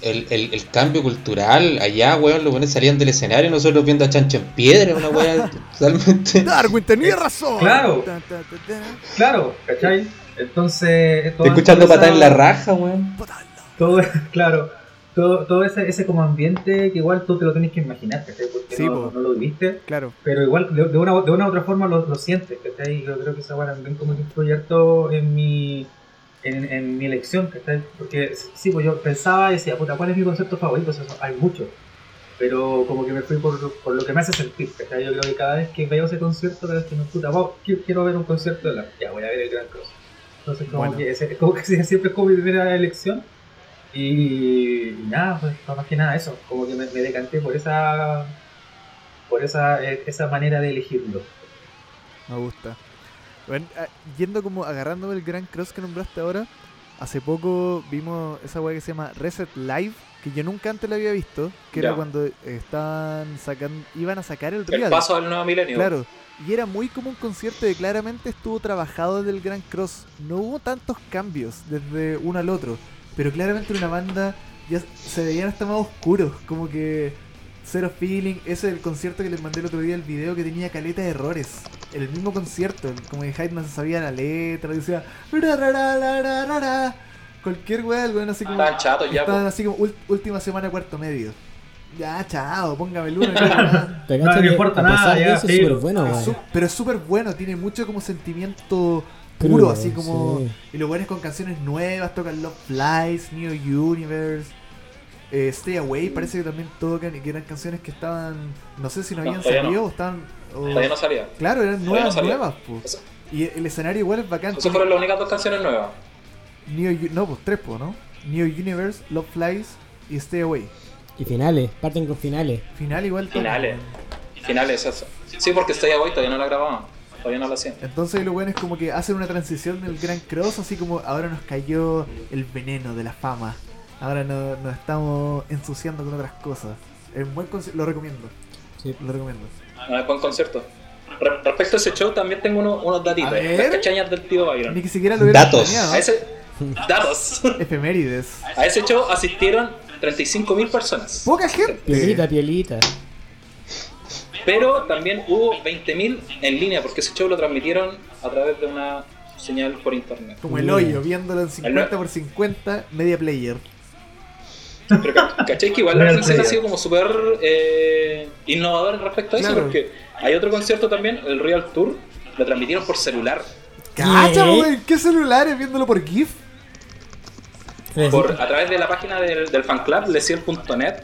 Speaker 4: El, el, el cambio cultural, allá, weón, los weones salían del escenario y nosotros viendo a Chancho en piedra, una weá totalmente.
Speaker 1: Darwin tenía razón.
Speaker 3: Claro.
Speaker 1: Ta, ta, ta, ta.
Speaker 3: Claro, ¿cachai? Entonces...
Speaker 4: Estoy escuchando patada en la raja, weón.
Speaker 1: Potalo.
Speaker 3: todo claro todo todo, todo ese, ese como ambiente que igual tú te lo tienes que imaginar, ¿cachai? Porque
Speaker 1: Sí,
Speaker 3: no,
Speaker 1: po.
Speaker 3: no lo viviste,
Speaker 1: Claro.
Speaker 3: pero igual de, de una, de una u otra forma lo, lo sientes, ¿cachai? Yo creo que esa weá también como que influye harto en mi, en, en mi elección, ¿cachai? Porque sí, pues yo pensaba y decía, puta, ¿cuál es mi concepto favorito? O sea, hay muchos. Pero como que me fui por, por lo que me hace sentir, ¿cachai? Yo creo que cada vez que veo ese concierto, cada vez que me puta, wow, qui- quiero ver un concierto de la... Ya, voy a ver el Gran Cross. Entonces como
Speaker 1: Bueno.
Speaker 3: que ese- como que siempre es como mi primera elección. Y, y nada, pues no más que nada eso, como que me, me decanté por esa por esa, eh, esa manera de elegirlo.
Speaker 1: Me gusta. Bueno, ah, yendo como agarrándome el gran cross que nombraste ahora, hace poco vimos esa weá que se llama Reset Live, que yo nunca antes la había visto, que era
Speaker 2: Ya.
Speaker 1: cuando estaban sacando, iban a sacar el
Speaker 2: El
Speaker 1: Real.
Speaker 2: paso al nuevo milenio.
Speaker 1: Claro. Y era muy como un concierto que claramente estuvo trabajado desde el Gran Cross. No hubo tantos cambios desde uno al otro. Pero claramente era una banda ya se veían hasta más oscuros. Como que cero feeling. Ese es el concierto que les mandé el otro día, el video que tenía caleta de errores. El mismo concierto. Como que Hyde no se sabía la letra. Decía... "Ra, ra, ra, ra, ra, ra, ra". Cualquier weá, el weón así como...
Speaker 2: Estaban chatos ya.
Speaker 1: Estaban
Speaker 2: po.
Speaker 1: así como "Ul- última semana cuarto medio. Ya, chao, póngame el uno. ya.
Speaker 5: Te
Speaker 3: No,
Speaker 5: cachas
Speaker 3: no
Speaker 5: que
Speaker 3: importa
Speaker 5: a
Speaker 3: nada,
Speaker 5: pesar de
Speaker 3: ya,
Speaker 5: eso es
Speaker 3: sí.
Speaker 5: súper bueno,
Speaker 1: Es
Speaker 5: weón.
Speaker 1: su- pero es súper bueno, tiene mucho como sentimiento puro,
Speaker 5: Crudo,
Speaker 1: así como.
Speaker 5: sí.
Speaker 1: Y los buenos con canciones nuevas, tocan Love Flies, New Universe, eh, Stay Away, parece que también tocan y que eran canciones que estaban. No sé si no
Speaker 2: No,
Speaker 1: habían
Speaker 2: todavía
Speaker 1: salido o estaban. o-
Speaker 2: Todavía no salía.
Speaker 1: Claro, eran
Speaker 2: todavía no
Speaker 1: nuevas,
Speaker 2: salía.
Speaker 1: nuevas, po.
Speaker 2: Eso-
Speaker 1: Y el escenario igual es bacán.
Speaker 2: Esas
Speaker 1: tiene
Speaker 2: fueron las únicas dos canciones nuevas.
Speaker 1: New U- no, pues tres, po, ¿no? New Universe, Love Flies y Stay Away.
Speaker 5: Y finales, parten con finales.
Speaker 1: Final igual. tocan.
Speaker 2: Finales. Finales, eso. Sí, porque Stay Away todavía no la grababan. Todavía no la hacían.
Speaker 1: Entonces los buenos como que hacen una transición del Gran Cross, así como ahora nos cayó el veneno de la fama. Ahora no- nos estamos ensuciando con otras cosas. Es un buen conci- lo recomiendo,
Speaker 5: Sí.
Speaker 1: lo recomiendo.
Speaker 2: No es buen Ah, concierto. Re- respecto a ese show, también tengo uno- unos datitos.
Speaker 1: A ver.
Speaker 2: Las cachañas del tío
Speaker 1: Ni
Speaker 2: Byron.
Speaker 1: que siquiera lo hubiera
Speaker 4: Datos.
Speaker 1: planeado.
Speaker 2: A ese. Datos.
Speaker 1: Efemérides.
Speaker 2: A ese show asistieron 35.000 personas.
Speaker 1: Poca gente.
Speaker 5: Pielita, pielita.
Speaker 2: Pero también hubo 20.000 en línea, porque ese show lo transmitieron a través de una señal por internet.
Speaker 1: Como el hoyo, viéndolo en 50 por 50 media player.
Speaker 2: Pero ca- ¿cachai que igual la presencia ha sido como súper eh, innovador respecto a eso?
Speaker 1: Claro.
Speaker 2: Porque hay otro concierto también, el Real Tour, lo transmitieron por celular,
Speaker 1: ¡Cacha,
Speaker 5: ¿Qué?
Speaker 1: wey! ¿Qué celulares viéndolo por GIF?
Speaker 2: por, a través de la página del, del fan club, leciel.net.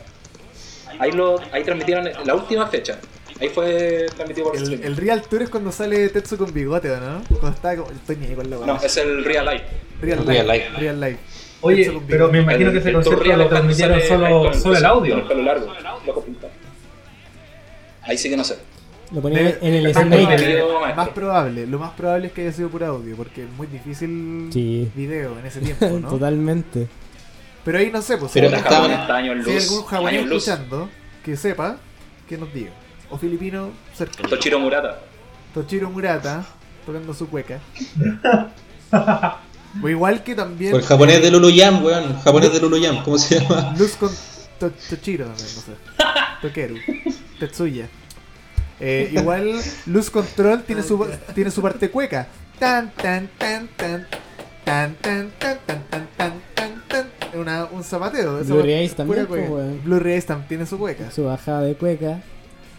Speaker 2: Ahí, lo, ahí transmitieron la última fecha. Ahí fue transmitido por
Speaker 1: El,
Speaker 2: streaming.
Speaker 1: el Real Tour es cuando sale Tetsu con bigote, ¿o ¿no? Cuando está como. Estoy ni ahí con la
Speaker 2: No,
Speaker 1: weá.
Speaker 2: es el Real Life.
Speaker 1: Real,
Speaker 4: Real
Speaker 1: Life.
Speaker 4: Life.
Speaker 1: Real Life. Eso
Speaker 3: Oye,
Speaker 1: lo
Speaker 3: pero me
Speaker 1: vi.
Speaker 3: imagino que ese
Speaker 2: El- el Tour
Speaker 3: concierto
Speaker 2: Real
Speaker 3: lo
Speaker 2: es cuando
Speaker 3: transmitieron
Speaker 2: sale ahí
Speaker 3: solo,
Speaker 2: con-
Speaker 3: solo el
Speaker 2: con el
Speaker 3: audio.
Speaker 2: pelo largo, loco pintado. Ahí sí que no sé.
Speaker 5: Lo ponían
Speaker 1: de-
Speaker 5: en el
Speaker 1: de-
Speaker 3: Ah,
Speaker 5: escenario.
Speaker 1: de-
Speaker 2: Video
Speaker 1: Más
Speaker 2: maestro.
Speaker 1: probable, lo más probable es que haya sido por audio, porque es muy difícil
Speaker 5: Sí.
Speaker 1: video en ese tiempo, ¿no?
Speaker 5: Totalmente.
Speaker 1: Pero ahí no sé, pues
Speaker 4: Pero
Speaker 1: si
Speaker 2: Puta,
Speaker 1: algún-
Speaker 4: estaban-
Speaker 2: Japón está años
Speaker 1: si hay
Speaker 2: luz,
Speaker 1: algún
Speaker 2: años
Speaker 1: japonés
Speaker 2: luz.
Speaker 1: escuchando que sepa, que nos diga. O filipino cerca.
Speaker 2: Tochiro Murata.
Speaker 1: Tochiro Murata tocando su cueca. o igual que también
Speaker 4: O el japonés de Luluyam, weón. El japonés de Luluyam, ¿cómo se llama?
Speaker 1: Luz con To- Tochiro también, no sé. Tokeru. Tetsuya. Eh, igual Luz Control tiene su tiene su parte cueca. Tan tan tan tan tan tan tan tan tan tan tan tan Una- un zapateo. esa
Speaker 5: Blue
Speaker 1: parte
Speaker 5: Rays
Speaker 1: pura
Speaker 5: también,
Speaker 1: cueca.
Speaker 5: pues, weón.
Speaker 1: Blue Rays también tiene su cueca.
Speaker 5: Su bajada de cueca.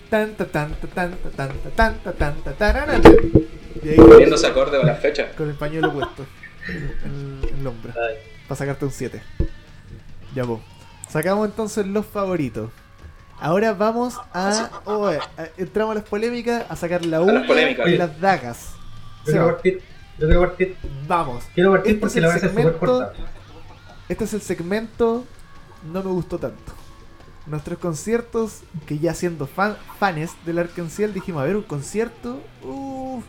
Speaker 1: Tan tan tan tan tan tan tan tan tan tararán. Y ahí
Speaker 2: Viendo ese acorde o la fecha.
Speaker 1: con el pañuelo puesto en en el hombro. Para sacarte un 7. Ya vos. Sacamos entonces los favoritos. Ahora vamos a. oh, eh, a- entramos a las polémicas, a sacar la
Speaker 2: las
Speaker 1: uña
Speaker 2: polémicas.
Speaker 1: y las dagas. Seba,
Speaker 3: Yo quiero partir, yo quiero partir,
Speaker 1: vamos.
Speaker 3: quiero partir
Speaker 1: Este es
Speaker 3: porque
Speaker 1: el
Speaker 3: la voy a hacer súper
Speaker 1: segmento-
Speaker 3: corta.
Speaker 1: Este es el segmento No me gustó tanto. Nuestros conciertos, que ya siendo fan, fans del Arcanciel, dijimos, a ver, un concierto. Uff.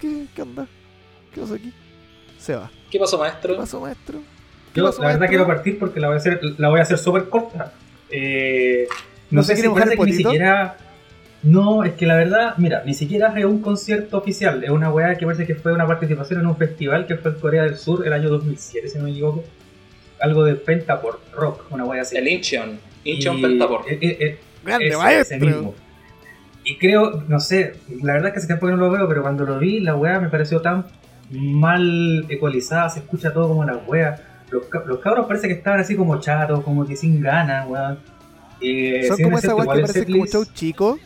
Speaker 1: ¿Qué, ¿Qué onda? ¿Qué pasó aquí? Se va.
Speaker 2: ¿Qué pasó,
Speaker 1: ¿Qué
Speaker 2: maestro?
Speaker 1: pasó, maestro? ¿Qué
Speaker 3: Yo
Speaker 1: pasó,
Speaker 3: la verdad
Speaker 1: maestro?
Speaker 3: quiero partir porque la voy a hacer, la voy a hacer súper corta. Eh, no,
Speaker 1: ¿No se
Speaker 3: sé si
Speaker 1: quiere mojar
Speaker 3: parece
Speaker 1: el
Speaker 3: que ni
Speaker 1: potito?
Speaker 3: siquiera. No, es que la verdad, mira, ni siquiera es un concierto oficial. Es una weá que parece que fue una participación en un festival que fue en Corea del Sur el año 2007, si no me equivoco. Algo de Pentaport Rock, una weá así.
Speaker 2: El Incheon. Incheon
Speaker 3: Y-
Speaker 2: Pentaport.
Speaker 3: eh, eh, eh,
Speaker 1: Grande,
Speaker 3: ese,
Speaker 1: maestro.
Speaker 3: ese mismo. Y creo, no sé, la verdad es que hace tiempo que no lo veo, pero cuando lo vi, la weá me pareció tan mal ecualizada, se escucha todo como la weá. los, ca- los cabros parece que estaban así como chatos, como que sin ganas, weón. Eh,
Speaker 1: Son
Speaker 3: si bien
Speaker 1: como
Speaker 3: es
Speaker 1: esa
Speaker 3: cierto,
Speaker 1: weá
Speaker 3: igual
Speaker 1: que
Speaker 3: el
Speaker 1: parece como
Speaker 3: setlist-
Speaker 1: show chico.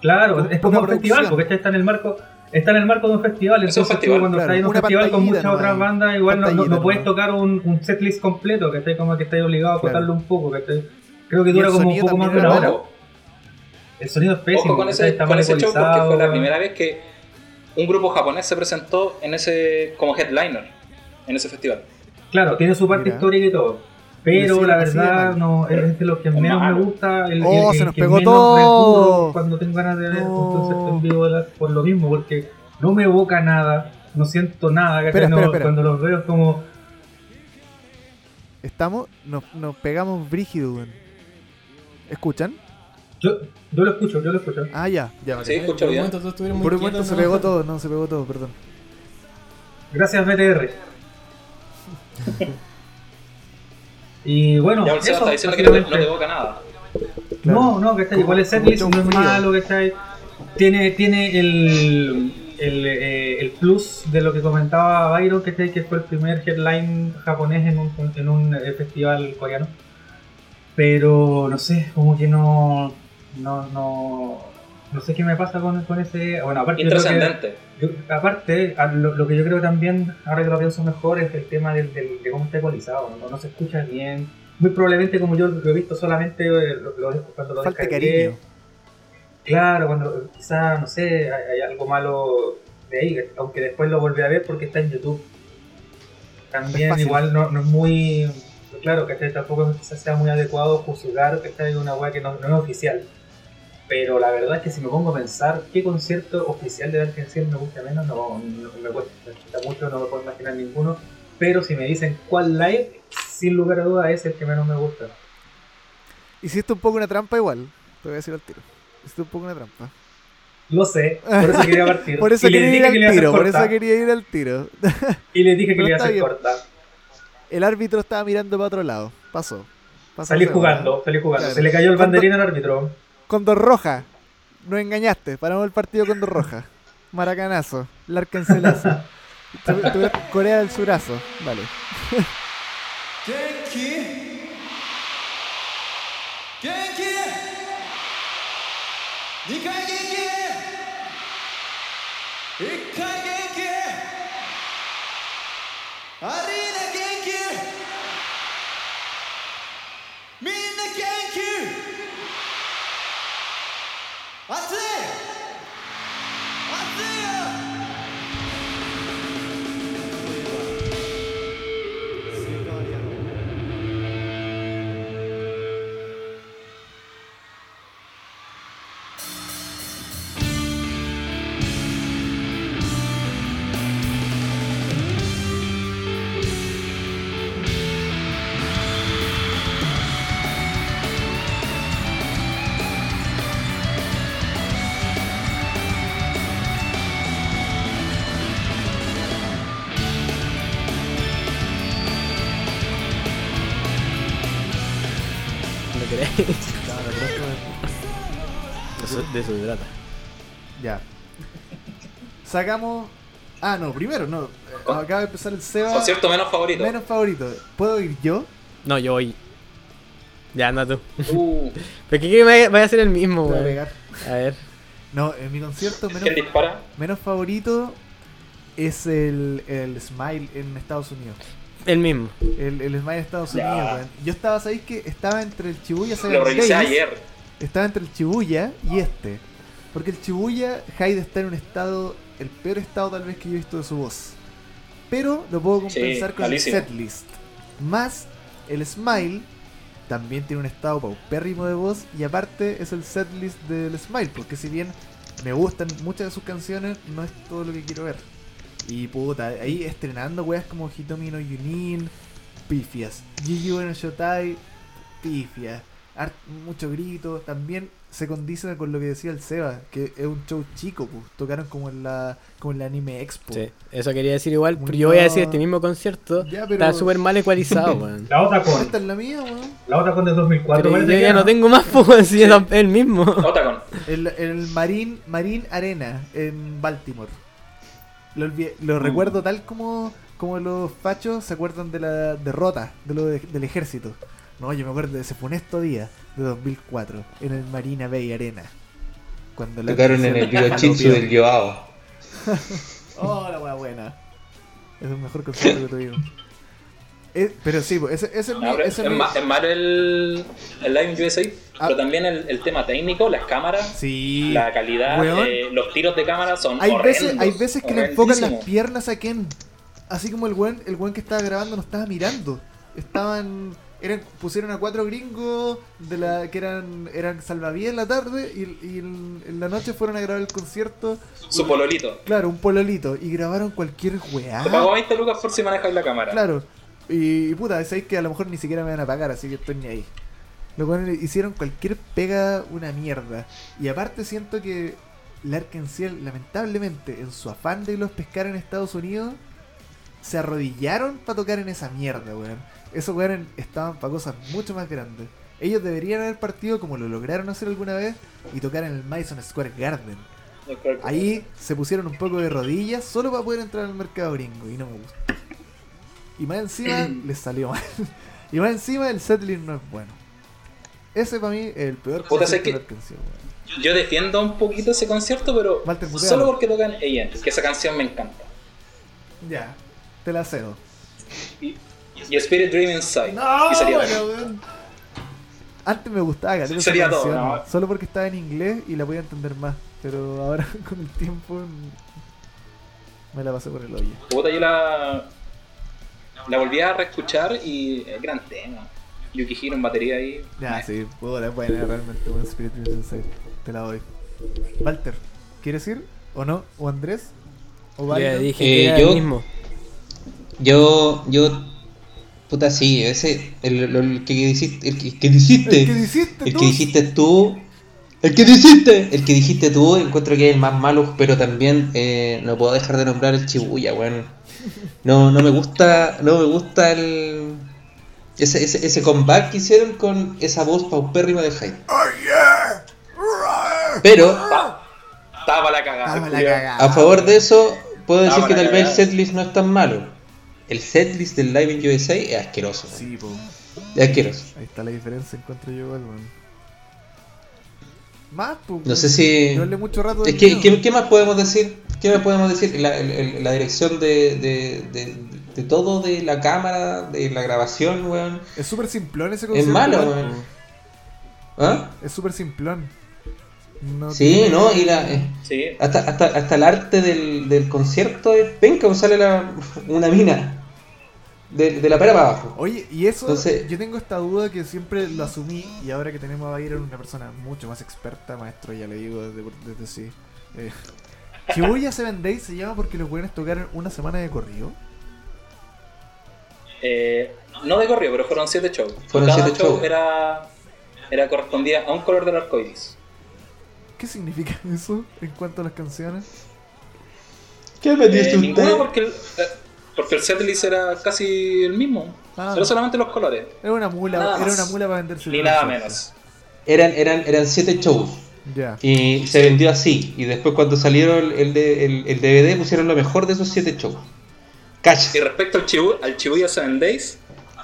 Speaker 3: Claro, es como
Speaker 1: una
Speaker 3: un festival,
Speaker 1: producción.
Speaker 3: porque este está en el marco, está en el marco de un festival,
Speaker 2: Es un
Speaker 3: entonces tú
Speaker 2: festival,
Speaker 3: cuando
Speaker 1: claro,
Speaker 3: estás en un
Speaker 1: una
Speaker 3: festival con
Speaker 1: pantallita
Speaker 3: muchas otras
Speaker 1: nomás,
Speaker 3: bandas, igual no, no- no
Speaker 1: pantallita
Speaker 3: puedes
Speaker 1: nomás.
Speaker 3: tocar un, un setlist completo, que estás como que estás obligado a
Speaker 1: Claro.
Speaker 3: acotarlo un poco, que estáis- creo que
Speaker 1: Y
Speaker 3: dura
Speaker 1: el
Speaker 3: como un
Speaker 1: sonido
Speaker 3: poco más de
Speaker 1: también
Speaker 3: una
Speaker 1: era
Speaker 3: hora.
Speaker 1: malo.
Speaker 2: Ojo,
Speaker 3: El sonido es pésimo,
Speaker 2: ojo con
Speaker 3: ¿cachai?
Speaker 2: ese,
Speaker 3: está
Speaker 2: con
Speaker 3: mal
Speaker 2: ese show porque
Speaker 3: ecualizado,
Speaker 2: fue la
Speaker 3: weón.
Speaker 2: primera vez que un grupo japonés se presentó en ese como headliner en ese festival.
Speaker 3: Claro, tiene su parte
Speaker 1: Mira.
Speaker 3: histórica y todo.
Speaker 1: Sí,
Speaker 3: Pero la
Speaker 1: así de
Speaker 3: verdad
Speaker 1: mal.
Speaker 3: no, es de los que menos me
Speaker 2: malo.
Speaker 3: gusta. El,
Speaker 1: Oh, se
Speaker 3: el- el
Speaker 1: nos
Speaker 3: que
Speaker 1: pegó
Speaker 3: menos
Speaker 1: todo.
Speaker 3: recurro Cuando tengo ganas de ver
Speaker 1: No.
Speaker 3: un concierto en vivo de la- por lo mismo, porque no me evoca nada, no siento nada. ¿cachai?
Speaker 1: Espera,
Speaker 3: No,
Speaker 1: espera, espera.
Speaker 3: Cuando los veo es como.
Speaker 1: Estamos, nos, nos pegamos brígido, weón. ¿Escuchan?
Speaker 3: Yo, yo lo escucho, yo lo escucho.
Speaker 1: Ah, ya, ya, vale.
Speaker 2: Sí, escucho
Speaker 5: Por un
Speaker 2: bien.
Speaker 5: momento todos estuvieron muy
Speaker 1: Por un momento
Speaker 5: quietos,
Speaker 1: se
Speaker 5: ¿no?
Speaker 1: pegó todo, no, se pegó todo, perdón.
Speaker 3: Gracias, BTR. y bueno,
Speaker 2: Ya Marcelo
Speaker 3: eso,
Speaker 2: está diciendo que no te, no te
Speaker 3: básicamente.
Speaker 1: este.
Speaker 2: evoca nada.
Speaker 1: Claro.
Speaker 3: No, no, que está
Speaker 1: Como-
Speaker 3: igual el
Speaker 1: como
Speaker 3: setlist
Speaker 1: mucho
Speaker 3: no es
Speaker 1: frío.
Speaker 3: malo, que está tiene, tiene el, el, eh, el plus de lo que comentaba Byron, que, está ahí, que fue el primer headline japonés en un, en un eh, festival coreano. Pero no sé, como que no. No, no, no sé qué me pasa con, con ese. Bueno, aparte yo creo que-
Speaker 2: Intrascendente.
Speaker 3: yo- aparte, a lo, lo que yo creo también, ahora que lo pienso mejor, es el tema del, del- de cómo está ecualizado, no, no se escucha bien. Muy probablemente como yo lo he visto solamente eh, lo- lo- cuando lo
Speaker 1: Falta
Speaker 3: descargué.
Speaker 1: cariño.
Speaker 3: Claro, cuando quizá, no sé, hay, hay algo malo de ahí, aunque después lo volví a ver porque está en YouTube.
Speaker 1: Es
Speaker 3: También
Speaker 1: fácil.
Speaker 3: igual no, no es muy... Claro, que tampoco quizás sea muy adecuado juzgar que está en una web que no, no es oficial. Pero la verdad es que si me pongo a pensar qué concierto oficial de Argentina me gusta menos, no, no- me cuesta, me cuesta mucho, no me puedo imaginar ninguno. Pero si me dicen cuál live, sin lugar a duda es el que menos me gusta.
Speaker 1: Hiciste un poco una trampa igual, te voy a decir al tiro. Hiciste un poco una trampa.
Speaker 3: Lo sé, por eso quería partir.
Speaker 1: Por eso
Speaker 3: Y les
Speaker 1: quería ir
Speaker 3: dije que le iba a
Speaker 1: al
Speaker 3: hacer
Speaker 1: tiro, por
Speaker 3: corta.
Speaker 1: eso quería ir al tiro.
Speaker 3: Y le dije que
Speaker 1: Pero
Speaker 3: le iba a
Speaker 1: está
Speaker 3: hacer
Speaker 1: bien.
Speaker 3: corta.
Speaker 1: El árbitro estaba mirando para otro lado, pasó. pasó
Speaker 3: Salí
Speaker 1: esa weá.
Speaker 3: jugando, salí jugando.
Speaker 1: Claro.
Speaker 3: Se le cayó el
Speaker 1: ¿Cuánto-
Speaker 3: banderín al árbitro.
Speaker 1: Condor Roja, nos engañaste, paramos el partido Condor Roja. Maracanazo, Larkencelazo. Tu- tu- Corea del Surazo, vale.
Speaker 5: No queréis. Eso- De eso se trata.
Speaker 1: Ya. Sacamos. Ah, no, primero, no. eh, Acaba de empezar el Seba.
Speaker 2: Concierto menos favorito.
Speaker 1: Menos favorito. ¿Puedo ir yo?
Speaker 5: No, yo voy. Ya, anda tú.
Speaker 2: Uh,
Speaker 5: Pero que, que me vaya a ser el mismo,
Speaker 1: Voy a
Speaker 5: weón.
Speaker 1: pegar.
Speaker 5: A ver.
Speaker 1: No, en mi concierto menos,
Speaker 2: ¿Quién dispara?
Speaker 1: menos favorito es el, el Smile en Estados Unidos.
Speaker 5: El mismo.
Speaker 1: El, el Smile en Estados Unidos, weón. Yo estaba, ¿sabéis que Estaba entre el Chibuya
Speaker 2: Lo
Speaker 1: Seven
Speaker 2: revisé
Speaker 1: Days,
Speaker 2: ayer.
Speaker 1: Estaba entre el Chibuya y este. Porque el Chibuya, Hyde está en un estado, el peor estado tal vez que yo he visto de su voz. Pero lo puedo compensar con
Speaker 2: malísimo.
Speaker 1: el setlist. Más el Smile también tiene un estado paupérrimo de voz. Y aparte es el setlist del Smile. Porque si bien me gustan muchas de sus canciones, no es todo lo que quiero ver. Y puta, ahí estrenando weas como Hitomi no Yunin, pifias. Yu no Shotai, pifias. Har- mucho grito. También se condice con lo que decía el Seba, que es un show chico, pues. Tocaron como en la como en la anime expo.
Speaker 5: Sí, eso quería decir igual,
Speaker 1: Muy
Speaker 5: pero yo voy a decir
Speaker 1: mal.
Speaker 5: este mismo concierto.
Speaker 1: Ya, pero-
Speaker 5: Está súper mal ecualizado, weón.
Speaker 3: La otra con,
Speaker 1: Esta es la mía, weón.
Speaker 3: la otra con del 2004.
Speaker 5: Pero
Speaker 3: parece
Speaker 5: yo
Speaker 3: que
Speaker 5: ya
Speaker 3: era,
Speaker 5: no tengo más, pues, weón, si es el mismo.
Speaker 2: Otacon.
Speaker 1: El, el Marín,
Speaker 4: Mm.
Speaker 1: Marín Arena en Baltimore. Lo, olvidé- lo recuerdo tal como como los fachos se acuerdan de la derrota de lo de- del ejército. No, yo me acuerdo de ese funesto día de 2004 en el Marina Bay Arena. Cuando la
Speaker 4: Tocaron en el
Speaker 1: televisión
Speaker 4: Yochitsu del Yoao.
Speaker 1: Oh, la wea buena. Es el mejor concierto que tuvimos. Eh, pero sí, pues, ese, ese es mi.
Speaker 2: Ahora,
Speaker 1: ese
Speaker 2: es,
Speaker 1: es mi-
Speaker 2: ma- es malo el, el Live in USA,
Speaker 1: Ah.
Speaker 2: pero también el, el tema técnico, las cámaras,
Speaker 1: Sí.
Speaker 2: la calidad,
Speaker 1: Weón.
Speaker 2: eh, los tiros de cámara son
Speaker 1: Hay
Speaker 2: horrendos,
Speaker 1: veces, hay veces que le enfocan las
Speaker 2: horrendísimos.
Speaker 1: piernas a Ken. Así como el weón, el weón que estaba grabando no estaba mirando. Estaban. Eran, pusieron a cuatro gringos de la que eran eran salvavidas en la tarde y, y en, en la noche fueron a grabar el concierto.
Speaker 2: Su pololito.
Speaker 1: Claro, un pololito. Y grabaron cualquier weá.
Speaker 2: Te pago 20 lucas por si manejas la cámara.
Speaker 1: Ah. Claro. Y, y puta, sabéis que a lo mejor ni siquiera me van a pagar, así que estoy ni ahí. Lo cual hicieron cualquier pega una mierda. Y aparte siento que Larkin Ciel, lamentablemente, en su afán de los pescar en Estados Unidos, se arrodillaron para tocar en esa mierda, weón. Esos weones estaban para cosas mucho más grandes. Ellos deberían haber partido como lo lograron hacer alguna vez y tocar en el Madison Square Garden. Ahí se pusieron un poco de rodillas solo para poder entrar al mercado gringo y no me gusta. Y más encima les salió mal. Y más encima el setlist no es bueno. Ese para mí es el peor
Speaker 2: Puta, sé
Speaker 1: concierto
Speaker 2: que-
Speaker 1: de Arkansas, weón.
Speaker 2: Yo defiendo un poquito ese concierto, pero
Speaker 1: Walter Muteado.
Speaker 2: solo porque tocan AM, que esa canción me encanta.
Speaker 1: Ya, te la cedo.
Speaker 2: Y Spirit Dream Inside. y sería
Speaker 1: bueno, weón. Antes me gustaba caleta esa
Speaker 2: Sería todo,
Speaker 1: canción,
Speaker 2: no.
Speaker 1: solo porque estaba en inglés y la podía entender más. Pero ahora con el tiempo mm, me la pasé por el hoyo.
Speaker 2: Puta, yo la, la volví a reescuchar y es gran tema. Yukihiro en batería ahí.
Speaker 1: Ya, sí, puta, es buena realmente, buen Spirit of Inside. Te la doy. Walter, ¿quieres ir? ¿O no? ¿O Andrés? ¿O
Speaker 5: Ya
Speaker 1: Byron?
Speaker 5: dije
Speaker 4: Eh,
Speaker 5: que era
Speaker 4: yo-
Speaker 5: el mismo.
Speaker 4: Yo, yo, puta, sí, ese, el, el- el que dijiste, el que, que dijiste,
Speaker 1: El que dijiste
Speaker 4: el
Speaker 1: tú.
Speaker 4: que dijiste tú, el que dijiste, el que dijiste tú, encuentro que es el más malo, pero también eh, no puedo dejar de nombrar el Chibuya, weón. No, no me gusta, no me gusta el, ese, ese, ese comeback que hicieron con esa voz paupérrima de Hyde. Pero,
Speaker 2: Estaba la cagada.
Speaker 1: Estaba Ah, la
Speaker 2: culiao.
Speaker 1: cagada.
Speaker 4: a favor de eso, puedo decir
Speaker 2: Ah,
Speaker 4: que tal
Speaker 2: bueno,
Speaker 4: vez el
Speaker 2: ya.
Speaker 4: setlist no es tan malo. El setlist del Live in USA es asqueroso. man.
Speaker 1: Sí, po.
Speaker 4: Es asqueroso.
Speaker 1: Ahí está la diferencia, encuentro yo igual, weón. Más, pues.
Speaker 4: No sé si-
Speaker 1: No hablé mucho rato
Speaker 4: Es
Speaker 1: del
Speaker 4: que,
Speaker 1: mío.
Speaker 4: ¿qué, qué más podemos decir? ¿Qué más podemos decir? La, el- el- la dirección de, de- de- de todo, de la cámara, de la grabación, weón.
Speaker 1: Es súper simplón ese
Speaker 4: Es
Speaker 1: concierto.
Speaker 4: malo,
Speaker 1: igual,
Speaker 4: weón.
Speaker 1: po.
Speaker 4: ¿Ah?
Speaker 1: Es súper simplón. No
Speaker 4: Sí,
Speaker 1: tiene-
Speaker 4: ¿no? Y la, eh,
Speaker 2: Sí.
Speaker 4: hasta, hasta, hasta el arte del, del concierto es penca, sale la, una mina. De, de la pera para abajo.
Speaker 1: Oye, y eso,
Speaker 4: Entonces-
Speaker 1: yo tengo esta duda que siempre lo asumí y ahora que tenemos a Byron, una persona mucho más experta, maestro, ya le digo desde, desde sí. Eh, Shibuya Seven Days se llama porque los weones tocaron una semana de corrido.
Speaker 2: Eh, no de corrido, pero fueron 7 shows.
Speaker 4: Fueron
Speaker 2: Cada
Speaker 4: siete
Speaker 2: show
Speaker 4: shows.
Speaker 2: Era, era correspondía a un color del arco iris.
Speaker 1: ¿Qué significa eso en cuanto a las canciones?
Speaker 4: ¿Qué me
Speaker 2: Eh,
Speaker 4: dice
Speaker 2: ninguno
Speaker 4: usted?
Speaker 2: porque el, eh, porque el setlist era casi el mismo.
Speaker 1: Ah.
Speaker 2: Solo solamente los colores.
Speaker 1: Era una mula,
Speaker 2: Nada
Speaker 1: era
Speaker 2: más.
Speaker 1: una mula para venderse.
Speaker 2: Ni nada menos.
Speaker 4: Eran, eran, eran siete shows.
Speaker 1: Ya.
Speaker 4: Y se vendió así. Y después cuando salieron el, de- el- el DVD pusieron lo mejor de esos siete shows.
Speaker 2: Y
Speaker 4: Cacha.
Speaker 2: respecto al, Chibu, al Chibuya Seven Days,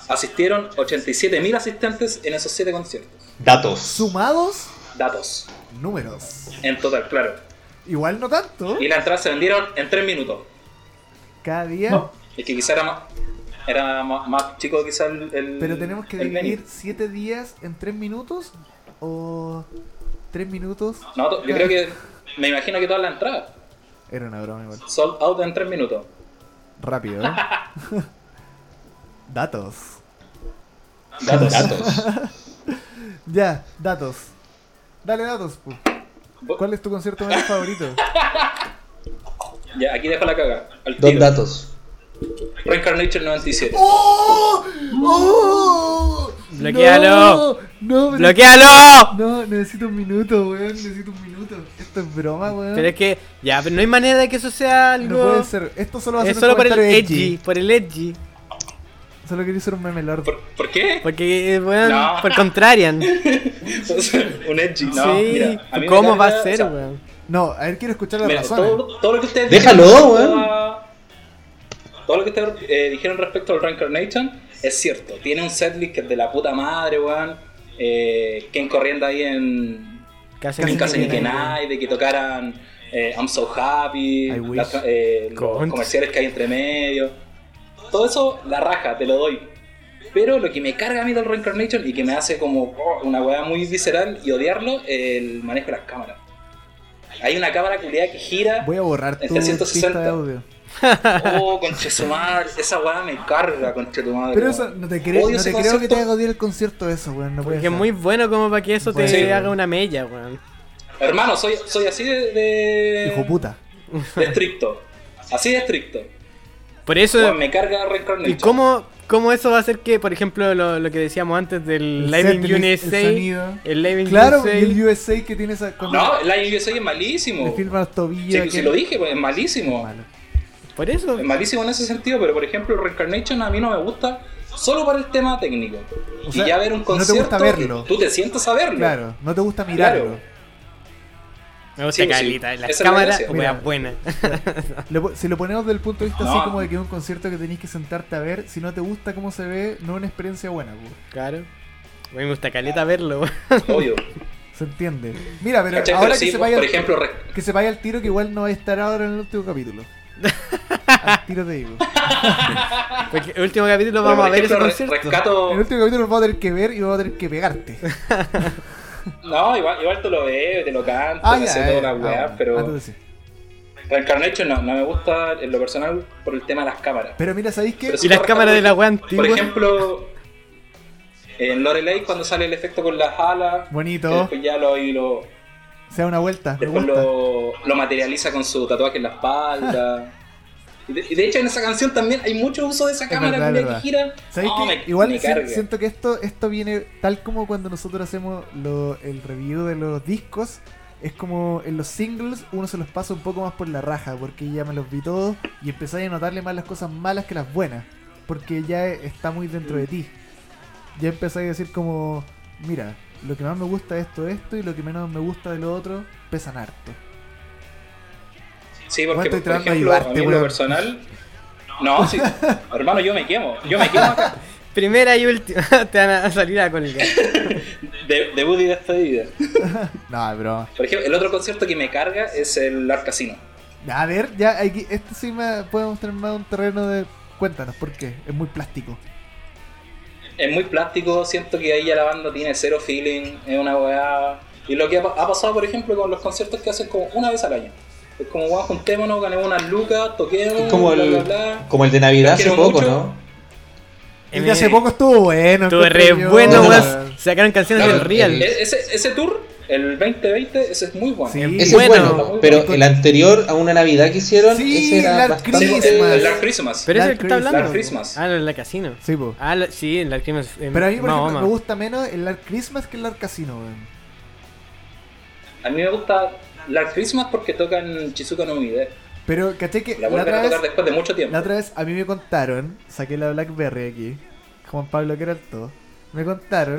Speaker 2: asistieron 87.000 asistentes en esos 7 conciertos.
Speaker 4: Datos.
Speaker 1: Sumados,
Speaker 2: Datos,
Speaker 1: números.
Speaker 2: en total, claro.
Speaker 1: Igual no tanto.
Speaker 2: Y las entradas se vendieron en 3 minutos.
Speaker 1: Cada día.
Speaker 3: No.
Speaker 2: Es que quizá era más, era más, más chico quizá el, el-
Speaker 1: Pero tenemos que
Speaker 2: el menú.
Speaker 1: dividir 7 días en 3 minutos o 3 minutos.
Speaker 2: No, to- yo creo que, me imagino que todas las entradas,
Speaker 1: Era una broma igual.
Speaker 2: sold out en 3 minutos.
Speaker 1: Rápido, ¿eh? datos.
Speaker 2: Datos.
Speaker 1: Ya, datos. Dale datos, pu. ¿Cuál es tu concierto menos favorito?
Speaker 2: Ya, aquí dejo la caga. Al
Speaker 4: Dos
Speaker 2: tiro.
Speaker 4: datos.
Speaker 2: Reincarnation 97.
Speaker 1: ¡Oh! ¡Oh!
Speaker 5: Bloquéalo.
Speaker 1: No, no,
Speaker 5: ¡Bloquealo!
Speaker 1: no, necesito un minuto, weón. Necesito un minuto. Esto es broma, weón.
Speaker 5: Pero es que, ya, pero no hay manera de que eso sea
Speaker 1: No
Speaker 5: algo.
Speaker 1: puede ser. Esto solo va a ser
Speaker 5: es solo
Speaker 1: un
Speaker 5: por el
Speaker 1: comentario
Speaker 5: edgy, por el edgy.
Speaker 1: Solo quería ser un meme lord.
Speaker 2: ¿Por, por qué?
Speaker 5: Porque, eh, weón,
Speaker 2: No.
Speaker 5: por contrarian.
Speaker 2: un edgy, no.
Speaker 5: sí,
Speaker 2: mira, a mí me
Speaker 5: ¿cómo va a
Speaker 2: carga-
Speaker 5: ser,
Speaker 2: o sea,
Speaker 5: weón?
Speaker 1: No, a ver, quiero escuchar las
Speaker 2: Mira,
Speaker 1: razones.
Speaker 2: todo, todo lo que ustedes
Speaker 4: Déjalo,
Speaker 2: digan,
Speaker 4: weón.
Speaker 2: toda- todo lo que ustedes eh, dijeron respecto al Reincarnation es cierto. Tiene un setlist que es de la puta madre, weón. Eh, Ken corriendo ahí en,
Speaker 6: Casi
Speaker 2: en
Speaker 1: Casi
Speaker 2: Casa
Speaker 1: ni
Speaker 2: Ni
Speaker 1: que
Speaker 2: Que Nadie, de que tocaran eh, I'm So Happy,
Speaker 6: I wish.
Speaker 2: las- eh, los
Speaker 6: Con-
Speaker 2: comerciales que hay entre medio. Todo eso, la raja, te lo doy. Pero lo que me carga a mí del Reincarnation y que me hace como oh, una weá muy visceral y odiarlo, el manejo de las cámaras. Hay una cámara culiada que gira.
Speaker 1: Voy a borrar tu
Speaker 2: Está 160.
Speaker 1: pista de audio.
Speaker 2: Oh, conche su madre, esa weá me carga, conche tu madre.
Speaker 1: Pero
Speaker 2: weón.
Speaker 1: eso, no te, creo,
Speaker 2: Odio
Speaker 1: no
Speaker 2: ese
Speaker 1: te creo que
Speaker 2: concepto.
Speaker 1: te haga odiar el concierto eso, weón. No puede
Speaker 6: Porque
Speaker 1: ser.
Speaker 6: es muy bueno como para que eso te
Speaker 1: Puede
Speaker 2: ser.
Speaker 6: haga una mella, weón.
Speaker 2: Hermano, soy, soy así de, de-
Speaker 1: Hijo puta.
Speaker 2: de estricto. Así de estricto.
Speaker 6: Por eso.
Speaker 2: Weón, me carga Reincarnation.
Speaker 6: ¿Y cómo, cómo eso va a hacer que, por ejemplo, lo, lo que decíamos antes
Speaker 1: El
Speaker 6: del Live in
Speaker 1: setlist, el
Speaker 6: USA?
Speaker 1: sonido.
Speaker 6: El Live in
Speaker 1: Claro,
Speaker 6: USA.
Speaker 1: y el USA que tiene esa. cuando
Speaker 2: No, la USA es
Speaker 1: Le
Speaker 2: malísimo.
Speaker 1: firma los tobillos.
Speaker 2: Si,
Speaker 1: que-
Speaker 2: lo dije, pues, es malísimo.
Speaker 1: Malo.
Speaker 6: Por eso.
Speaker 2: Es malísimo en ese sentido, pero por ejemplo, Reincarnation a mí no me gusta solo para el tema técnico.
Speaker 1: O
Speaker 2: y
Speaker 1: sea,
Speaker 2: ya ver un
Speaker 1: no te gusta
Speaker 2: concierto,
Speaker 1: verlo.
Speaker 2: tú te sientas a verlo.
Speaker 1: Claro, no te gusta
Speaker 2: Claro.
Speaker 1: mirarlo.
Speaker 6: Me gusta
Speaker 2: Sí, pues, sí.
Speaker 6: Carlita, la
Speaker 2: Esa es la
Speaker 6: cámara,
Speaker 2: gracia.
Speaker 6: wea
Speaker 1: Mira.
Speaker 6: buena.
Speaker 1: Le po- si lo ponemos desde el punto de vista
Speaker 2: No.
Speaker 1: así como de que es un concierto que tenés que sentarte a ver, si no te gusta cómo se ve, no es una experiencia buena, pues.
Speaker 6: Claro. A mí me gusta Caleta verlo, weón.
Speaker 2: Obvio.
Speaker 1: Se entiende. Mira, pero
Speaker 2: ¿Cachai?
Speaker 1: ahora
Speaker 2: Pero
Speaker 1: que
Speaker 2: sí,
Speaker 1: se
Speaker 2: pues,
Speaker 1: vaya
Speaker 2: por
Speaker 1: al-
Speaker 2: ejemplo, re-
Speaker 1: que se vaya al tiro que igual no va a estar ahora en el último capítulo. Al tiro te digo.
Speaker 6: Porque el último capítulo
Speaker 2: pero,
Speaker 6: vamos
Speaker 2: por
Speaker 6: a ver ese
Speaker 2: ejemplo, re-
Speaker 6: concierto.
Speaker 2: rescato.
Speaker 1: En el último capítulo nos vamos a tener que ver y vamos a tener que pegarte.
Speaker 2: No, igual, igual te lo veo, te lo canto,
Speaker 1: Ah,
Speaker 2: te
Speaker 1: ya,
Speaker 2: sé
Speaker 1: ya,
Speaker 2: toda la
Speaker 1: ya.
Speaker 2: weá,
Speaker 1: Ah,
Speaker 2: pero.
Speaker 1: entonces sí.
Speaker 2: Reincarnation no, no me gusta en lo personal por el tema de las cámaras.
Speaker 1: Pero mira, ¿sabéis qué?
Speaker 2: Pero sí
Speaker 6: Y las
Speaker 2: rescato,
Speaker 6: cámaras de la wea
Speaker 2: Por
Speaker 6: antigua.
Speaker 2: ejemplo, en Lorelei, cuando sale el efecto con las alas, que
Speaker 1: Bonito.
Speaker 2: después ya lo, y lo,
Speaker 1: Se da una vuelta. Me
Speaker 2: Después
Speaker 1: gusta.
Speaker 2: lo, lo materializa con su tatuaje en la espalda. Y de, y de hecho en esa canción también hay mucho uso de esa cámara
Speaker 1: verdad, es
Speaker 2: culia
Speaker 1: verdad.
Speaker 2: que gira.
Speaker 1: ¿Sabéis
Speaker 2: No,
Speaker 1: qué?
Speaker 2: me-
Speaker 1: Igual
Speaker 2: me
Speaker 1: si-
Speaker 2: carga.
Speaker 1: siento que esto, esto viene tal como cuando nosotros hacemos lo- el review de los discos. Es como en los singles uno se los pasa un poco más por la raja, porque ya me los vi todos y empezáis a notarle más las cosas malas que las buenas, porque ya está muy dentro de ti. Ya empezáis a decir como, mira, lo que más me gusta de esto, esto, y lo que menos me gusta de lo otro, pesan harto.
Speaker 2: Sí,
Speaker 1: Bueno,
Speaker 2: porque
Speaker 1: estoy
Speaker 2: por
Speaker 1: tratando de
Speaker 2: ejemplo,
Speaker 1: ayudarte,
Speaker 2: a mí en lo
Speaker 1: weón.
Speaker 2: personal. No, sí. hermano, yo me quemo. Yo me quemo acá.
Speaker 6: Primera y última. Te van a salir a colgar.
Speaker 2: De, debut y despedida.
Speaker 1: No, bro.
Speaker 2: Por ejemplo, el otro concierto que me carga es el Art Casino.
Speaker 1: A ver, ya aquí, este sí me podemos tener más un terreno de... Cuéntanos, ¿por qué? Es muy plástico.
Speaker 2: Es muy plástico, siento que ahí ya la banda tiene cero feeling, es una weá. Y lo que ha, pa- ha pasado, por ejemplo, con los conciertos que hacen como una vez al año. Es como, weón, juntémonos, ganemos unas lucas, toquemos,
Speaker 4: Es como
Speaker 2: bla, bla,
Speaker 4: el,
Speaker 2: bla.
Speaker 4: como el de Navidad
Speaker 2: Los
Speaker 4: hace
Speaker 2: quiero
Speaker 4: poco,
Speaker 2: mucho.
Speaker 4: ¿no?
Speaker 1: El de hace poco estuvo bueno.
Speaker 6: Eh, Estuvo
Speaker 1: encuentro
Speaker 6: re
Speaker 1: yo.
Speaker 6: bueno,
Speaker 4: No, no,
Speaker 6: weón. Sacaron canciones
Speaker 2: Claro,
Speaker 6: del Real.
Speaker 2: e- Ese, ese tour, el 2020, ese es muy bueno.
Speaker 1: Sí.
Speaker 6: Es
Speaker 4: Ese
Speaker 6: bueno.
Speaker 4: es bueno, pero el anterior a una Navidad que hicieron,
Speaker 1: Sí,
Speaker 4: ese era
Speaker 1: Black
Speaker 4: bastante...
Speaker 2: Sí, el, el Last Christmas.
Speaker 6: Pero es el
Speaker 1: Dark
Speaker 6: que
Speaker 1: Christmas.
Speaker 6: está hablando.
Speaker 2: Dark Christmas.
Speaker 6: Ah, no, el de casino.
Speaker 1: Sí, po.
Speaker 6: Ah, lo- sí, el de Christmas.
Speaker 1: Pero
Speaker 6: eh,
Speaker 1: a mí, por ejemplo,
Speaker 6: mamá.
Speaker 1: me gusta menos el Dark Christmas que el Dark Casino, weón.
Speaker 2: A mí me gusta Last Christmas porque tocan Chizuka no Mide.
Speaker 1: Pero, caché que
Speaker 2: La
Speaker 1: la,
Speaker 2: vuelven
Speaker 1: otra
Speaker 2: a tocar
Speaker 1: vez,
Speaker 2: después de mucho tiempo.
Speaker 1: la otra vez a mí me contaron, saqué la Blackberry aquí, Juan Pablo Queralto, me contaron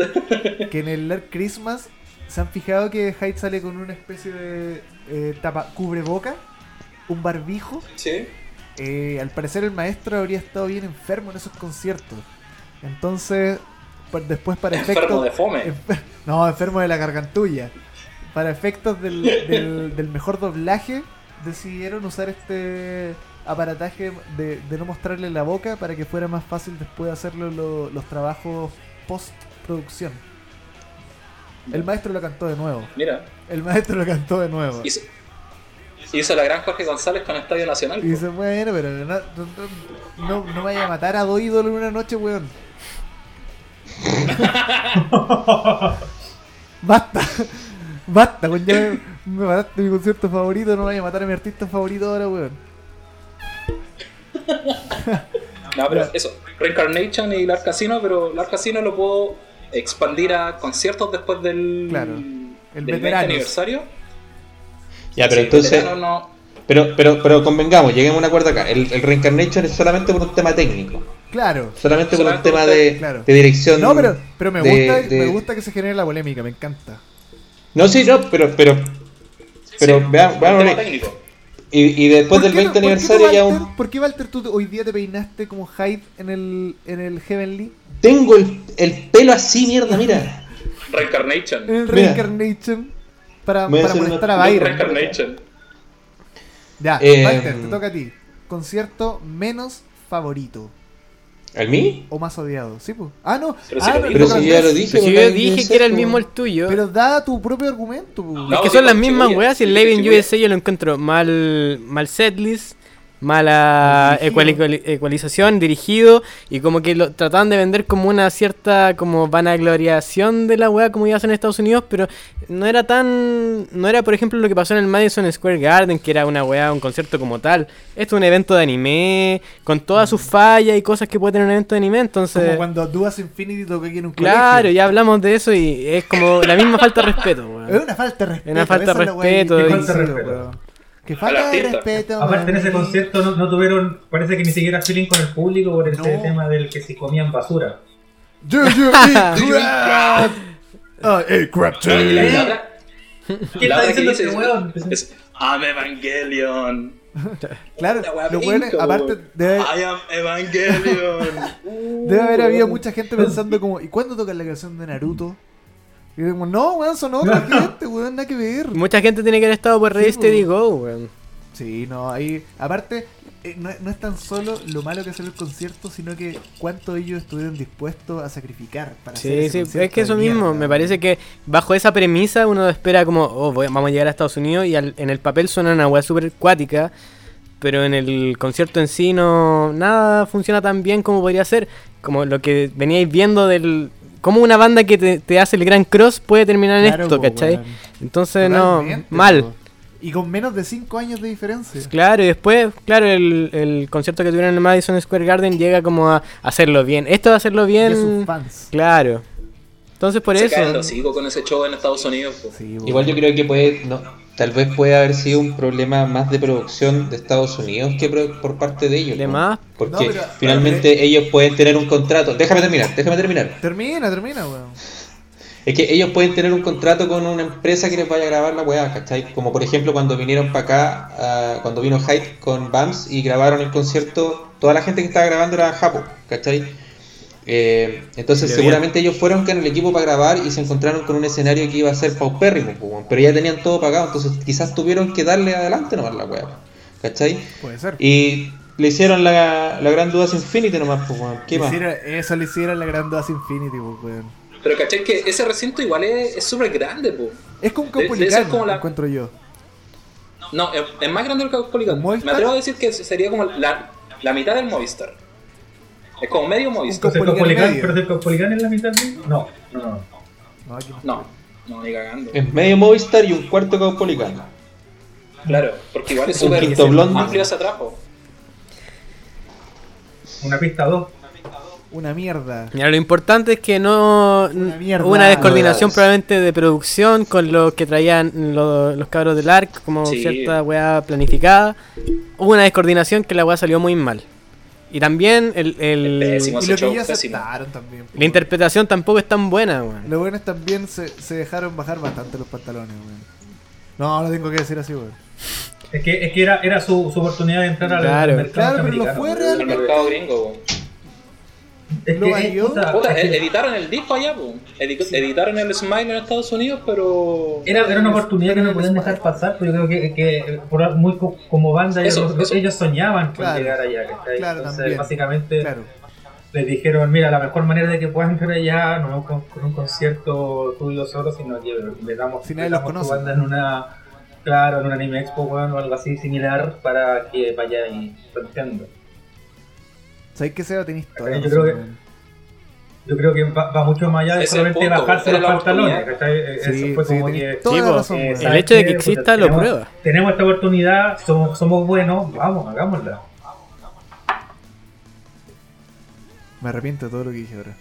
Speaker 1: que en el Dark Christmas se han fijado que Hyde sale con una especie de eh, tapa, cubreboca, un barbijo.
Speaker 2: Sí.
Speaker 1: Eh, al parecer el maestro habría estado bien enfermo en esos conciertos. Entonces, pa- después para
Speaker 2: Enfermo
Speaker 1: efectos...
Speaker 2: de fome.
Speaker 1: Enfer- No, enfermo de la gargantulla. Para efectos del, del- del mejor doblaje, decidieron usar este aparataje de, de no mostrarle la boca para que fuera más fácil después de hacerlo lo- los trabajos post-producción. El maestro lo cantó de nuevo.
Speaker 2: Mira.
Speaker 1: El maestro lo cantó de nuevo.
Speaker 2: Hizo, hizo la gran Jorge González con Estadio Nacional.
Speaker 1: Y dice, bueno, pero no, no- no- no vaya a matar a dos ídolos en una noche, weón. Basta, basta, weón. Ya me, me mataste mi concierto favorito, no vaya a matar a mi artista favorito ahora, weón.
Speaker 2: No, pero
Speaker 1: Ya.
Speaker 2: eso, Reincarnation y Lark Casino, pero Lark Casino lo puedo expandir a conciertos después del,
Speaker 1: Claro, el
Speaker 2: del 20
Speaker 1: veteranos.
Speaker 2: aniversario.
Speaker 4: Ya, pero
Speaker 2: Sí,
Speaker 4: entonces...
Speaker 2: veteranos no-
Speaker 4: Pero, pero, pero convengamos, lleguemos a un acuerdo acá. El, el Reincarnation es solamente por un tema técnico.
Speaker 1: Claro.
Speaker 4: Solamente por un
Speaker 2: Solamente
Speaker 4: tema
Speaker 2: por-
Speaker 4: de,
Speaker 1: claro.
Speaker 4: de dirección.
Speaker 1: No, pero, pero me,
Speaker 4: de-
Speaker 1: gusta,
Speaker 4: de-
Speaker 1: me gusta que se genere la polémica, me encanta.
Speaker 4: No, sí, no, pero. Pero, pero
Speaker 2: sí,
Speaker 4: vea-
Speaker 2: un
Speaker 4: veámosle.
Speaker 2: tema técnico.
Speaker 4: Y, y después del 20 aniversario ya un
Speaker 1: ¿Por qué, Walter, tú hoy día te peinaste como Hyde en el, en el Heavenly?
Speaker 4: Tengo el, el pelo así, mierda, mira.
Speaker 2: Reincarnation.
Speaker 1: En el
Speaker 4: Mira.
Speaker 1: Reincarnation. Para,
Speaker 4: Voy a
Speaker 1: para
Speaker 4: hacer una-
Speaker 1: molestar Ah, a
Speaker 4: una
Speaker 1: Byron.
Speaker 2: Reincarnation.
Speaker 1: Ya,
Speaker 4: Eh,
Speaker 1: Walter, te toca a ti. Concierto menos favorito
Speaker 4: ¿Al mí?
Speaker 1: o más odiado. ¿Sí, pues? Ah, no.
Speaker 2: Pero
Speaker 1: ah,
Speaker 2: si lo
Speaker 1: no,
Speaker 2: dije.
Speaker 1: te
Speaker 4: Pero
Speaker 1: toca
Speaker 4: si
Speaker 1: a
Speaker 4: ya
Speaker 1: ti.
Speaker 4: lo dije,
Speaker 6: Si
Speaker 4: weón,
Speaker 6: yo
Speaker 4: nadie
Speaker 6: dije
Speaker 4: piensa
Speaker 6: que era el
Speaker 4: esto,
Speaker 6: mismo el
Speaker 4: weón.
Speaker 6: tuyo.
Speaker 1: Pero da tu propio argumento. pues.
Speaker 2: No,
Speaker 6: Es que
Speaker 2: digo
Speaker 6: son las
Speaker 2: con
Speaker 6: mismas
Speaker 2: cebolla,
Speaker 6: weas.
Speaker 2: sí,
Speaker 6: y El Live in
Speaker 2: cebolla.
Speaker 6: USA yo lo encuentro mal, mal setlist, mala
Speaker 1: Dirigido.
Speaker 6: ecuali- ecualización, dirigido. Y como que lo trataban de vender como una cierta como vanagloriación de la wea como ya hacen en Estados Unidos. Pero no era tan. No era, por ejemplo, lo que pasó en el Madison Square Garden, que era una wea, un concierto como tal. Esto es un evento de anime, con todas sus fallas y cosas que puede tener un evento de anime. Entonces.
Speaker 1: Mm. Como cuando Duas Infinity tocó aquí en un
Speaker 6: Claro,
Speaker 1: colegio.
Speaker 6: ya hablamos de eso y es como la misma falta de respeto, weón.
Speaker 1: Es una falta de respeto.
Speaker 6: Una falta de
Speaker 1: esa es la wea
Speaker 6: respeto,
Speaker 1: que- que
Speaker 3: y- falta de
Speaker 1: coincido,
Speaker 3: respeto.
Speaker 1: weón. Que
Speaker 2: Al
Speaker 1: falta de
Speaker 2: artista.
Speaker 1: respeto.
Speaker 3: Aparte en ese
Speaker 1: mami.
Speaker 3: concierto no, no tuvieron, parece que ni siquiera feeling con el público por el
Speaker 1: No.
Speaker 3: tema del que si comían basura.
Speaker 1: Do you eat crab? I eat crab
Speaker 2: No, y
Speaker 1: too.
Speaker 2: la- y la otra- la
Speaker 3: ¿Qué ¿Eh? está
Speaker 2: otra que
Speaker 3: diciendo este
Speaker 2: dices
Speaker 3: weón?
Speaker 2: es, I'm Evangelion.
Speaker 1: Claro,
Speaker 2: La wea
Speaker 1: los
Speaker 2: pinca,
Speaker 1: weones, aparte
Speaker 2: weón.
Speaker 1: debe,
Speaker 2: I am Evangelion.
Speaker 1: debe haber
Speaker 6: Uh,
Speaker 1: habido mucha gente pensando como, ¿y cuándo tocan la canción de Naruto? Y yo como, no, weón, son otra gente, weón, nada que ver.
Speaker 6: Mucha gente tiene que haber estado por Ready
Speaker 1: Sí, pues.
Speaker 6: Steady
Speaker 1: po.
Speaker 6: Go, weón.
Speaker 1: Sí, no, ahí, aparte, eh, no, no es tan solo lo malo que hacer el concierto, sino que cuánto ellos estuvieron dispuestos a sacrificar para hacer
Speaker 6: Sí,
Speaker 1: ese
Speaker 6: sí, es
Speaker 1: concierto
Speaker 6: que eso
Speaker 1: de
Speaker 6: mismo.
Speaker 1: mierda,
Speaker 6: Me parece que bajo esa premisa uno espera como, oh, voy- vamos a llegar a Estados Unidos y al- en el papel suena una weá super acuática, pero en el concierto en sí no. Nada funciona tan bien como podría ser. Como lo que veníais viendo del. Como una banda que te, te hace el gran cross puede terminar en
Speaker 1: Claro,
Speaker 6: esto,
Speaker 1: po,
Speaker 6: ¿cachai?
Speaker 1: weón.
Speaker 6: Entonces,
Speaker 1: Totalmente, pues,
Speaker 6: no. Mal.
Speaker 1: po. Y con menos de 5 años de diferencia.
Speaker 6: Claro, y después, claro, el, el concierto que tuvieron en el Madison Square Garden llega como a hacerlo bien. Esto de hacerlo
Speaker 1: Y a
Speaker 6: bien.
Speaker 1: sus fans.
Speaker 6: Claro. Entonces por
Speaker 2: Se
Speaker 6: eso.
Speaker 2: caen los higos con ese show en Estados Unidos. po.
Speaker 1: Sí, weón.
Speaker 4: Igual yo creo que puede, no, tal vez puede haber sido un problema más de producción de Estados Unidos que pro- por parte de ellos.
Speaker 6: De
Speaker 4: ¿no?
Speaker 6: más.
Speaker 4: Porque
Speaker 1: No, pero- eh,
Speaker 4: finalmente ellos pueden tener un contrato. Déjame terminar, déjame terminar.
Speaker 1: Termina, termina, weón.
Speaker 4: Es que ellos pueden tener un contrato con una empresa que les vaya a grabar la weá, ¿cachai? Como por ejemplo cuando vinieron para acá, ah, cuando vino Hyde con BAMS y grabaron el concierto, toda la gente que estaba grabando era Japo, ¿cachai? Eh, entonces
Speaker 6: Ya,
Speaker 4: seguramente ellos fueron con el equipo para grabar y se encontraron con un escenario que iba a ser paupérrimo, po, weón, pero ya tenían todo pagado, entonces quizás tuvieron que darle adelante nomás la weá, ¿cachai?
Speaker 1: Puede ser.
Speaker 4: Y le hicieron la, la gran duda infinita nomás, pues, weón. ¿qué más?
Speaker 1: Hiciera- eso le hicieron la gran Duas Infinity, pues, weón.
Speaker 2: Pero caché que ese recinto igual es es súper grande. po.
Speaker 1: Es como un
Speaker 2: De- de eso es
Speaker 1: caupolicano,
Speaker 2: como la-
Speaker 1: encuentro yo.
Speaker 2: No, es, es más grande el Caupolicán.
Speaker 1: ¿Movistar?
Speaker 2: Me atrevo a decir que sería como la, la mitad del Movistar. Es como medio Movistar.
Speaker 3: Entonces,
Speaker 1: Caupolicán
Speaker 3: Caupolicán-
Speaker 1: medio.
Speaker 3: ¿Pero el Caupolicán es la mitad mismo? No, no, no.
Speaker 1: No, aquí no.
Speaker 2: No, no, ni cagando.
Speaker 4: Es medio Movistar y un cuarto caupolicano.
Speaker 2: Claro, porque igual es
Speaker 4: Un
Speaker 2: súper
Speaker 4: quinto blonde.
Speaker 2: amplio ese trapo.
Speaker 3: Una pista 2.
Speaker 1: Una mierda.
Speaker 6: Mira, lo importante es que no.
Speaker 1: Una mierda.
Speaker 6: Hubo una descoordinación
Speaker 4: Novedades.
Speaker 6: probablemente de producción con lo que traían lo- los cabros del ARC, como
Speaker 2: Sí.
Speaker 6: cierta weá planificada. Hubo una descoordinación que la weá salió muy mal. Y también el, el-
Speaker 2: Es pésimo.
Speaker 1: Y
Speaker 2: Ese
Speaker 1: lo que
Speaker 2: show
Speaker 1: ya
Speaker 2: pésimo.
Speaker 1: aceptaron también. pues,
Speaker 6: la interpretación tampoco es tan buena, weón.
Speaker 1: Los buenos también se, se dejaron bajar bastante los pantalones, weón. No, lo tengo que decir así, weón.
Speaker 3: Es que, es que era, era su, su oportunidad de entrar al-
Speaker 6: Claro.
Speaker 3: al mercado
Speaker 1: Claro, pero lo
Speaker 3: norteamericano.
Speaker 1: fue
Speaker 2: En el
Speaker 1: realmente.
Speaker 2: mercado gringo, po.
Speaker 3: Es
Speaker 1: Lo
Speaker 3: que,
Speaker 1: valió.
Speaker 3: puta,
Speaker 2: Puta,
Speaker 3: es que
Speaker 2: e- editaron el disco allá, po. Edi- editaron el Smile en Estados Unidos, pero.
Speaker 3: era, era una oportunidad que no podían dejar pasar, pero yo creo que, que por- muy co- como banda ellos,
Speaker 2: Eso, eso.
Speaker 3: ellos soñaban con
Speaker 1: Claro.
Speaker 3: llegar allá. ¿cachai?
Speaker 1: Claro,
Speaker 3: Entonces,
Speaker 1: también.
Speaker 3: básicamente
Speaker 1: Claro.
Speaker 3: les dijeron, mira, la mejor manera de que puedan entrar allá no es con, con un concierto tuyo solo, sino que le damos,
Speaker 1: Si
Speaker 3: le
Speaker 1: nadie los
Speaker 3: damos tu
Speaker 1: conoce.
Speaker 3: banda en una, claro, en un anime expo weón, o algo así similar para que vayan planteando.
Speaker 1: ¿Sabéis qué, Seba? Tenéis toda la
Speaker 3: Yo creo
Speaker 1: razón,
Speaker 3: que-
Speaker 1: weón.
Speaker 3: Yo creo que va, va mucho más allá de
Speaker 2: Ese
Speaker 3: solamente
Speaker 2: punto,
Speaker 3: bajarse
Speaker 2: era
Speaker 3: los
Speaker 2: la
Speaker 3: pantalones.
Speaker 2: oportunidad.
Speaker 3: ¿cachai? Eh,
Speaker 1: Sí,
Speaker 3: Eso fue
Speaker 1: sí,
Speaker 3: como
Speaker 1: tenéis
Speaker 3: que...
Speaker 1: toda
Speaker 6: Sí,
Speaker 1: la
Speaker 6: po,
Speaker 1: razón,
Speaker 3: eh,
Speaker 1: weón.
Speaker 6: El hecho de que
Speaker 3: Puta,
Speaker 6: exista lo
Speaker 3: tenemos-
Speaker 6: prueba.
Speaker 3: Tenemos esta oportunidad, somos, somos buenos, vamos, hagámosla.
Speaker 1: Me arrepiento de todo lo que dije ahora.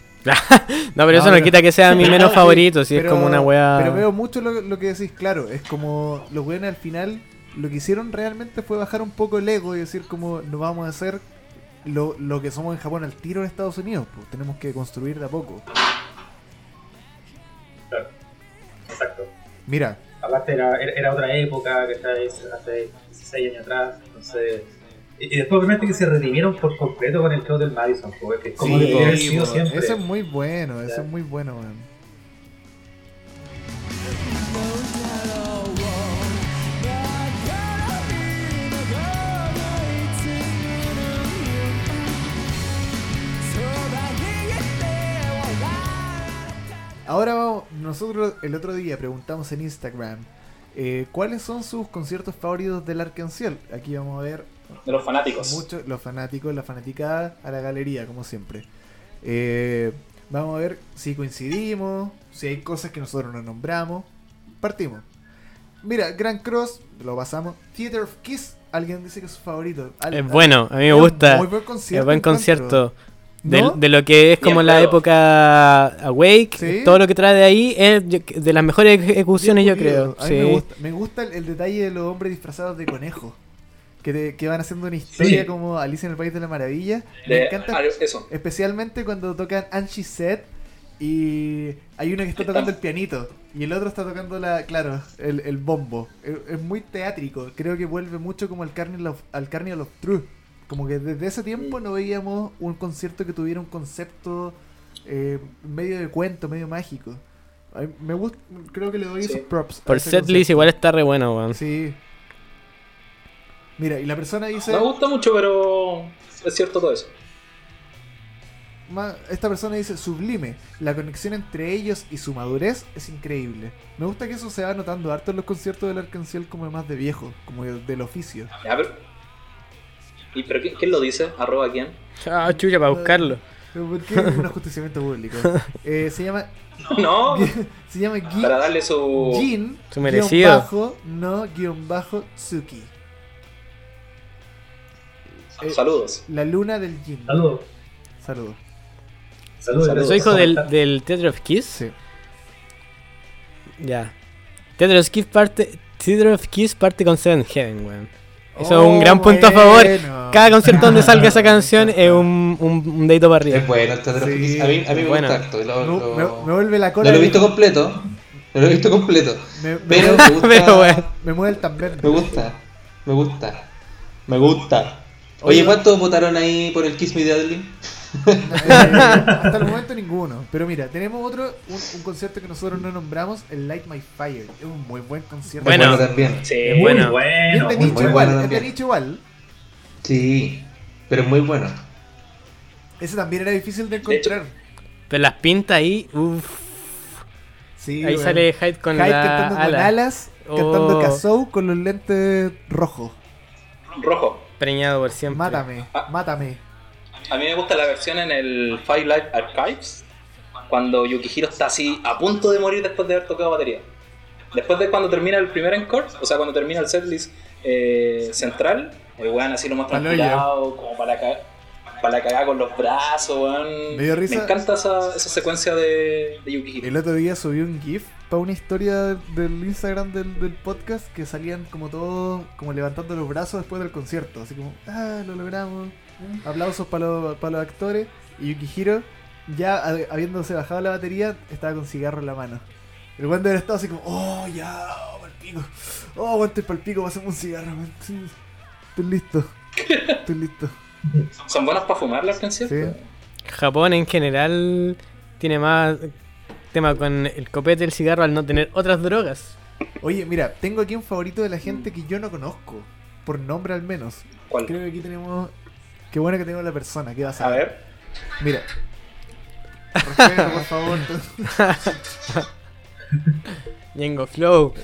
Speaker 6: No, pero
Speaker 1: No,
Speaker 6: eso no
Speaker 1: pero-
Speaker 6: quita que sea mi menos favorito, si es
Speaker 1: Pero-
Speaker 6: como una weá.
Speaker 1: Pero veo mucho lo, lo que decís, claro. Es como los weones al final lo que hicieron realmente fue bajar un poco el ego y decir como no vamos a hacer lo, lo que somos en Japón al tiro en Estados Unidos. Pues, tenemos que construir de a poco.
Speaker 3: Exacto.
Speaker 1: Mira,
Speaker 3: aparte era, era, era otra época, que está hace 16 años atrás, entonces... Y, y después obviamente que se redimieron por completo con el show del Madison, pues, que es como
Speaker 1: Sí,
Speaker 3: debería haber
Speaker 1: po,
Speaker 3: sido siempre.
Speaker 1: Eso es muy bueno, eso
Speaker 3: Ya.
Speaker 1: es muy bueno, weón. Ahora vamos, nosotros el otro día preguntamos en Instagram eh, cuáles son sus conciertos favoritos del Arcángel. Aquí vamos a ver
Speaker 2: de los fanáticos.
Speaker 1: mucho los fanáticos, la fanaticada a la galería, como siempre. Eh, vamos a ver si coincidimos, si hay cosas que nosotros no nombramos. Partimos. Mira, Grand Cross, lo pasamos. Theater of Kiss, alguien dice que es su favorito. Al-
Speaker 6: Es
Speaker 1: al-
Speaker 6: bueno, a mí me
Speaker 1: era un
Speaker 6: gusta.
Speaker 1: Muy buen concierto.
Speaker 6: Es buen
Speaker 1: encuentro.
Speaker 6: concierto. De,
Speaker 1: ¿No?
Speaker 6: de lo que es como
Speaker 2: Bien
Speaker 6: la
Speaker 2: jugado.
Speaker 6: época Awake,
Speaker 1: Sí.
Speaker 6: todo lo que trae de ahí es yo- de las mejores ejecuciones, yo
Speaker 1: Bien
Speaker 6: creo.
Speaker 1: pulido. A mí me
Speaker 6: Sí.
Speaker 1: gusta, me gusta el, el detalle de los hombres disfrazados de conejos. Que, te- que van haciendo una historia
Speaker 3: Sí.
Speaker 1: como Alicia en el País de la Maravilla.
Speaker 2: De-
Speaker 1: me encanta
Speaker 2: ah, eso.
Speaker 1: Especialmente cuando tocan Angie Set y hay uno que está tocando el pianito y el otro está tocando la, claro, el, el bombo. Es, es muy teátrico, creo que vuelve mucho como al Carnival of, al Carnival of Truth. Como que desde ese tiempo no veíamos un concierto que tuviera un concepto eh, medio de cuento, medio mágico. Ay, me gusta, creo que le doy
Speaker 2: Sí.
Speaker 1: esos props. a
Speaker 6: Por
Speaker 1: ese
Speaker 6: setlist
Speaker 1: concepto.
Speaker 6: igual está re bueno, weón.
Speaker 1: Sí. Mira, y la persona dice...
Speaker 2: Me gusta mucho, pero es cierto todo eso.
Speaker 1: Ma- Esta persona dice sublime. La conexión entre ellos y su madurez es increíble. Me gusta que eso se va notando harto en los conciertos del Arcanciel como más de viejo, como de- del oficio.
Speaker 2: Ya, pero- ¿Y pero qui- quién lo dice? ¿Arroba quién?
Speaker 6: Ah, chucha, para buscarlo.
Speaker 1: Pero ¿Por qué un ajusticiamiento público? Eh, se llama
Speaker 2: No,
Speaker 1: se llama Gi-
Speaker 2: para darle su...
Speaker 1: Jin
Speaker 6: Su
Speaker 1: guión
Speaker 6: merecido.
Speaker 1: bajo no guión bajo Tsuki. Eh,
Speaker 2: Saludos.
Speaker 1: La luna del Jin.
Speaker 3: Saludos.
Speaker 1: Saludos.
Speaker 3: Saludos.
Speaker 2: Saludos.
Speaker 6: ¿Soy hijo
Speaker 3: ¿Cómo
Speaker 6: del,
Speaker 3: estás?
Speaker 6: del Theater of Kiss?
Speaker 1: Sí.
Speaker 6: Ya. Theater of Kiss parte, Theater of Kiss parte con Seven Heaven, weón. Eso es un gran punto a favor.
Speaker 1: Oh, bueno.
Speaker 6: Cada concierto donde salga esa canción es un, un, un dedito para arriba.
Speaker 4: Es bueno el Teatro
Speaker 1: Sí,
Speaker 4: Kiss. A mí, a mí me
Speaker 6: bueno.
Speaker 4: gusta harto. Lo,
Speaker 1: Me,
Speaker 4: lo-
Speaker 1: me- me vuelve la cola.
Speaker 4: no lo he visto
Speaker 1: viejo.
Speaker 4: completo. No lo he visto completo.
Speaker 1: Me, me-
Speaker 4: Pero me gusta.
Speaker 6: Pero bueno.
Speaker 1: me mueve el también.
Speaker 4: Me gusta. Me gusta. Me gusta. Oye, ¿cuántos votaron ahí por el Kiss Me Deadly?
Speaker 1: Eh, hasta el momento ninguno. Pero mira, tenemos otro, un, un concierto que nosotros no nombramos, el Light My Fire. Es un muy buen concierto.
Speaker 6: Bueno.
Speaker 4: Bueno, también.
Speaker 2: Sí,
Speaker 6: Es
Speaker 3: Muy
Speaker 6: Eh, bueno.
Speaker 1: Bien
Speaker 3: bueno,
Speaker 1: de
Speaker 3: muy
Speaker 1: nicho
Speaker 4: bueno
Speaker 1: igual, es de
Speaker 4: también.
Speaker 1: nicho igual.
Speaker 4: Sí, pero es muy bueno.
Speaker 1: Ese también era difícil de
Speaker 2: De hecho.
Speaker 1: encontrar.
Speaker 6: Pero las pintas ahí, uff.
Speaker 1: Sí,
Speaker 6: Ahí
Speaker 1: bueno.
Speaker 6: sale Hyde con
Speaker 1: Hyde
Speaker 6: la
Speaker 1: cantando con
Speaker 6: ala,
Speaker 1: alas,
Speaker 6: Oh.
Speaker 1: cantando Kazoo con los lentes rojos.
Speaker 2: rojo.
Speaker 6: preñado por siempre.
Speaker 1: Mátame,
Speaker 2: Ah.
Speaker 1: mátame.
Speaker 2: A mí me gusta la versión en el Five Live Archives, cuando Yukihiro está así a punto de morir después de haber tocado batería. Después de cuando termina el primer encore, o sea, cuando termina el setlist eh, central, el weón así lo muestran
Speaker 1: Pa'l hoyo.
Speaker 2: tirado, como para la, ca- para la cagada con los brazos, weón.
Speaker 1: Me dio risa.
Speaker 2: encanta esa, esa secuencia de, de Yukihiro.
Speaker 1: El otro día subí un GIF para una historia del Instagram del, del podcast que salían como todos como levantando los brazos después del concierto. Así como, ah, lo logramos. Aplausos para los, para los actores. Y Yukihiro, ya ha- habiéndose bajado la batería, estaba con cigarro en la mano. El buen debe haber estado así como, oh, ya, oh, pa'l pico. Oh, aguante pa'l pico, pasemos un cigarro. weón. Sí, Estoy listo. Estoy listo.
Speaker 2: Son buenas para fumar las canciones.
Speaker 1: Sí.
Speaker 6: Japón en general tiene más tema con el copete, el cigarro, al no tener otras drogas.
Speaker 1: Oye, mira, tengo aquí un favorito de la gente que yo no conozco. Por nombre al menos.
Speaker 2: ¿Cuál?
Speaker 1: Creo que aquí tenemos. Qué bueno que tenemos la persona, ¿qué vas a
Speaker 2: A
Speaker 1: ver?
Speaker 2: ver,
Speaker 1: Mira. Respeto, por favor.
Speaker 6: Yengo Flow,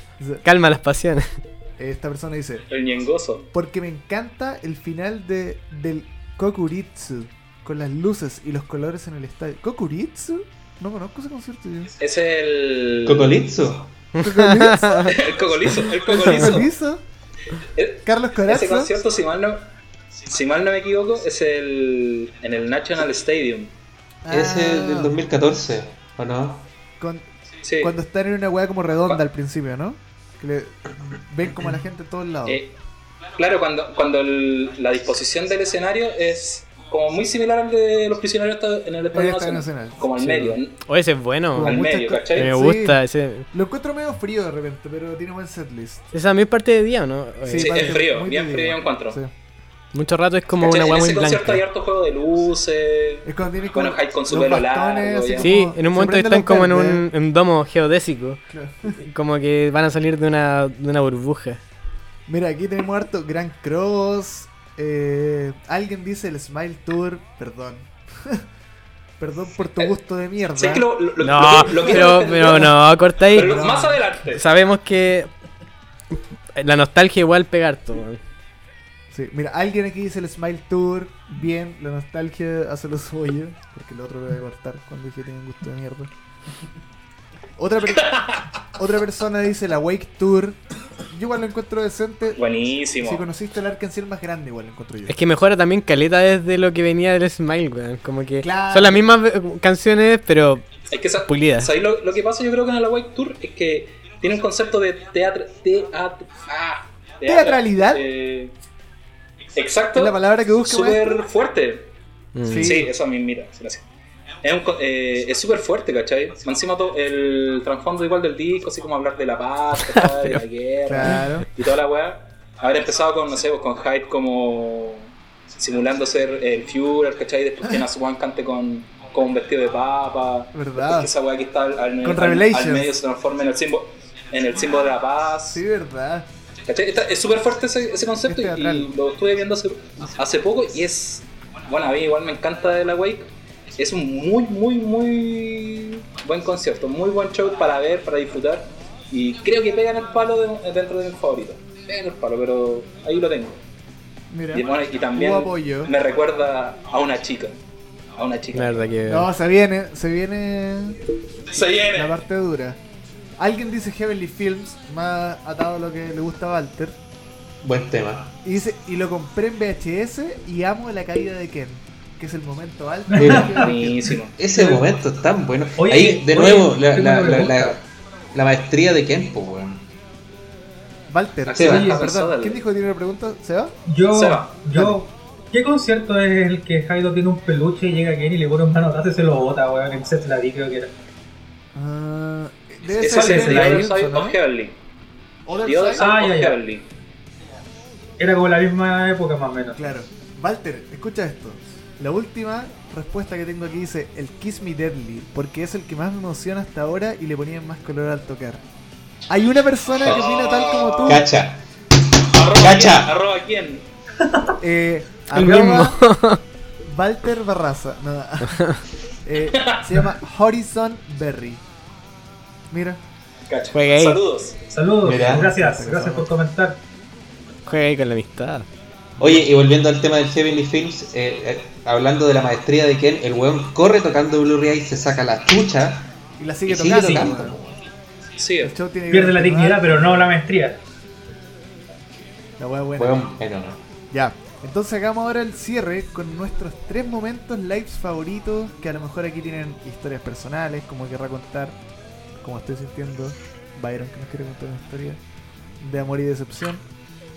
Speaker 6: calma las pasiones.
Speaker 1: Esta persona dice:
Speaker 2: el ñengoso.
Speaker 1: Porque me encanta el final de, del Kokuritsu, con las luces y los colores en el estadio. ¿Kokuritsu? No conozco ese concierto. yo.
Speaker 2: Es el.
Speaker 4: ¿Cocolizo?
Speaker 1: ¿Kokuritsu?
Speaker 2: el cocolizo, el cocolizo.
Speaker 1: ¿Kokuritsu?
Speaker 2: El-
Speaker 1: ¿Carlos
Speaker 2: Ese
Speaker 1: Corazzo?
Speaker 2: concierto, si mal no, si mal no me equivoco, es el en el National Stadium.
Speaker 1: Ah,
Speaker 4: Ese es del 2014, ¿o no?
Speaker 1: con-
Speaker 2: Sí.
Speaker 1: Cuando están en una weá como redonda al principio, ¿no? Que le- ven como a la gente de todos lados.
Speaker 2: Eh, claro, cuando, cuando el- la disposición del escenario es como muy similar al de los prisioneros esta- en el Estadio
Speaker 1: El Estadio
Speaker 2: Nacional,
Speaker 1: Nacional.
Speaker 2: Como al
Speaker 1: Sí.
Speaker 2: medio, en-
Speaker 6: Oye, ese es bueno.
Speaker 1: Como
Speaker 2: al
Speaker 1: muchas
Speaker 2: medio,
Speaker 1: co-
Speaker 2: ¿cachai?
Speaker 6: Me
Speaker 1: Sí.
Speaker 6: gusta. Ese,
Speaker 1: Lo encuentro medio frío de repente, pero tiene buen setlist.
Speaker 6: esa también es parte de día, ¿o ¿no? Oye,
Speaker 2: Sí,
Speaker 1: parece
Speaker 2: es frío,
Speaker 1: muy
Speaker 2: bien
Speaker 1: pedido.
Speaker 2: frío yo encuentro.
Speaker 1: Sí.
Speaker 6: Mucho rato es como
Speaker 2: ¿Cachai?
Speaker 6: una
Speaker 2: en
Speaker 6: hueá muy
Speaker 2: ese concierto hay
Speaker 6: blanca.
Speaker 2: harto juego de luces.
Speaker 1: Es cuando tiene
Speaker 2: Bueno, Hyde con su pelo largo,
Speaker 1: así
Speaker 2: ya.
Speaker 1: como-
Speaker 6: Sí, en
Speaker 1: se
Speaker 6: un momento
Speaker 1: prenden
Speaker 6: están
Speaker 1: los
Speaker 6: como en
Speaker 1: verdes.
Speaker 6: un, en un domo geodésico.
Speaker 1: Claro.
Speaker 6: Como que van a salir de una, de una burbuja.
Speaker 1: Mira, aquí tenemos harto Grand Cross. eh, alguien dice el Smile Tour. Perdón. Perdón por tu gusto de mierda.
Speaker 2: Sí, Eh, es que lo, lo- lo-
Speaker 6: No,
Speaker 2: lo- lo que-
Speaker 6: pero, pero no, cortáis.
Speaker 2: Pero más adelante.
Speaker 6: Sabemos que la nostalgia igual pegar todo.
Speaker 1: Sí, mira, alguien aquí dice el Smile Tour. Bien, la nostalgia hace lo suyo. Porque el otro lo voy a cortar cuando dije que tienen gusto de mierda. Otra, per- otra persona dice la Wake Tour. Yo igual lo encuentro decente.
Speaker 2: Buenísimo.
Speaker 1: Si conociste el Arkansas más grande, igual lo encuentro yo.
Speaker 6: Es que mejora también caleta desde lo que venía del Smile, weón. Como que
Speaker 1: Claro.
Speaker 6: son las mismas eh, canciones, pero
Speaker 2: Es que esa-
Speaker 6: Pulida.
Speaker 2: ¿sabéis lo, lo que pasa yo creo que en la White Tour es que tiene un concepto de teatro, teatro, ah, teatra-
Speaker 1: ¿Teatralidad?
Speaker 2: eh,
Speaker 1: Es
Speaker 2: exacto.
Speaker 1: la palabra que busco,
Speaker 2: Súper fuerte.
Speaker 6: mm,
Speaker 1: Sí.
Speaker 2: Sí, esa misma, mira, gracias. Es un co- eh, es súper fuerte, ¿cachai? Más Encima to- el trasfondo igual del disco, así como hablar de la paz, ¿cachai? de la guerra
Speaker 1: Claro.
Speaker 2: y toda la weá. Haber empezado con, no sé, con Hyde como simulando ser el Führer, ¿cachai? Después que Nasuan cante con, con un vestido de papa.
Speaker 1: Verdad.
Speaker 2: Después que esa weá que está al, al-
Speaker 1: Con
Speaker 2: al-
Speaker 1: Revelations.
Speaker 2: al medio se transforma en el símbolo, en el símbolo de la paz.
Speaker 1: Sí, verdad.
Speaker 2: ¿Cachai? Está- es súper fuerte ese, ese concepto
Speaker 1: Este Es
Speaker 2: y-
Speaker 1: teatral.
Speaker 2: y lo estuve viendo hace, hace poco y es... Bueno, a mí igual me encanta de la Wake. Es un muy, muy, muy buen concierto, muy buen show para ver, para disfrutar. Y creo que pegan el palo de- dentro de mis favoritos. Pegan el palo, pero ahí lo tengo.
Speaker 1: Mira.
Speaker 2: Y, bueno, y también
Speaker 1: Hubo apoyo.
Speaker 2: me recuerda a una chica. A una chica.
Speaker 6: la verdad que.
Speaker 2: eh.
Speaker 1: No, se viene, se viene
Speaker 2: Se
Speaker 1: la
Speaker 2: viene.
Speaker 1: parte dura. Alguien dice Heavenly Films, más atado a lo que le gusta a Walter.
Speaker 4: Buen tema.
Speaker 1: Y dice, y lo compré en VHS y amo la caída de Ken, que es el momento alto.
Speaker 4: Mira.
Speaker 2: Buenísimo.
Speaker 4: Ese momento es tan bueno.
Speaker 3: Oye,
Speaker 4: Ahí, de
Speaker 3: oye,
Speaker 4: nuevo, la,
Speaker 3: tengo
Speaker 4: la,
Speaker 3: una
Speaker 4: la,
Speaker 3: pregunta.
Speaker 4: la- la maestría de Kempo, weón.
Speaker 1: Walter,
Speaker 2: Así
Speaker 4: va.
Speaker 1: oye,
Speaker 2: Así
Speaker 1: perdón,
Speaker 2: va.
Speaker 1: ¿quién dijo que tiene una pregunta? ¿Se va?
Speaker 3: Yo,
Speaker 2: Seba,
Speaker 3: yo, ¿qué concierto es el que Jairo tiene un peluche y llega Kenny y le pone un manotazo y se lo bota, weón? En Seth Lady creo que era.
Speaker 1: Ah, debe
Speaker 2: Eso es
Speaker 1: ser
Speaker 2: el
Speaker 1: Heavenly
Speaker 2: Other
Speaker 1: Films,
Speaker 2: Side
Speaker 1: ¿no?
Speaker 2: of Heavenly.
Speaker 1: Other
Speaker 2: The Other
Speaker 1: Side.
Speaker 2: Side
Speaker 3: Ah, ya,
Speaker 2: of
Speaker 3: ya.
Speaker 2: Heavenly.
Speaker 3: Era como la misma época más o menos.
Speaker 1: Claro. Walter, escucha esto. La última respuesta que tengo aquí dice el Kiss Me Deadly, porque es el que más me emociona hasta ahora y le ponían más color al tocar. Hay una persona que opina tal como tú.
Speaker 4: Cacha.
Speaker 2: Arroba
Speaker 4: Cacha.
Speaker 2: quién, arroba quién.
Speaker 1: Eh,
Speaker 6: El
Speaker 1: arroba Walter Barraza. No, eh, se llama Horizon Berry. Mira,
Speaker 2: Cacha.
Speaker 6: Juega ahí.
Speaker 2: Saludos.
Speaker 3: Saludos,
Speaker 4: Mira.
Speaker 3: gracias, gracias por comentar.
Speaker 6: Juega ahí con la amistad.
Speaker 4: Oye, y volviendo al tema del Heavenly Films, eh, eh, hablando de la maestría de Ken, el weón corre tocando Blu-ray y se saca la chucha
Speaker 1: y la
Speaker 4: y
Speaker 1: sigue
Speaker 4: sigue
Speaker 1: tocando.
Speaker 4: tocando.
Speaker 1: weón.
Speaker 2: Sí,
Speaker 1: El show tiene que
Speaker 3: Pierde la
Speaker 1: continuar.
Speaker 3: dignidad, pero no la maestría.
Speaker 1: La wea buena.
Speaker 4: Weón, bueno.
Speaker 1: Ya. Entonces hagamos ahora el cierre con nuestros tres momentos lives favoritos, que a lo mejor aquí tienen historias personales, como querrá contar, como estoy sintiendo, Byron que nos quiere contar una historia de amor y decepción.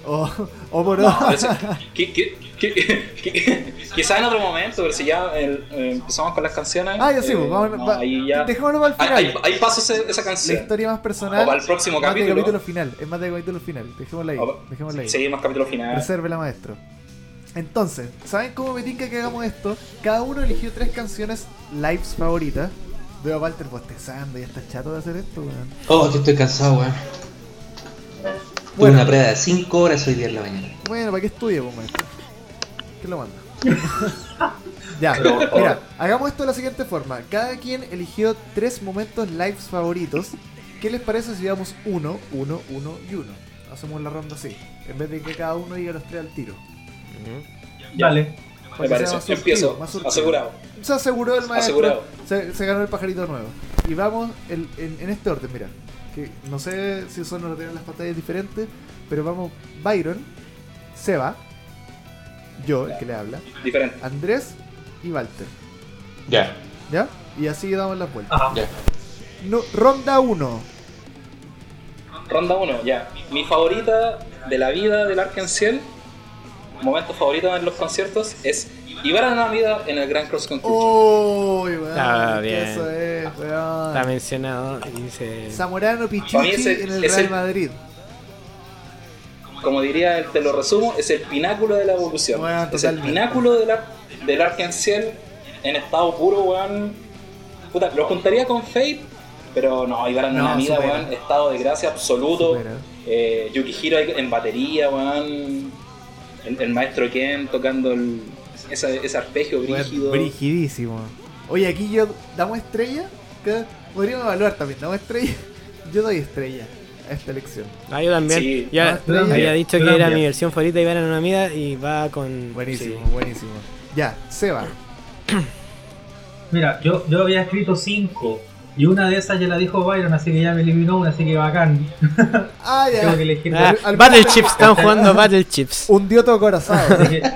Speaker 1: O, o por
Speaker 2: No, pero si- qui- qui- qui- qui- Quizás en otro momento, pero si ya el- eh, empezamos con las canciones.
Speaker 1: Ah, ya sí,
Speaker 2: eh,
Speaker 1: pues, vamos,
Speaker 2: no,
Speaker 1: va-
Speaker 2: ahí ya.
Speaker 1: dejémoslo para el
Speaker 2: Ahí,
Speaker 1: final.
Speaker 2: ahí- ahí pasa ese- esa
Speaker 1: la
Speaker 2: canción.
Speaker 1: historia más personal.
Speaker 2: O para el próximo
Speaker 1: más
Speaker 2: capítulo.
Speaker 1: de capítulo final. Es más de capítulo final. Dejémosla ahí.
Speaker 2: O va-
Speaker 1: Dejémosla ahí.
Speaker 2: Seguimos capítulo final.
Speaker 1: Resérvela, maestro. Entonces, ¿saben cómo me tinca que hagamos esto? Cada uno eligió tres canciones lives favoritas. Veo a Walter bostezando y está chato de hacer esto, weón.
Speaker 4: Oh, que estoy cansado, weón. Tuve
Speaker 1: Bueno.
Speaker 4: una prueba de 5 horas hoy día en la mañana.
Speaker 1: Bueno, ¿para qué estudio, pues, maestro? ¿Qué lo manda? ya,
Speaker 2: Pero, por
Speaker 1: mira,
Speaker 2: favor.
Speaker 1: hagamos esto de la siguiente forma. Cada quien eligió tres momentos lives favoritos. ¿Qué les parece si damos uno, uno, uno y uno? Hacemos la ronda así. En vez de que cada uno diga los tres al tiro.
Speaker 3: Dale.
Speaker 2: Me
Speaker 1: Porque sea
Speaker 2: parece.
Speaker 1: más
Speaker 2: Yo empiezo.
Speaker 1: surtido, más surtido.
Speaker 2: Asegurado.
Speaker 1: Se aseguró el maestro.
Speaker 2: Asegurado.
Speaker 1: Se, se ganó el pajarito nuevo. Y vamos el- en, en este orden, mira. Que no sé si son no tienen las pantallas diferentes, pero vamos Byron, Seba, yo, el que le habla,
Speaker 2: Diferente.
Speaker 1: Andrés y Walter.
Speaker 4: Ya,
Speaker 1: ¿Ya? Y así damos la vuelta.
Speaker 3: Ajá.
Speaker 4: ya.
Speaker 6: Ah.
Speaker 1: No, ronda 1.
Speaker 2: Ronda 1, ya. Mi favorita de la vida del Arkansas, momento favorito en los conciertos, es Y para Navidad en el Grand Cross Country.
Speaker 1: Uy, weón.
Speaker 6: Ah,
Speaker 1: que
Speaker 6: bien.
Speaker 1: Eso es,
Speaker 6: Está
Speaker 1: weón.
Speaker 6: mencionado y se.
Speaker 1: Zamorano
Speaker 2: Para mí
Speaker 1: Pichichi
Speaker 2: ese-
Speaker 1: en el
Speaker 2: ese-
Speaker 1: Real Madrid.
Speaker 2: Como diría, el- te lo resumo, es el pináculo de la evolución.
Speaker 1: Bueno,
Speaker 2: es el
Speaker 1: totalmente.
Speaker 2: pináculo del, ar- del Arkansas en estado puro, weón. Puta, lo juntaría con Fate, pero no, Ibarra
Speaker 1: No,
Speaker 2: Nanamida,
Speaker 1: supera.
Speaker 2: weón, estado de gracia absoluto.
Speaker 1: Supera.
Speaker 2: Eh, Yukihiro en batería, weón. El, el maestro Ken tocando el- ese, ese arpegio brígido.
Speaker 1: Brigidísimo. Oye, aquí yo damos estrella. ¿Qué? Podríamos evaluar también. Damos estrella. Yo doy estrella a esta elección.
Speaker 6: Ah, yo también.
Speaker 2: Sí.
Speaker 6: ya
Speaker 1: No,
Speaker 6: había
Speaker 3: también,
Speaker 6: dicho
Speaker 3: yo
Speaker 6: que era
Speaker 3: también.
Speaker 6: mi versión favorita y van a una amiga y va con.
Speaker 1: Buenísimo,
Speaker 6: sí.
Speaker 1: buenísimo. Ya, Seba.
Speaker 3: Mira, yo, yo había escrito cinco. Y una de esas ya la dijo Byron, así que ya me eliminó una, así que bacán.
Speaker 1: Ah,
Speaker 3: Tengo que
Speaker 1: ya.
Speaker 3: elegir
Speaker 6: Ah,
Speaker 3: dos.
Speaker 1: Al-
Speaker 6: Battle Chips, están jugando Battle Chips.
Speaker 1: Hundió todo corazón.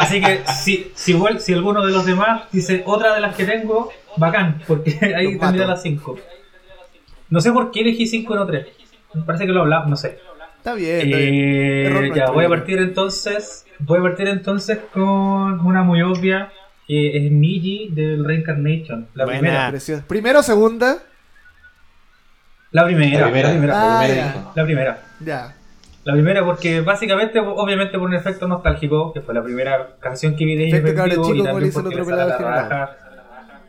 Speaker 3: Así que, así que si, si, vuel- si alguno de los demás dice otra de las que tengo, bacán, porque ahí
Speaker 1: Los
Speaker 3: tendría
Speaker 1: mato.
Speaker 3: las 5. No sé por qué elegí 5 y no 3. Me parece que lo hablamos, no sé.
Speaker 1: Está bien, está bien.
Speaker 3: Eh,
Speaker 1: Error nuestro,
Speaker 3: ya, voy a
Speaker 1: yo creo.
Speaker 3: partir entonces. Voy a partir entonces con una muy obvia. Que es Miji del Reincarnation. La
Speaker 6: Buena.
Speaker 3: primera.
Speaker 1: Precioso. Primero, segunda.
Speaker 3: La primera.
Speaker 4: La
Speaker 3: La
Speaker 4: primera,
Speaker 3: primera. La primera.
Speaker 1: Ah,
Speaker 4: la primera
Speaker 1: ya.
Speaker 4: dijo.
Speaker 1: Ya.
Speaker 3: porque básicamente, obviamente por un efecto nostálgico, que fue la primera canción que vi de ellos
Speaker 1: Efecto
Speaker 3: en
Speaker 1: cabro
Speaker 3: vivo,
Speaker 1: chico,
Speaker 3: y
Speaker 1: como
Speaker 3: también
Speaker 1: dice el
Speaker 3: porque
Speaker 1: otro
Speaker 3: le
Speaker 1: pelado
Speaker 3: sale la
Speaker 1: general.
Speaker 3: raja.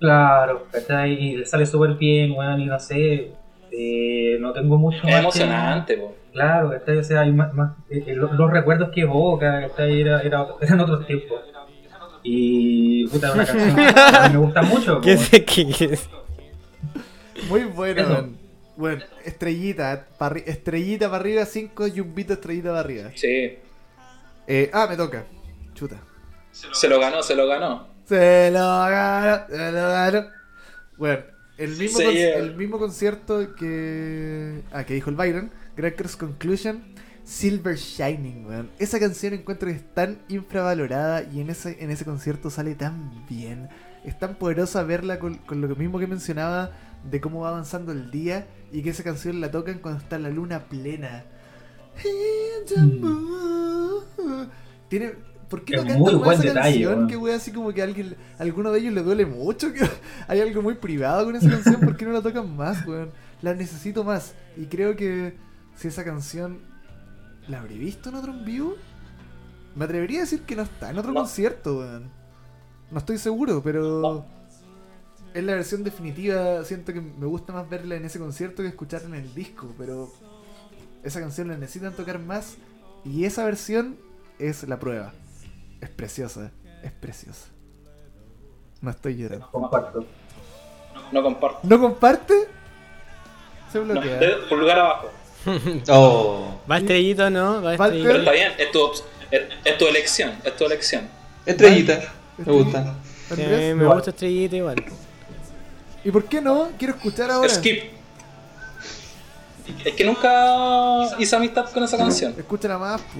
Speaker 3: Claro, ¿cachai? Y le sale súper bien, weón, y no sé, eh, no tengo mucho más
Speaker 2: Es
Speaker 3: que-
Speaker 2: emocionante, po.
Speaker 3: Claro, ¿cachai? O sea, hay más, más- eh, eh, lo- los, recuerdos que evoca, ¿cachai? Era, era, eran otros tiempos. Y puta, una canción que a mí me gusta mucho.
Speaker 6: ¿Qué
Speaker 3: po.
Speaker 6: se qué, qué es?
Speaker 1: Muy bueno,
Speaker 3: Eso.
Speaker 1: weón. Bueno, estrellita. pa' arri- estrellita para arriba, 5 y un bito estrellita para arriba.
Speaker 2: Sí.
Speaker 1: Eh, ah, me toca. Chuta.
Speaker 2: Se lo ganó, se lo ganó.
Speaker 1: Se lo ganó, se lo ganó. Bueno, el mismo,
Speaker 2: Sí,
Speaker 1: con-
Speaker 2: eh.
Speaker 1: el mismo concierto que. Ah, que dijo el Byron, Crackers Conclusion, Silver Shining, weón. Esa canción encuentro que es tan infravalorada y en ese, en ese concierto sale tan bien. Es tan poderosa verla con, con lo mismo que mencionaba de cómo va avanzando el día y que esa canción la tocan cuando está la luna plena.
Speaker 2: Mm.
Speaker 1: Tiene. ¿Por qué
Speaker 3: Es
Speaker 1: no cantan
Speaker 3: muy
Speaker 1: más
Speaker 3: buen
Speaker 1: esa
Speaker 3: detalle,
Speaker 1: canción?
Speaker 3: weón.
Speaker 1: Que wea así como que a alguien, a alguno de ellos le duele mucho. Que hay algo muy privado con esa canción. ¿Por qué no la tocan más, weón? La necesito más. Y creo que si esa canción la habré visto en otro en vivo, me atrevería a decir que no está en otro
Speaker 2: No.
Speaker 1: concierto, weón. No estoy seguro, pero. Es la versión definitiva. Siento que me gusta más verla en ese concierto que escucharla en el disco, pero. Esa canción la necesitan tocar más. Y esa versión es la prueba. Es preciosa, es preciosa. No estoy llorando.
Speaker 3: Comparto.
Speaker 2: No comparto.
Speaker 1: ¿No comparte? Se
Speaker 2: No,
Speaker 1: bloquea.
Speaker 2: de- pulgar abajo.
Speaker 4: Oh,
Speaker 6: Va estrellito, ¿no?
Speaker 1: Va
Speaker 6: Va
Speaker 2: Pero
Speaker 6: estrellito.
Speaker 2: está bien, es tu, ops- es, es tu elección, es tu elección.
Speaker 4: estrellita, me gusta.
Speaker 6: Sí,
Speaker 1: Andrés,
Speaker 6: Eh, me gusta estrellito igual.
Speaker 1: ¿Y por qué no? Quiero escuchar ahora.
Speaker 2: Skip. Es que nunca hice amistad con esa canción.
Speaker 1: Escúchala más, pu.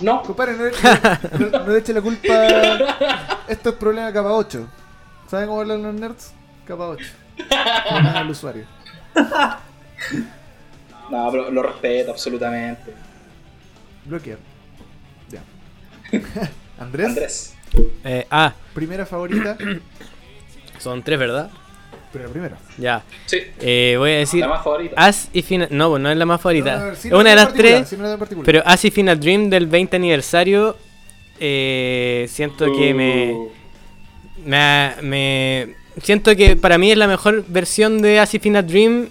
Speaker 2: No,
Speaker 1: Compadre, no, le- no- no le eche la culpa. Esto es problema capa 8. ¿Saben cómo hablan los nerds? Capa 8. Problema del usuario.
Speaker 2: no, pero lo respeto absolutamente.
Speaker 1: Bloquear. Ya. Andrés,
Speaker 2: Andrés.
Speaker 6: Eh, ah,
Speaker 1: primera favorita.
Speaker 6: son tres, ¿verdad?
Speaker 1: Pero la primera.
Speaker 6: Ya.
Speaker 2: Sí,
Speaker 6: Eh, voy a decir.
Speaker 2: la más favorita.
Speaker 6: As y Final. No, bueno, no es la más
Speaker 1: No, no,
Speaker 6: favorita.
Speaker 1: no,
Speaker 6: Es
Speaker 1: sin
Speaker 6: una de
Speaker 1: orden
Speaker 6: las
Speaker 1: particular,
Speaker 6: tres.
Speaker 1: sin orden particular.
Speaker 6: Pero As y Final Dream del 20 aniversario. eh, siento que me.
Speaker 2: Uh,
Speaker 6: Me, me- siento que para mí es la mejor versión de As If in a Dream.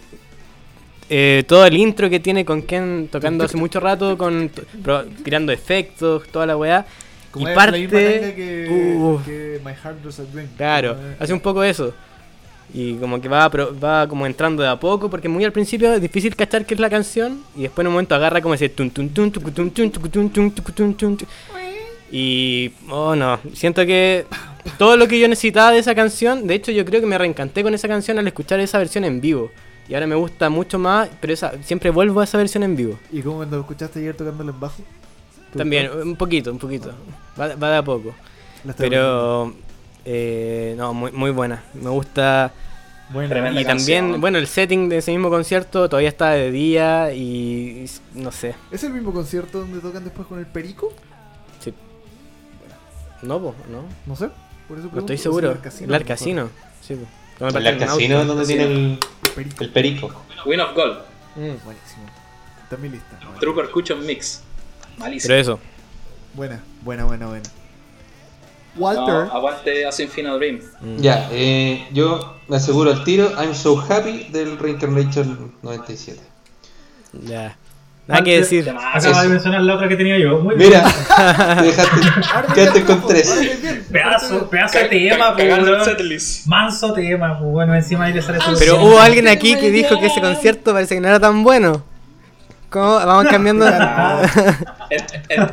Speaker 6: Eh, todo el intro que tiene con Ken tocando hace mucho rato, con to- pro- tirando efectos, toda la weá.
Speaker 1: Como
Speaker 6: y
Speaker 1: es la misma tanga
Speaker 6: parte.
Speaker 1: que,
Speaker 6: Uh,
Speaker 1: que My Heart Was a Dream.
Speaker 6: claro,
Speaker 1: Como es-
Speaker 6: hace un poco eso. Y como que va, pro- va como entrando de a poco, porque muy al principio es difícil cachar qué es la canción, y después en un momento agarra como ese tun tun tun tucutun, tun tucutun, tun tucutun, tun tu- y oh no, siento que todo lo que yo necesitaba de esa canción, de hecho yo creo que me reencanté con esa canción al escuchar esa versión en vivo. Y ahora me gusta mucho más, pero esa, siempre vuelvo a esa versión en vivo.
Speaker 1: ¿Y cómo cuando escuchaste ayer tocándolo en bajo? ¿Te
Speaker 6: También,
Speaker 1: gustó?
Speaker 6: un poquito, un poquito. Va, va de a poco.
Speaker 1: La estoy
Speaker 6: Pero eh, no, muy, muy buena. Me gusta.
Speaker 2: tremenda
Speaker 6: Y también,
Speaker 2: canción.
Speaker 6: bueno, el setting de ese mismo concierto todavía está de día y s- no sé.
Speaker 1: ¿Es el mismo concierto donde tocan después con el Perico?
Speaker 6: Sí. No, po, no.
Speaker 1: No sé, por eso
Speaker 6: No
Speaker 1: pregunto,
Speaker 6: estoy
Speaker 1: es
Speaker 6: seguro.
Speaker 1: Lar Casino,
Speaker 6: El
Speaker 1: a
Speaker 6: Arc
Speaker 1: lo mejor.
Speaker 6: Casino. Sí, po. Donde
Speaker 4: El Arc
Speaker 6: parte el náutico.
Speaker 4: Casino es donde tiene el,
Speaker 1: Perico.
Speaker 4: el perico.
Speaker 2: Win of Gold,
Speaker 6: Mm.
Speaker 1: Buenísimo. Está en mi lista.
Speaker 2: True Percussion Mix. Malísimo.
Speaker 6: Pero eso.
Speaker 1: Buena, buena, buena, buena.
Speaker 2: No,
Speaker 1: Walter.
Speaker 2: aguante hace Infinite Dream.
Speaker 6: Mm.
Speaker 4: Ya, eh, yo me aseguro el tiro. I'm so happy del Reincarnation 97.
Speaker 6: Ya. Nada que decir.
Speaker 3: Acaba de
Speaker 4: Eso.
Speaker 3: mencionar la otra que tenía yo. Muy bien.
Speaker 4: Mira, te dejaste,
Speaker 1: Ahora
Speaker 4: quedaste
Speaker 1: ya
Speaker 4: con
Speaker 1: tú, ahora
Speaker 4: tres.
Speaker 1: ya bien.
Speaker 3: Pedazo, pedazo de
Speaker 2: Ca- ca-
Speaker 3: tema, pues,
Speaker 2: cagando el
Speaker 3: weón.
Speaker 2: setlist.
Speaker 3: Manso tema, pues, bueno, encima ahí le sale su
Speaker 6: Ah, Pero hubo alguien aquí que dijo que ese concierto parece que no era tan bueno. ¿Cómo? Vamos cambiando.
Speaker 2: En, en- en- en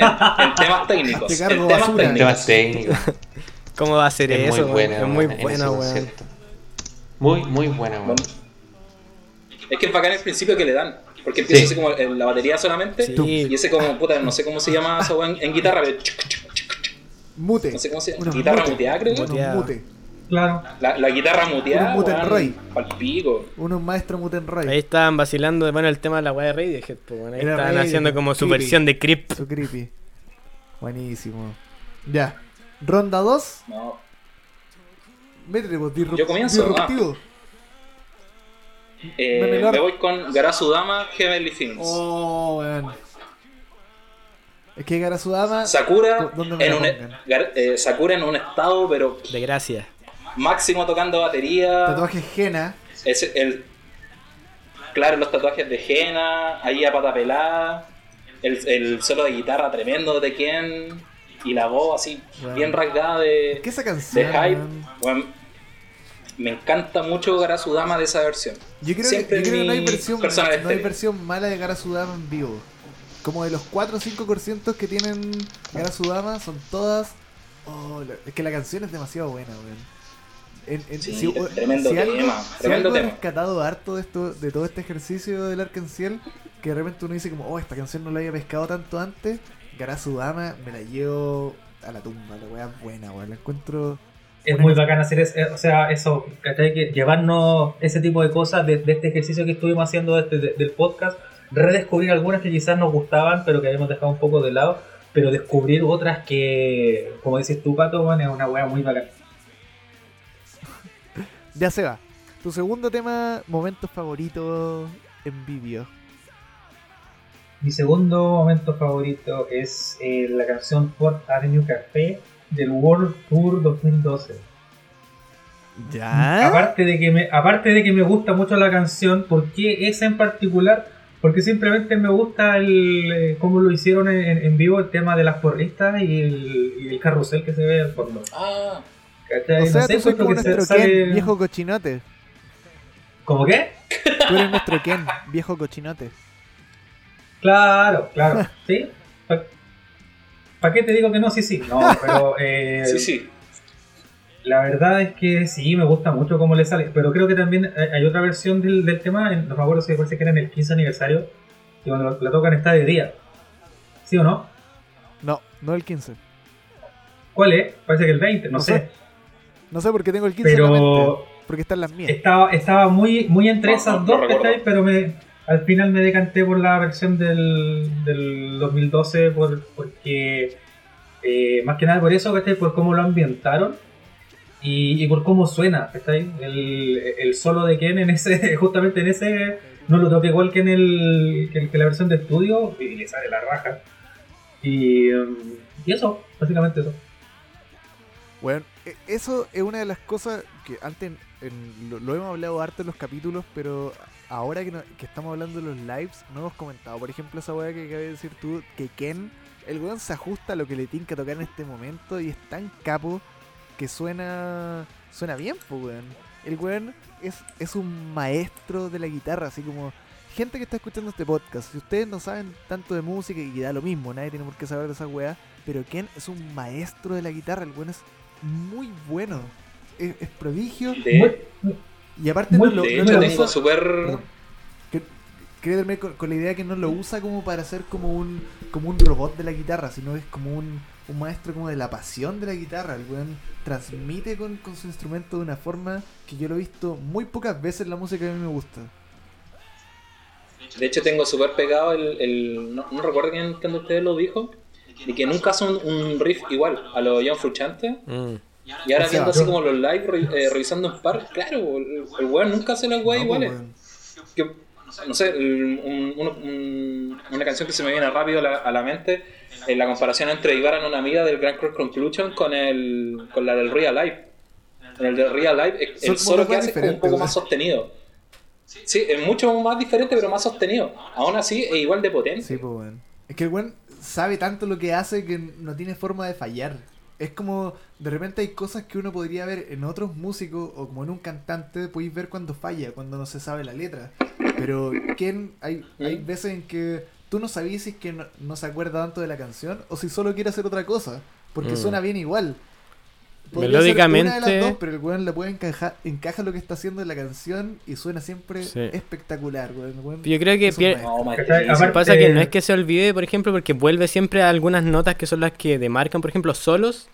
Speaker 2: temas técnicos.
Speaker 1: Te cargo
Speaker 2: en temas
Speaker 1: basura.
Speaker 2: técnicos.
Speaker 4: Temas técnicos.
Speaker 6: ¿Cómo va a ser
Speaker 4: Es
Speaker 6: eso?
Speaker 4: muy
Speaker 6: weón?
Speaker 4: buena.
Speaker 6: es muy
Speaker 4: weón, en
Speaker 6: buena,
Speaker 4: ese
Speaker 6: weón.
Speaker 4: concierto. Muy, muy buena, weón.
Speaker 2: Bueno. Es que es bacán el principio que le dan. Porque empieza
Speaker 4: Sí.
Speaker 2: así como en la batería solamente.
Speaker 6: Sí.
Speaker 2: Y ese como, puta, no sé cómo se llama esa weá en, en guitarra. pero chuc, chuc, chuc, chuc.
Speaker 1: Mute.
Speaker 2: No sé cómo se llama.
Speaker 1: Unos
Speaker 2: Guitarra
Speaker 1: mute.
Speaker 2: muteada, creo.
Speaker 1: Unos
Speaker 6: Muteada.
Speaker 1: mute.
Speaker 3: Claro.
Speaker 2: La, la guitarra muteada.
Speaker 1: Un muten
Speaker 2: weón,
Speaker 1: rey.
Speaker 2: Pal pico.
Speaker 1: Unos maestros muten
Speaker 6: Ahí
Speaker 1: rey.
Speaker 6: estaban vacilando, bueno, el tema de la weá de Radiohead, po, weón. Ahí
Speaker 1: Era
Speaker 6: estaban
Speaker 1: Radiohead,
Speaker 6: haciendo como su
Speaker 1: creepy.
Speaker 6: versión de Creep.
Speaker 1: Su creepy. Buenísimo. Ya. Ronda 2.
Speaker 2: No.
Speaker 1: Métete vos, disrup-
Speaker 2: Yo comienzo,
Speaker 1: disruptivo.
Speaker 2: Eh,
Speaker 1: Dame el orden.
Speaker 2: me voy con Garasu Dama, Heavenly Things.
Speaker 1: Oh, weón. Es que Garasudama.
Speaker 2: Sakura
Speaker 1: ¿Dónde me
Speaker 2: en,
Speaker 1: la
Speaker 2: un,
Speaker 1: pongan?
Speaker 2: Gar- eh, Sakura en un estado, pero
Speaker 6: De gracia.
Speaker 2: máximo tocando batería.
Speaker 1: Tatuaje Jena.
Speaker 2: Es el, claro, los tatuajes de Jena, ahí a pata pelada. El, el solo de guitarra tremendo de Ken. Y la voz así,
Speaker 1: Bueno.
Speaker 2: bien rasgada de,
Speaker 1: ¿Qué esa
Speaker 2: de
Speaker 1: canción?
Speaker 2: hype.
Speaker 1: weón?
Speaker 2: Bueno, me encanta mucho Garasu Dama de esa versión.
Speaker 1: Yo creo, que,
Speaker 2: Siempre
Speaker 1: yo creo que no hay
Speaker 2: mi
Speaker 1: versión,
Speaker 2: persona
Speaker 1: no hay
Speaker 2: estéreo.
Speaker 1: versión mala de Gara Sudama en vivo. Como de los 4 o 5% que tienen Gara Sudama, son todas. Oh, la- es que la canción es demasiado buena, weón. En- en-
Speaker 2: Sí,
Speaker 1: o-
Speaker 2: tremendo
Speaker 1: algo,
Speaker 2: tema,
Speaker 1: si
Speaker 2: tremendo
Speaker 1: algo he
Speaker 2: tema.
Speaker 1: rescatado harto de, esto, de todo este ejercicio del Arcanciel, que de repente uno dice como, oh, esta canción no la había pescado tanto antes, Gara Sudama me la llevo a la tumba, la weá es buena, weón. La encuentro.
Speaker 3: Es muy bacán hacer es- eh, o sea, eso, ¿cachai? Que llevarnos ese tipo de cosas de, de este ejercicio que estuvimos haciendo este- de- del podcast, redescubrir algunas que quizás nos gustaban, pero que habíamos dejado un poco de lado, pero descubrir otras que, como dices tú, Pato, bueno, es una wea muy bacán.
Speaker 1: Ya se va. Tu segundo tema, momentos favoritos en vídeo.
Speaker 3: Mi segundo momento favorito es eh, la canción Port Avenue Café del World Tour 2012.
Speaker 1: Ya.
Speaker 3: Aparte de que me, aparte de que me gusta mucho la canción, ¿por qué esa en particular? Porque simplemente me gusta el eh, cómo lo hicieron en, en- en vivo el tema de las porristas y el, y el carrusel que se ve al fondo.
Speaker 2: Ah,
Speaker 3: ¿Cachai?
Speaker 1: O
Speaker 3: No
Speaker 1: sea,
Speaker 3: sé,
Speaker 1: tú soy
Speaker 3: encuentro
Speaker 1: como
Speaker 3: que se-
Speaker 1: nuestro
Speaker 3: sale-
Speaker 1: Ken, viejo cochinote.
Speaker 3: ¿Cómo qué?
Speaker 1: Tú eres nuestro Ken, viejo cochinote.
Speaker 3: Claro, claro, sí. ¿Para qué te digo que no? Sí, sí. No, pero eh,
Speaker 2: sí, sí.
Speaker 3: La verdad es que sí, me gusta mucho cómo le sale, pero creo que también hay- hay otra versión del, del tema, en- no me acuerdo si me parece que era en el 15 aniversario, que cuando la- la tocan está de día. ¿Sí o no?
Speaker 1: No, no el 15.
Speaker 3: ¿Cuál es? Parece que el 20, no,
Speaker 1: No sé,
Speaker 3: sé.
Speaker 1: No sé por qué tengo el 15 en la mente,
Speaker 3: Pero
Speaker 1: Porque están las mías.
Speaker 3: estaba, estaba muy, muy entre
Speaker 2: No,
Speaker 3: esas
Speaker 2: no, no
Speaker 3: dos,
Speaker 2: recuerdo.
Speaker 3: ¿cachai? Pero me, al final me decanté por la versión del, del 2012 por, porque, eh, más que nada por eso, ¿cachai? Por cómo lo ambientaron. y, y por cómo suena, ¿cachai? El, el solo de Ken en ese, justamente en ese, no lo toca igual que en el, que, que la versión de estudio y le sale la raja. Y, em, y eso, básicamente eso.
Speaker 1: Bueno, e- eso es una de las cosas que antes en- lo, lo hemos hablado harto en los capítulos, pero ahora que, no- que estamos hablando de los lives, no hemos comentado. Por ejemplo, esa weá que acabas de decir tú, que Ken, el weón se ajusta a lo que le tinca tocar en este momento y es tan capo que suena suena bien, po, weón. El weón es, es un maestro de la guitarra, así como gente que está escuchando este podcast. Si ustedes no saben tanto de música y da lo mismo, nadie tiene por qué saber de esa weá, pero Ken es un maestro de la guitarra, el weón es muy bueno. Es, es prodigio.
Speaker 2: De,
Speaker 1: Y aparte
Speaker 3: Muy-
Speaker 1: no lo,
Speaker 2: de
Speaker 1: no
Speaker 2: hecho,
Speaker 1: lo
Speaker 2: tengo
Speaker 1: usa.
Speaker 2: súper.
Speaker 1: Perdón. Que- Quería terminar con, con la idea que no lo usa como para ser como un como un robot de la guitarra, sino es como un, un maestro como de la pasión de la guitarra. El weón transmite con, con su instrumento de una forma que yo lo he visto muy pocas veces en la música que a mí me gusta.
Speaker 2: De hecho, tengo súper pegado el. el- no, no recuerdo quién, quién de ustedes lo dijo. de que nunca hacen un, un riff igual a los John Frusciante.
Speaker 6: Mm.
Speaker 2: Y ahora
Speaker 1: O sea,
Speaker 2: viendo así
Speaker 1: yo-
Speaker 2: como los live, re- eh, revisando un par, claro, el el weón nunca hace las weas
Speaker 1: No,
Speaker 2: iguales.
Speaker 1: pues, weón.
Speaker 2: Que, no sé, el- un- uno- un- una canción que se me viene rápido a la, a la mente, eh, la comparación entre Ibarra en una amiga del Grand Cross Conclusion con, el, con la del Real Life. En el del Real Life,
Speaker 1: Son
Speaker 2: eh, el
Speaker 1: como
Speaker 2: solo
Speaker 1: dos
Speaker 2: que
Speaker 1: weas
Speaker 2: hace es como un
Speaker 1: diferentes,
Speaker 2: poco más
Speaker 1: o sea.
Speaker 2: sostenido. Sí, es mucho más diferente, pero más sostenido. Aún así, es igual de
Speaker 1: Sí,
Speaker 2: potente.
Speaker 1: pues, weón. Es que el weón sabe tanto lo que hace que no tiene forma de fallar. Es como, de repente hay cosas que uno podría ver en otros músicos o como en un cantante, podéis ver cuando falla, cuando no se sabe la letra. Pero ¿quién? Hay, hay
Speaker 2: ¿Mm?
Speaker 1: veces en que tú no sabías si es que no, no se acuerda tanto de la canción o si solo quiere hacer otra cosa, porque
Speaker 6: Mm.
Speaker 1: suena bien igual. ser
Speaker 6: Melódicamente-
Speaker 1: una de las dos, pero el weón le puede encajar, encaja lo que está haciendo en la canción y suena siempre
Speaker 6: Sí.
Speaker 1: espectacular, weón. El weón
Speaker 6: Yo creo que
Speaker 1: es un
Speaker 6: pier-
Speaker 1: maestro.
Speaker 2: No,
Speaker 3: ¿Cachai?
Speaker 2: maestrísimo.
Speaker 3: Aparte-
Speaker 6: pasa que no es que se olvide, por ejemplo, porque vuelve siempre a algunas notas que son las que demarcan, por ejemplo, solos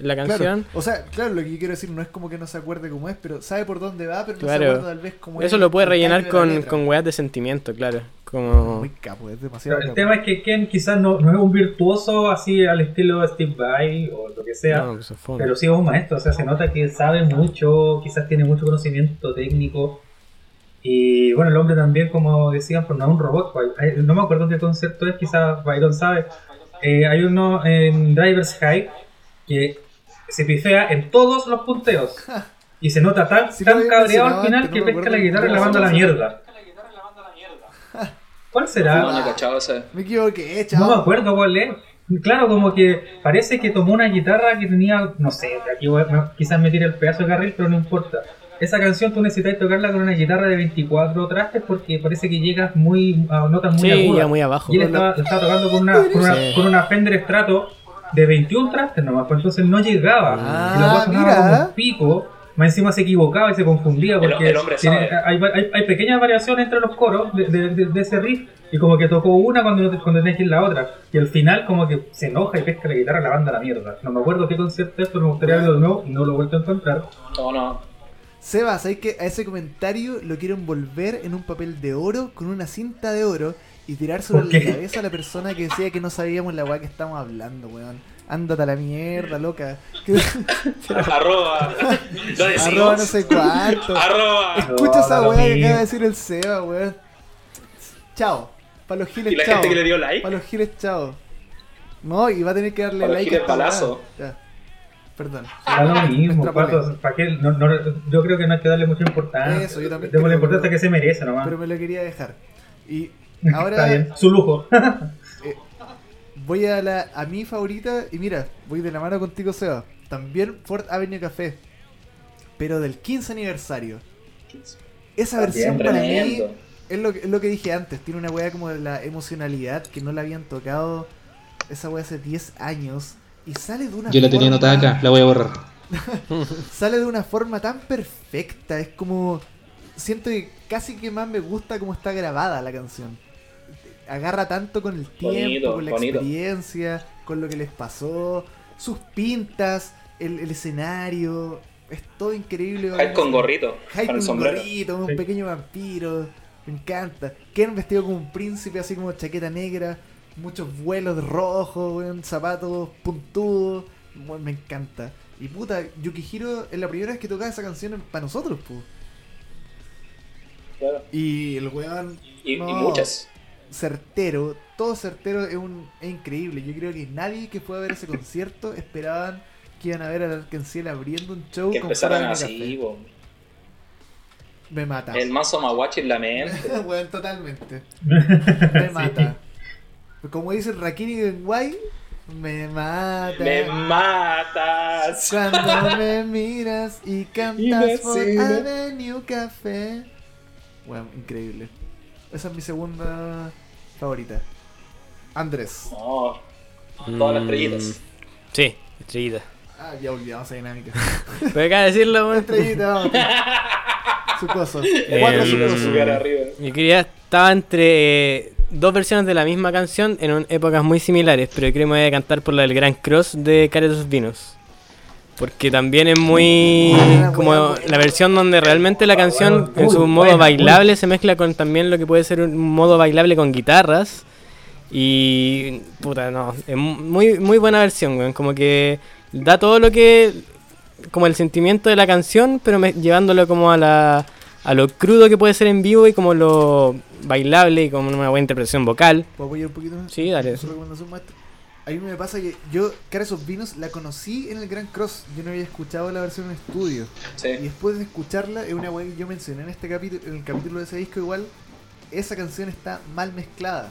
Speaker 6: en la
Speaker 1: Claro,
Speaker 6: canción.
Speaker 1: O sea, claro, lo que yo quiero decir no es como que no se acuerde cómo es, pero sabe por dónde va, pero no
Speaker 6: Claro.
Speaker 1: se acuerda tal vez cómo es.
Speaker 6: Eso lo puede
Speaker 1: el
Speaker 6: rellenar
Speaker 1: cambio de la
Speaker 6: con,
Speaker 1: letra.
Speaker 6: con weas de sentimiento, claro. Como...
Speaker 1: Muy capo, es demasiado
Speaker 3: Pero
Speaker 1: capo.
Speaker 3: el tema es que Ken quizás no, no es un virtuoso así al estilo Steve Vai o lo que sea,
Speaker 6: No, pues, es fome.
Speaker 3: pero sí es un maestro, o sea, se nota que sabe mucho, quizás tiene mucho conocimiento técnico. Y bueno, el hombre también, como decían, pues no es un robot. pues, hay- No me acuerdo qué concepto es, quizás Byron sabe. Eh, hay uno en Driver's High que se pifea en todos los punteos. Y se nota tan,
Speaker 1: Sí, lo
Speaker 3: tan
Speaker 1: había
Speaker 3: cabreado
Speaker 1: mencionado
Speaker 3: al final
Speaker 1: antes,
Speaker 3: que
Speaker 1: no me
Speaker 3: pesca la
Speaker 1: acuerdo
Speaker 3: guitarra y
Speaker 2: cómo
Speaker 3: la
Speaker 2: se
Speaker 3: manda a la
Speaker 2: llama.
Speaker 3: mierda. ¿Cuál será?
Speaker 2: No, no he cachado ese.
Speaker 1: Me equivoqué, eh,
Speaker 3: No
Speaker 1: chao.
Speaker 3: me acuerdo cuál es. Claro, como que parece que tomó una guitarra que tenía, no sé, aquí voy a- no, quizás me tire el pedazo de carril, pero no importa. Esa canción tú necesitas tocarla con una guitarra de 24 trastes porque parece que llegas muy a notas muy
Speaker 6: Sí, ya
Speaker 3: agudas.
Speaker 6: muy abajo.
Speaker 3: y él estaba, estaba tocando con una, con, una,
Speaker 6: Sí.
Speaker 3: con una Fender Strato de 21 trastes nomás, pues entonces no llegaba.
Speaker 1: Ah,
Speaker 3: y la voz sonaba
Speaker 1: mira.
Speaker 3: como un pico, más encima se equivocaba y se confundía
Speaker 2: El-
Speaker 3: porque
Speaker 2: el hombre
Speaker 3: tiene-
Speaker 2: sabe.
Speaker 3: hay, hay- hay pequeñas variaciones entre los coros de, de- de- de ese riff y como que tocó una cuando, no- cuando tenés que ir la otra. Y al final como que se enoja y pesca la guitarra y la banda a la mierda. No me acuerdo qué concierto es, pero me gustaría verlo de nuevo y no lo he vuelto a encontrar.
Speaker 2: No, no.
Speaker 3: pues.
Speaker 1: Sebas, ¿sabes que a ese comentario lo quiero envolver en un papel de oro con una cinta de oro y tirar sobre
Speaker 3: ¿Por
Speaker 1: la
Speaker 3: qué?
Speaker 1: cabeza a la persona que decía que no sabíamos la weá que estamos hablando, weón. Ándate a la mierda, loca. Que-
Speaker 2: Arroba. Lo decimos.
Speaker 1: Arroba no sé cuánto.
Speaker 2: Arroba.
Speaker 1: Escucha
Speaker 3: No,
Speaker 1: esa
Speaker 3: da lo
Speaker 1: weá que
Speaker 3: mismo.
Speaker 1: acaba de decir el Seba, weón. Chao. Para los giles,
Speaker 2: Y la
Speaker 1: chao.
Speaker 2: gente que le dio like.
Speaker 1: Para los giles, chao. No, y va a tener que darle
Speaker 2: Pa' los
Speaker 1: like
Speaker 2: giles,
Speaker 1: a esta
Speaker 2: palazo.
Speaker 1: weá. Ya. Perdón.
Speaker 3: Da lo mismo,
Speaker 1: extrapolé.
Speaker 3: Pato, ¿pa' qué? No- no- yo creo que no hay que darle mucha importancia.
Speaker 1: Eso, yo también
Speaker 3: Demos la
Speaker 1: creo,
Speaker 3: importancia
Speaker 1: pero-
Speaker 3: que se merece nomás.
Speaker 1: Pero me lo quería dejar. Y
Speaker 3: Está
Speaker 1: ahora
Speaker 3: bien, su lujo.
Speaker 1: voy a la a mi favorita. Y mira, voy de la mano contigo, Seba. También Fort Avenue Café. Pero del 15 aniversario. Esa versión para mí
Speaker 2: Tremendo.
Speaker 1: Es lo, que- es lo que dije antes, tiene una weá como de la emocionalidad que no la habían tocado esa weá hace 10 años y sale de una
Speaker 4: Yo la tenía
Speaker 1: forma-
Speaker 4: anotada acá, la voy a borrar.
Speaker 1: Sale de una forma tan perfecta, es como siento que casi que más me gusta cómo está grabada la canción. Agarra tanto con el tiempo,
Speaker 2: Bonito,
Speaker 1: con la
Speaker 2: bonito.
Speaker 1: experiencia, con lo que les pasó, sus pintas, el, el escenario, es todo increíble.
Speaker 2: Hype con
Speaker 1: gorrito
Speaker 2: gorrito.
Speaker 1: Hype
Speaker 2: con el
Speaker 1: un
Speaker 2: sombrero.
Speaker 1: gorrito, un
Speaker 3: Sí.
Speaker 1: pequeño vampiro. Me encanta. Ken vestido como un príncipe, así como chaqueta negra. Muchos vuelos de rojo, weón, zapatos puntudos. weón, me encanta. Y puta, Yukihiro es la primera vez que tocaba esa canción para nosotros, pu.
Speaker 2: Claro.
Speaker 1: Y el weón
Speaker 2: Y, y
Speaker 1: No.
Speaker 2: muchas.
Speaker 1: certero, todo certero es, un, es increíble. Yo creo que nadie que fue a ver ese concierto esperaban que iban a ver al Arkenciel abriendo un show
Speaker 2: Que
Speaker 1: con
Speaker 2: empezaran
Speaker 1: Fran de
Speaker 2: así,
Speaker 1: Café.
Speaker 2: po.
Speaker 1: Me mata.
Speaker 2: El mazo maguache en la mente.
Speaker 1: Weón, totalmente. Me mata. Como dice Rakini en Guay, me mata.
Speaker 2: Me matas.
Speaker 1: Cuando me miras y
Speaker 2: me
Speaker 1: cantas por
Speaker 2: sirve.
Speaker 1: Avenue Café. Bueno, increíble. Esa es mi segunda favorita. Andrés.
Speaker 2: No. Todas las estrellitas.
Speaker 6: Sí, estrellita.
Speaker 1: Ah, ya olvidamos esa dinámica.
Speaker 6: Pero acá decirlo, weón.
Speaker 1: Estrellita, vamos. Su coso. Cuatro
Speaker 6: Em,
Speaker 1: su
Speaker 2: Su lugar
Speaker 1: coso.
Speaker 2: arriba. ¿eh?
Speaker 6: Yo quería, estaba entre eh, dos versiones de la misma canción en un- épocas muy similares, pero yo creo que me voy a cantar por la del Gran Cross de Caretos Vinos. Porque también es muy como la versión donde realmente la canción en su modo bailable se mezcla con también lo que puede ser un modo bailable con guitarras Y puta, no, es muy, muy buena versión, weón. Como que da todo lo que. como el sentimiento de la canción, pero me- llevándolo como a la. a lo crudo que puede ser en vivo y como lo bailable y como una buena interpretación vocal.
Speaker 1: ¿Puedo apoyar un poquito?
Speaker 6: Sí, dale.
Speaker 1: Su recomendación, maestro. A mí me pasa que yo, Cara esos vinos, la conocí en el Gran Cross. Yo no había escuchado la versión en estudio. Y
Speaker 2: Sí.
Speaker 1: después de escucharla, es una weá que yo mencioné en este capítulo, en el capítulo de ese disco igual, esa canción está mal mezclada.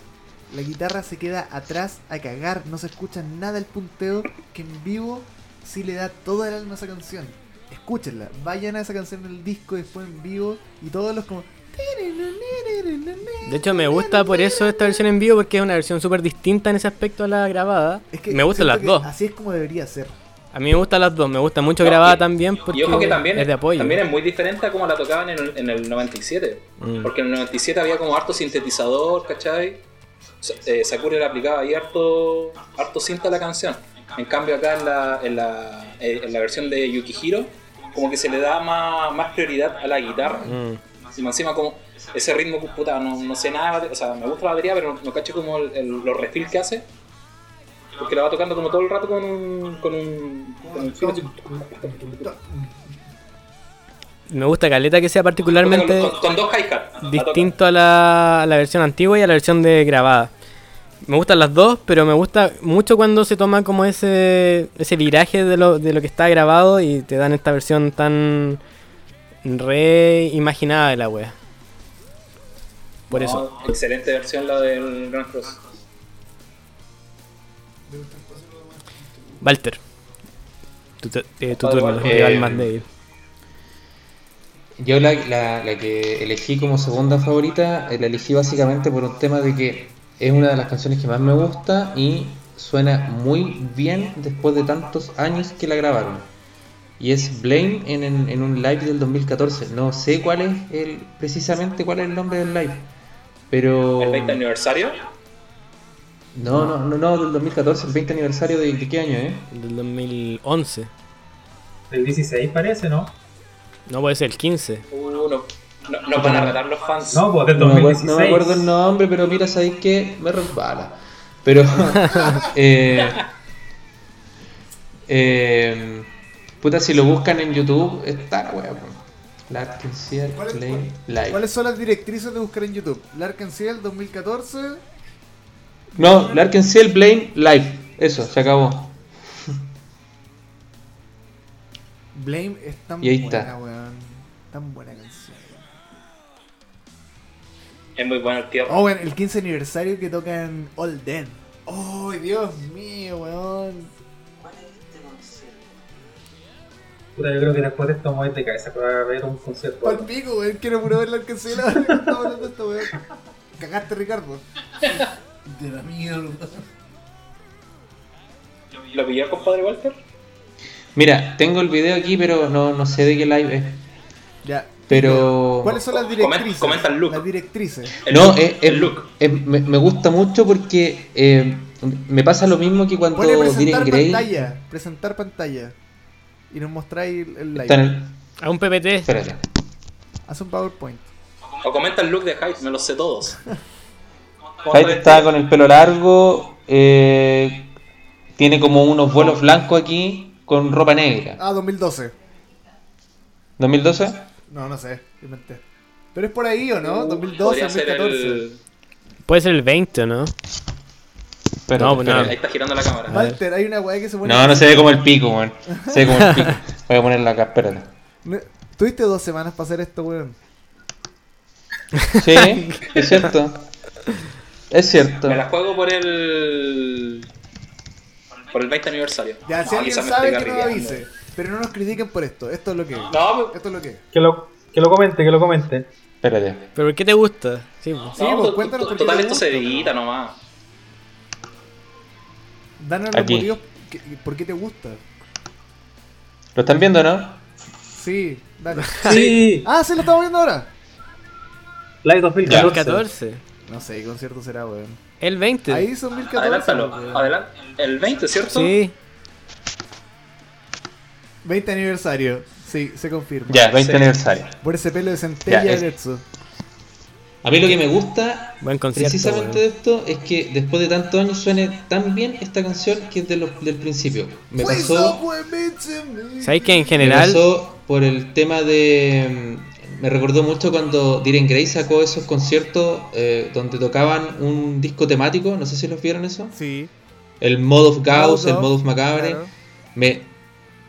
Speaker 1: La guitarra se queda atrás a cagar, no se escucha nada el punteo, que en vivo sí le da toda el alma a esa canción. Escúchenla, vayan a esa canción en el disco, después en vivo, y todos los como...
Speaker 6: De hecho, me gusta por eso esta versión en vivo, porque es una versión súper distinta en ese aspecto a la grabada.
Speaker 1: Es que
Speaker 6: me gustan
Speaker 1: siento
Speaker 6: las
Speaker 1: que
Speaker 6: dos.
Speaker 1: Así es como debería ser.
Speaker 6: A mí me gustan las dos. Me gusta mucho
Speaker 2: No,
Speaker 6: grabada
Speaker 2: y-
Speaker 6: también porque
Speaker 2: Y ojo que también
Speaker 6: es de apoyo.
Speaker 2: también es muy diferente a como la tocaban en el, en el 97.
Speaker 6: Mm.
Speaker 2: Porque en el 97 había como harto sintetizador, ¿cachai? Sa- eh, Sakura le aplicaba ahí harto, harto cinta a la canción. En cambio acá en la, en la, eh, en la versión de Yukihiro, como que se le da más, más prioridad a la guitarra.
Speaker 6: Mm.
Speaker 2: Y más encima como ese ritmo, puta, no, no sé nada, de batería, o sea, me gusta la batería, pero no, no cacho como el- el- los refills que hace. Porque la va tocando como todo el rato con un... Con un, con un filo así.
Speaker 6: Me gusta Caleta que sea particularmente
Speaker 2: Con, con- con dos hi-hat.
Speaker 6: distinto a la, a la versión antigua y a la versión de grabada. Me gustan las dos, pero me gusta mucho cuando se toma como ese, ese viraje de lo, de lo que está grabado y te dan esta versión tan re imaginada de la wea. Por
Speaker 2: No,
Speaker 6: eso.
Speaker 2: Oh, Excelente versión la del Grand Cross.
Speaker 6: Walter. Tu, tu- eh, tu
Speaker 2: Vale,
Speaker 6: turno,
Speaker 2: Walter.
Speaker 6: rival
Speaker 4: Eh,
Speaker 6: más débil.
Speaker 4: Yo la, la- la que elegí como segunda favorita, eh, la elegí básicamente por un tema de que es una de las canciones que más me gusta y suena muy bien después de tantos años que la grabaron. Y es Blame en, en- en un live del 2014. No sé cuál es el, precisamente cuál es el nombre del live, pero...
Speaker 2: El
Speaker 6: Oh.
Speaker 2: 20 aniversario.
Speaker 4: No, no, no, no, del 2014, el 20 aniversario de, de qué año, ¿eh?
Speaker 6: Del 2011.
Speaker 3: El 16 parece, ¿no?
Speaker 6: No puede ser el 15.
Speaker 2: Uh, no, no- nos van a retar los fans.
Speaker 3: No, pues del
Speaker 4: No me, acuer-
Speaker 3: 2016.
Speaker 4: no me acuerdo el nombre, pero mira, sabéis que me resbala. Pero. eh, eh, puta, si lo buscan en YouTube, está la wea, weón. Larkin Sear
Speaker 1: ¿Cuál es-
Speaker 4: Play Live.
Speaker 1: ¿Cuáles son las directrices de buscar en YouTube? Larkin Ciel 2014.
Speaker 4: No, Larkin Seal Blame Live. Eso, se acabó.
Speaker 1: Blame es tan
Speaker 4: Y ahí
Speaker 1: buena,
Speaker 4: está.
Speaker 1: weón. Tan buena canción.
Speaker 2: Es muy bueno el tío.
Speaker 1: Oh, weón, el 15 aniversario que tocan All Den. Oh, Dios mío, weón.
Speaker 3: Puta, yo creo que después de esto me voy de cabeza para ver un concierto.
Speaker 1: Pal pico, weón. Quiero puro ver la alcancela. Estamos hablando de esto, weón. Cagaste, Ricardo.
Speaker 9: De la mierda.
Speaker 2: ¿Lo pilló el compadre Walter?
Speaker 4: Mira, tengo el video aquí, pero no, no sé de qué live es.
Speaker 1: Ya.
Speaker 4: Pero.
Speaker 1: ¿Cuáles son las
Speaker 2: Comenta-
Speaker 1: directrices?
Speaker 2: comenta el look.
Speaker 1: Las directrices.
Speaker 2: El
Speaker 4: No, eh,
Speaker 2: look,
Speaker 4: es- es-
Speaker 2: el look.
Speaker 4: es- me, me gusta mucho porque eh, me pasa lo mismo que cuando
Speaker 1: Pone presentar
Speaker 4: Diren Grey
Speaker 1: pantalla. Presentar pantalla. Y nos mostráis el, el live.
Speaker 4: está en el-
Speaker 6: A un PPT.
Speaker 4: Espérate.
Speaker 1: Haz un PowerPoint.
Speaker 2: O comenta el look de Hype, me lo sé todos. este?
Speaker 4: Hyde está con el pelo largo, eh, tiene como unos vuelos blancos aquí con ropa negra.
Speaker 1: Ah, 2012.
Speaker 4: ¿2012?
Speaker 1: No, no sé. Inventé. Pero es por ahí, ¿o no?
Speaker 2: Uh,
Speaker 1: 2012,
Speaker 2: podría ser
Speaker 1: 2014.
Speaker 2: el-
Speaker 6: Puede ser el 20, ¿no?
Speaker 4: Espérate,
Speaker 6: No, pues
Speaker 4: espérate.
Speaker 2: Ahí está girando la cámara.
Speaker 1: Walter, hay una weá que se pone.
Speaker 4: no, no se ve como el pico, weón. Se ve como el pico. Voy a ponerla acá, espérate.
Speaker 1: No- Tuviste dos semanas para hacer esto, weón.
Speaker 4: Sí, es cierto. Es cierto.
Speaker 2: Me la juego por el. Por el 20 aniversario.
Speaker 1: Ya, si
Speaker 2: No,
Speaker 1: alguien
Speaker 2: quizá me
Speaker 1: sabe
Speaker 2: estoy
Speaker 1: que nos
Speaker 2: carrileando.
Speaker 1: avise. Pero no nos critiquen por esto. Esto es lo que es.
Speaker 2: No,
Speaker 1: Esto es lo que es.
Speaker 3: Que lo, que lo comente, que lo comente.
Speaker 4: Espérate.
Speaker 6: ¿Pero por qué te gusta? Sí, pues.
Speaker 1: Sí,
Speaker 2: no,
Speaker 1: pues,
Speaker 2: to-
Speaker 1: cuéntanos
Speaker 2: to-
Speaker 1: por qué
Speaker 2: Total,
Speaker 1: te
Speaker 2: esto se
Speaker 1: gusta,
Speaker 2: edita nomás.
Speaker 1: Danos los
Speaker 4: Aquí.
Speaker 1: motivos que- por qué te gusta.
Speaker 4: ¿Lo están viendo, no?
Speaker 1: Sí, dale.
Speaker 3: Sí,
Speaker 1: Ah, sí, lo estamos viendo ahora.
Speaker 3: Live
Speaker 4: Ya.
Speaker 3: 2014.
Speaker 6: El 14.
Speaker 1: No sé, ¿qué concierto será, weón?
Speaker 6: El 20.
Speaker 1: Ahí son 2014.
Speaker 2: Adelántalo.
Speaker 1: weón.
Speaker 2: Adelante. El 20, ¿cierto?
Speaker 6: Sí.
Speaker 1: 20 aniversario. Sí, se confirma.
Speaker 4: Ya, 20
Speaker 2: Sí.
Speaker 4: aniversario.
Speaker 1: Por ese pelo de centella
Speaker 4: Ya,
Speaker 1: de
Speaker 4: es-
Speaker 1: Letsu.
Speaker 4: A mí lo que me gusta
Speaker 6: Buen concierto.
Speaker 4: precisamente de esto es que después de tantos años suene tan bien esta canción que es de los- del principio. Me
Speaker 1: Please
Speaker 4: pasó,
Speaker 1: don't wait me to me.
Speaker 6: weón. ¿Sabéis que en
Speaker 4: me
Speaker 6: general
Speaker 4: pasó por el tema de... mm, Me recordó mucho cuando Diren Gray sacó esos conciertos eh, donde tocaban un disco temático, no sé si los vieron eso.
Speaker 1: Sí.
Speaker 4: El Mod of Gauss, el
Speaker 1: Molotov,
Speaker 4: Mod of Macabre.
Speaker 1: claro.
Speaker 4: Me.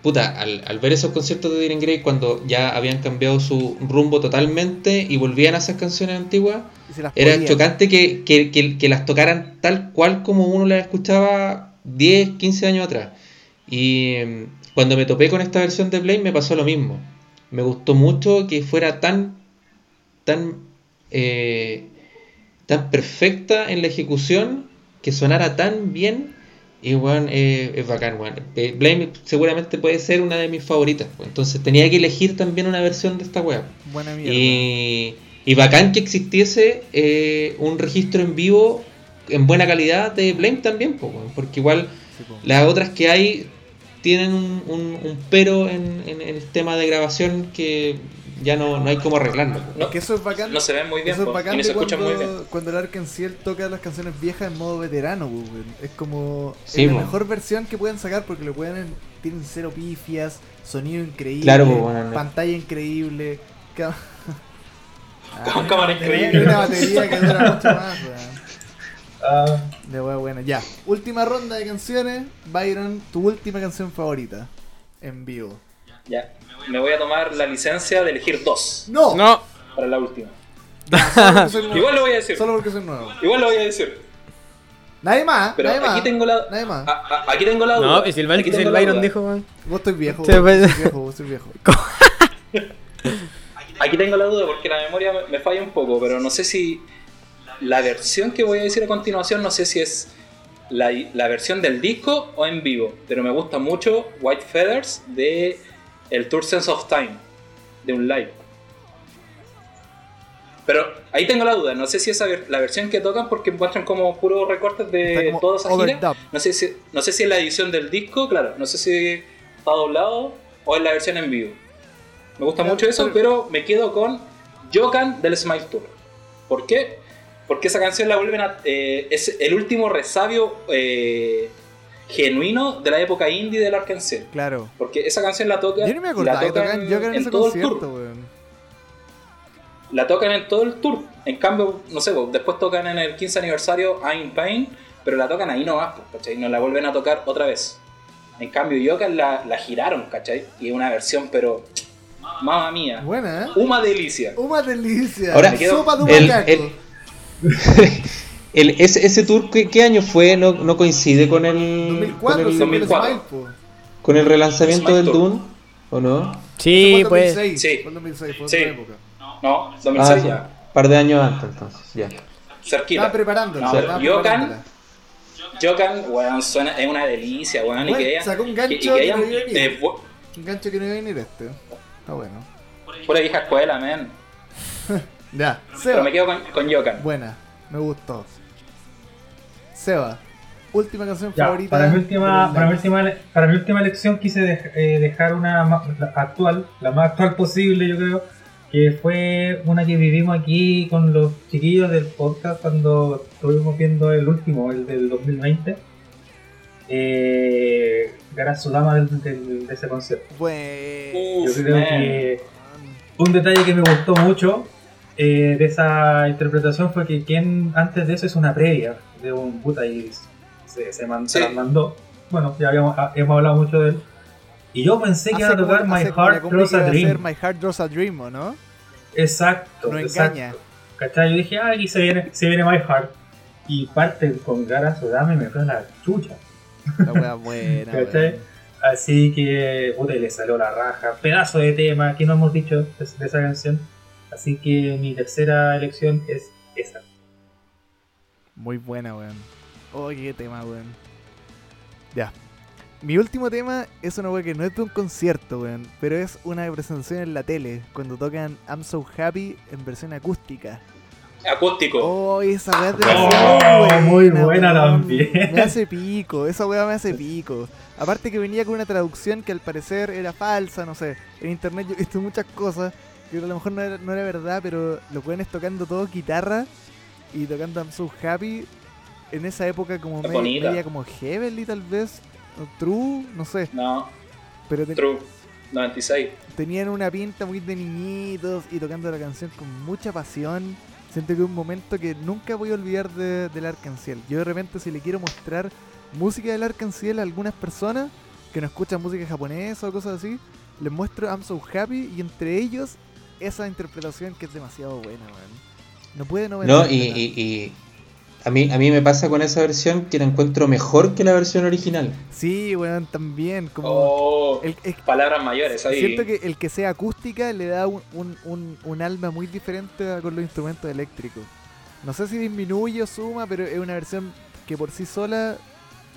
Speaker 4: Puta, al, al ver esos conciertos de Diren Gray cuando ya habían cambiado su rumbo totalmente y volvían a esas canciones antiguas,
Speaker 1: Y se las
Speaker 4: era
Speaker 1: ponía.
Speaker 4: chocante que, que- que- que las tocaran tal cual como uno las escuchaba 10, 15 años atrás. Y mm, cuando me topé con esta versión de Play me pasó lo mismo. Me gustó mucho que fuera tan, tan, eh, tan perfecta en la ejecución, que sonara tan bien. Y bueno, es bacán, weón. Eh, Blame seguramente puede ser una de mis favoritas. Entonces tenía que elegir también una versión de esta web.
Speaker 1: Buena mierda.
Speaker 4: Y, y bacán que existiese eh, un registro en vivo en buena calidad de Blame también, po, weón, porque igual
Speaker 1: Sí, po.
Speaker 4: las otras que hay tienen un, un- un pero en, en el tema de grabación que ya no, no hay cómo arreglarlo. po.
Speaker 2: No,
Speaker 1: Que eso es bacán.
Speaker 2: no se ven muy bien
Speaker 1: Eso es
Speaker 2: po,
Speaker 1: bacán
Speaker 2: y no
Speaker 1: de
Speaker 2: se escuchan muy bien.
Speaker 1: cuando, cuando el Arken Ciel toca las canciones viejas en modo veterano, pues, weón. es como
Speaker 4: Sí,
Speaker 1: es la
Speaker 4: po.
Speaker 1: mejor versión que pueden sacar porque lo pueden tienen cero pifias, sonido increíble,
Speaker 4: Claro, po, bueno, no.
Speaker 1: pantalla increíble, ca-
Speaker 2: Con cámara
Speaker 1: y
Speaker 2: increíble.
Speaker 1: una batería que dura mucho más, weón.
Speaker 3: Ah,
Speaker 1: de wea buena. Ya, última ronda de canciones, Byron, tu última canción favorita en vivo.
Speaker 2: Ya. Me voy a tomar la licencia de elegir dos
Speaker 1: No,
Speaker 6: no
Speaker 2: para la última.
Speaker 1: solo porque soy nuevo.
Speaker 2: Igual lo voy a decir.
Speaker 1: Solo porque soy nuevo.
Speaker 2: Igual lo voy a decir.
Speaker 1: Nadie más,
Speaker 2: Pero
Speaker 1: nadie
Speaker 2: aquí
Speaker 1: más.
Speaker 2: tengo Ah. la.
Speaker 1: Nadie más.
Speaker 2: a- a- aquí tengo la duda.
Speaker 6: no, pues, si el, Byron-
Speaker 2: Aquí
Speaker 6: si
Speaker 2: tengo
Speaker 6: el
Speaker 2: la
Speaker 6: Byron
Speaker 2: duda.
Speaker 6: dijo, weón.
Speaker 1: Vos estoy viejo,
Speaker 6: Te
Speaker 1: weón,
Speaker 6: parece-
Speaker 1: soy viejo, vos soy viejo.
Speaker 2: Aquí tengo la duda porque la memoria me- me falla un poco, pero no sé si la versión que voy a decir a continuación, no sé si es la, la versión del disco o en vivo, pero me gusta mucho White Feathers de el Tour Sense of Time, de un live. Pero ahí tengo la duda, no sé si esa ver- la versión que tocan porque muestran como puros recortes
Speaker 1: Está
Speaker 2: de
Speaker 1: como
Speaker 2: toda esa Eh, gira.
Speaker 1: overdub.
Speaker 2: No sé, si, no sé si es la edición del disco, claro, no sé si está doblado o es la versión en vivo. Me gusta
Speaker 1: Claro,
Speaker 2: mucho eso,
Speaker 1: pero-
Speaker 2: pero me quedo con Jokan del Smile Tour. ¿Por qué? Porque esa canción la vuelven a. eh, es el último resabio eh, genuino de la época indie del Arkansas.
Speaker 1: Claro.
Speaker 2: Porque esa canción la toca.
Speaker 1: Yo ni me acordaba que tocaban Joker en, ese concierto,
Speaker 2: tour.
Speaker 1: weón.
Speaker 2: La tocan en todo el tour. En cambio, no sé, pues, después tocan en el 15 aniversario I'm Pain, pero la tocan ahí nomás, pues, ¿cachai? No la vuelven a tocar otra vez. En cambio, Jokan la, la giraron, ¿cachai? Y es una versión, pero. Mamma mía.
Speaker 1: Buena, ¿eh?
Speaker 2: Una delicia.
Speaker 1: Una delicia.
Speaker 4: Ahora,
Speaker 1: sopa de un
Speaker 4: el-
Speaker 1: macaco.
Speaker 4: el- El, ese, ese tour, ¿qué, qué año fue? No, no coincide con el, con
Speaker 1: 2004,
Speaker 4: el,
Speaker 1: según el
Speaker 2: 2004.
Speaker 1: Smile, po.
Speaker 4: con el relanzamiento
Speaker 2: Smite
Speaker 4: del
Speaker 2: Tour.
Speaker 4: Dune, ¿o no?
Speaker 1: Fue
Speaker 6: Sí,
Speaker 1: en
Speaker 6: pues.
Speaker 1: 2006,
Speaker 2: Sí.
Speaker 1: fue en 2006, fue
Speaker 2: Sí.
Speaker 1: otra época.
Speaker 2: No,
Speaker 4: Ah,
Speaker 2: 2006
Speaker 4: sí,
Speaker 2: ya.
Speaker 4: un par de años antes, entonces, ya.
Speaker 2: Cerquita.
Speaker 1: Estaban preparándola.
Speaker 2: No,
Speaker 1: estaban
Speaker 2: Jokan,
Speaker 1: preparándola.
Speaker 2: Jokan, weón, suena, es una delicia, weón. Y
Speaker 1: Bueno,
Speaker 2: que hayan-
Speaker 1: sacó un gancho
Speaker 2: que- y que hayan,
Speaker 1: que no iba a venir.
Speaker 2: eh, bu-
Speaker 1: Un gancho que no iba a venir este. Está bueno.
Speaker 2: pura vieja escuela, man.
Speaker 1: Ya,
Speaker 2: Pero
Speaker 1: Seba.
Speaker 2: me quedo con, con Jokan.
Speaker 1: Buena, me gustó. Seba, última canción
Speaker 3: ya,
Speaker 1: favorita.
Speaker 3: para, mi
Speaker 1: del
Speaker 3: última,
Speaker 1: live.
Speaker 3: para, mi última, para mi última elección quise dej- eh, dejar una ma- la actual, la más actual posible, yo creo, que fue una que vivimos aquí con los chiquillos del podcast cuando estuvimos viendo el último, el del 2020. Eh, Gara Sudama del- del- de ese concierto.
Speaker 1: Buen-
Speaker 3: Yo
Speaker 2: Uf,
Speaker 3: creo
Speaker 2: man.
Speaker 3: que un detalle que me gustó mucho eh, de esa interpretación fue que quien antes de eso es una previa de un puta y se, se man- se
Speaker 2: Sí.
Speaker 3: la mandó. Bueno, ya habíamos, ah, hemos hablado mucho de él. Y yo pensé que iba a
Speaker 1: Hace como-
Speaker 3: tocar My
Speaker 1: hace como la
Speaker 3: Heart
Speaker 1: combi que
Speaker 3: Draws
Speaker 1: iba
Speaker 3: a
Speaker 1: a hacer
Speaker 3: Dream.
Speaker 1: My Heart Draws a Dream, ¿o no?
Speaker 3: Exacto,
Speaker 1: No
Speaker 3: exacto.
Speaker 1: engaña.
Speaker 3: ¿Cachai? Yo dije, ah, aquí se viene, se viene My Heart. Y parte con Gara Sodame y me fue a la chucha.
Speaker 1: La wea buena.
Speaker 3: ¿Cachai?
Speaker 1: weón.
Speaker 3: Así que, puta, y le salió la raja. Pedazo de tema que no hemos dicho de, de esa canción. Así que mi tercera elección es esa.
Speaker 1: Muy buena, weón. Oh, qué tema, weón. Ya. Mi último tema es una weá que no es de un concierto, weón, pero es una presentación en la tele, cuando tocan I'm So Happy en versión acústica.
Speaker 2: Acústico.
Speaker 1: Oh, esa weá es
Speaker 3: Oh,
Speaker 1: demasiado
Speaker 3: muy buena
Speaker 1: weón.
Speaker 3: también.
Speaker 1: Me hace pico, esa weá me hace pico. Aparte que venía con una traducción que al parecer era falsa, no sé. En internet yo he visto muchas cosas que a lo mejor no era, no era verdad, pero los weones tocando todo guitarra y tocando I'm So Happy en esa época como
Speaker 2: Es
Speaker 1: media,
Speaker 2: bonita.
Speaker 1: media como Heavenly tal vez, o True, no sé,
Speaker 2: No,
Speaker 1: pero te-
Speaker 2: True, 96.
Speaker 1: tenían una pinta muy de niñitos y tocando la canción con mucha pasión. Siento que es un momento que nunca voy a olvidar de, del Arcanciel. Yo de repente si le quiero mostrar música del Arcanciel a algunas personas que no escuchan música japonesa o cosas así, les muestro I'm So Happy y entre ellos esa interpretación que es demasiado buena, weón. No puede no
Speaker 4: No,
Speaker 1: venderla.
Speaker 4: y, y- y a, mí, a mí me pasa con esa versión que la encuentro mejor que la versión original.
Speaker 1: Sí, weón, también. Como
Speaker 2: Oh,
Speaker 1: el- es-
Speaker 2: palabras mayores ahí.
Speaker 1: Siento que el que sea acústica le da un, un- un- un alma muy diferente a- con los instrumentos eléctricos. No sé si disminuye o suma, pero es una versión que por sí sola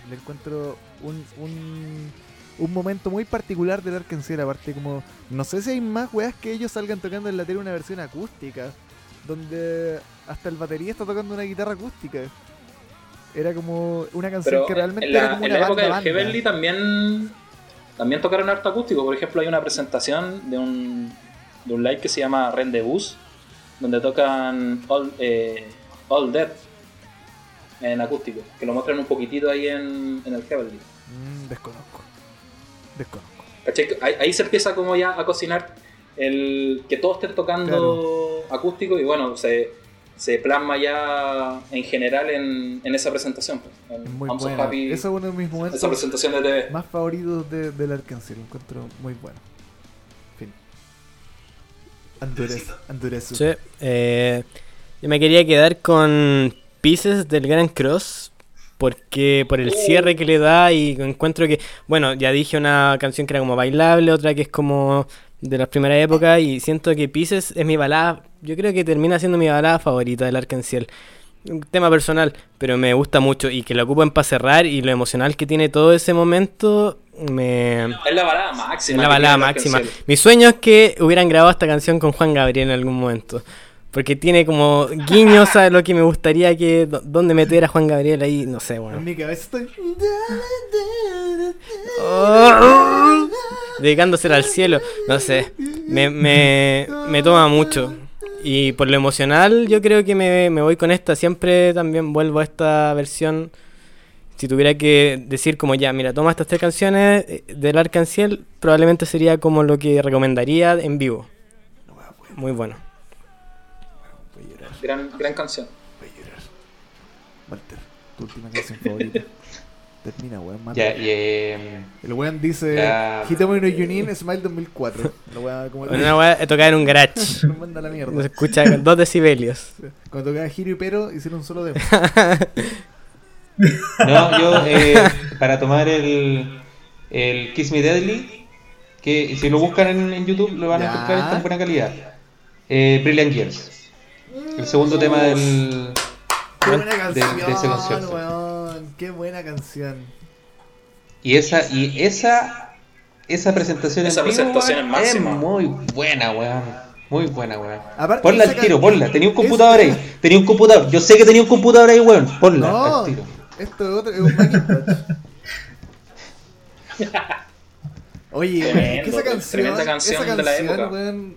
Speaker 1: le encuentro un, un, un momento muy particular del Arkansas. Aparte, como no sé si hay más weas que ellos salgan tocando en la tele una versión acústica, donde hasta el batería está tocando una guitarra acústica. Era como una canción
Speaker 2: Pero
Speaker 1: que realmente
Speaker 2: en la,
Speaker 1: era como
Speaker 2: en
Speaker 1: una
Speaker 2: la
Speaker 1: banda,
Speaker 2: época del
Speaker 1: banda.
Speaker 2: Heavenly también, también tocaron harto acústico. Por ejemplo, hay una presentación de un, de un live que se llama Rendezvous, donde tocan All, eh, All Dead en acústico, que lo muestran un poquitito ahí en, en el Heavenly.
Speaker 1: Mm, desconozco. Desconozco.
Speaker 2: ¿Cachai? Ahí, ahí se empieza como ya a cocinar el que todos estén tocando acústico y bueno, se, se plasma ya en general en, en esa presentación. pues, en
Speaker 1: Es Muy
Speaker 2: I'm So
Speaker 1: buena.
Speaker 2: Happy,
Speaker 1: Eso es uno de mis
Speaker 2: esa
Speaker 1: momentos
Speaker 2: presentación de TV.
Speaker 1: más favoritos de- del Arkansas. Lo encuentro muy bueno. Fin. Andurez, Andurezu.
Speaker 6: Sí, eh, yo me quería quedar con Pieces del Gran Cross porque por el cierre que le da y encuentro que, bueno, ya dije una canción que era como bailable, otra que es como de las primeras épocas y siento que Pieces es mi balada, yo creo que termina siendo mi balada favorita del Arkansas. Un tema personal, pero me gusta mucho y que lo ocupen para cerrar y lo emocional que tiene todo ese momento me...
Speaker 2: Es la balada máxima.
Speaker 6: Es la
Speaker 2: que
Speaker 6: balada
Speaker 2: tiene la
Speaker 6: máxima.
Speaker 2: canción.
Speaker 6: Mi sueño es que hubieran grabado esta canción con Juan Gabriel en algún momento. Porque tiene como guiños a lo que me gustaría que. do- ¿Dónde meter a Juan Gabriel ahí? No sé,
Speaker 1: En
Speaker 6: bueno.
Speaker 1: mi cabeza estoy.
Speaker 6: Oh, dedicándosela al cielo. No sé. Me, me, me toma mucho. Y por lo emocional, yo creo que me, me voy con esta. Siempre también vuelvo a esta versión. Si tuviera que decir como ya, mira, toma estas tres canciones eh, del Arcanciel, probablemente sería como lo que recomendaría en vivo. Muy bueno.
Speaker 2: Gran, gran canción.
Speaker 1: Voy a llorar. Walter, tu última canción favorita. Termina, weón. mata.
Speaker 4: Ya, y, eh,
Speaker 1: El weón dice:
Speaker 4: Ya.
Speaker 1: Hitomi no Yunin, Smile 2004. La weá como.
Speaker 6: Una weá es tocar en un garage.
Speaker 1: Me manda a la
Speaker 6: Se
Speaker 1: mierda.
Speaker 6: escucha con dos decibelios.
Speaker 1: Cuando tocaba Giro y Pero, hicieron un solo demo.
Speaker 4: no, yo eh, para tomar el, el Kiss Me Deadly, que si lo buscan en, en YouTube lo van a
Speaker 1: Ya.
Speaker 4: encontrar en tan buena calidad. Eh, Brilliant Years, el segundo tema del,
Speaker 1: Mm, Qué buena
Speaker 4: de-
Speaker 1: canción,
Speaker 4: de ese concierto.
Speaker 1: weón. Qué buena canción.
Speaker 4: Y esa, y esa, esa presentación
Speaker 2: Esa
Speaker 4: en vivo,
Speaker 2: presentación
Speaker 4: weón,
Speaker 2: es máxima.
Speaker 4: muy buena, weón. Muy buena, weón.
Speaker 1: Aparte
Speaker 4: ponla
Speaker 1: esa
Speaker 4: al tiro,
Speaker 1: can-
Speaker 4: ponla. Tenía un
Speaker 1: esa-
Speaker 4: computador ahí. Tenía un computador. Yo sé que tenía un computador ahí, weón. Ponla
Speaker 1: No,
Speaker 4: al tiro.
Speaker 1: esto es otro, es un Macintosh. Oye,
Speaker 2: Tremendo,
Speaker 1: es que esa canción,
Speaker 2: tremenda canción
Speaker 1: esa
Speaker 2: de la
Speaker 1: canción,
Speaker 2: época.
Speaker 1: weón,